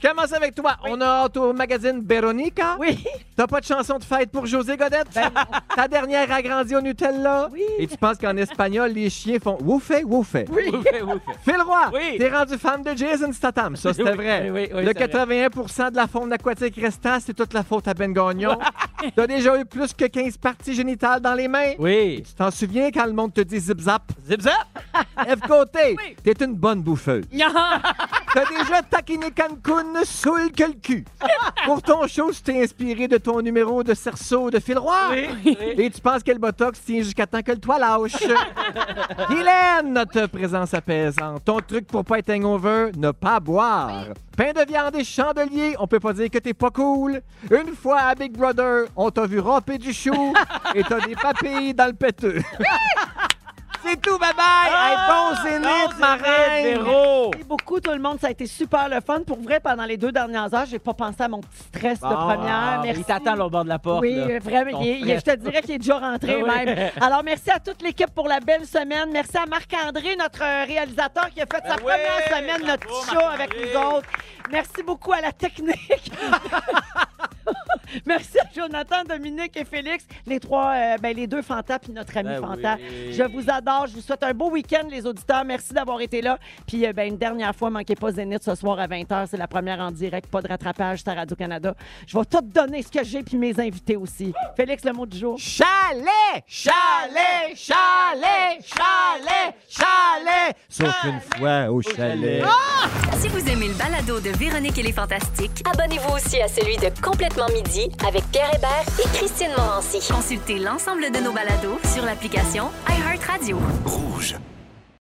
J: je commence avec toi. On a hâte au magazine Véronica.
A: Oui. Ben
J: T'as pas de chanson de fête pour José Godette? Ta dernière a grandi au Nutella.
A: Oui.
J: Et tu penses qu'en espagnol, les chiens font woufé, woufé.
A: Oui.
J: Phil Roy,
G: Oui.
J: t'es rendu fan de Jason Statham. Ça, c'était
G: Oui,
J: vrai.
G: oui, oui,
J: le
G: c'est vrai.
J: 81 de la faune aquatique restant, c'est toute la faute à Ben Gagnon. T'as déjà eu plus que 15 parties génitales dans les mains.
G: Oui.
J: Tu t'en souviens quand le monde te dit zip-zap?
G: Zip zap!
J: F côté, t'es une bonne bouffeuse. T'as déjà taquiné Cancun saoul que le cul. Pour ton show, tu t'es inspiré de ton numéro de cerceau de fil roi. Et tu penses que le botox tient jusqu'à temps que le toit lâche. Guylaine, notre présence apaisante. Ton truc pour pas être hangover, ne pas boire. Pain de viande et chandelier, on peut pas dire que t'es pas cool. Une fois à Big Brother, on t'a vu ramper du chou et t'as des papilles dans le péteux. C'est tout, bye bye! Hey, Ah! bon zénith, ma reine!
G: Véro!
A: Merci beaucoup tout le monde, ça a été super le fun. Pour vrai, pendant les deux dernières heures, j'ai pas pensé à mon petit stress de première. Merci.
G: ah, Il t'attend là, au bord de la porte.
A: Oui,
G: là.
A: euh, vraiment.
G: Ton
A: il est- il est- je te dirais qu'il est déjà rentré
G: Ah oui.
A: même. Alors, merci à toute l'équipe pour la belle semaine. Merci à Marc-André, notre euh, réalisateur, qui a fait sa
G: Ben oui,
A: première semaine,
G: bravo,
A: notre petit show
G: Marc-André.
A: avec nous autres. Merci beaucoup à la technique. Jonathan, Dominique et Félix, les trois, euh, ben, les deux Fanta puis notre ami
K: Ben
A: Fanta.
K: oui.
A: Je vous adore. Je vous souhaite un beau week-end, les auditeurs. Merci d'avoir été là. Puis, euh, ben, une dernière fois, manquez pas Zénith ce soir à 20h. C'est la première en direct. Pas de rattrapage, c'est à Radio-Canada. Je vais tout donner ce que j'ai puis mes invités aussi. Félix, le mot du jour.
J: Chalet! Chalet! Chalet! Chalet! Chalet! Sauf une fois au chalet.
E: Si vous aimez le balado de Véronique et les Fantastiques,
H: Abonnez-vous aussi à celui de Complètement Midi avec Pierre Hébert et Christine Morancy.
E: consultez l'ensemble de nos balados sur l'application iHeartRadio.
F: Rouge.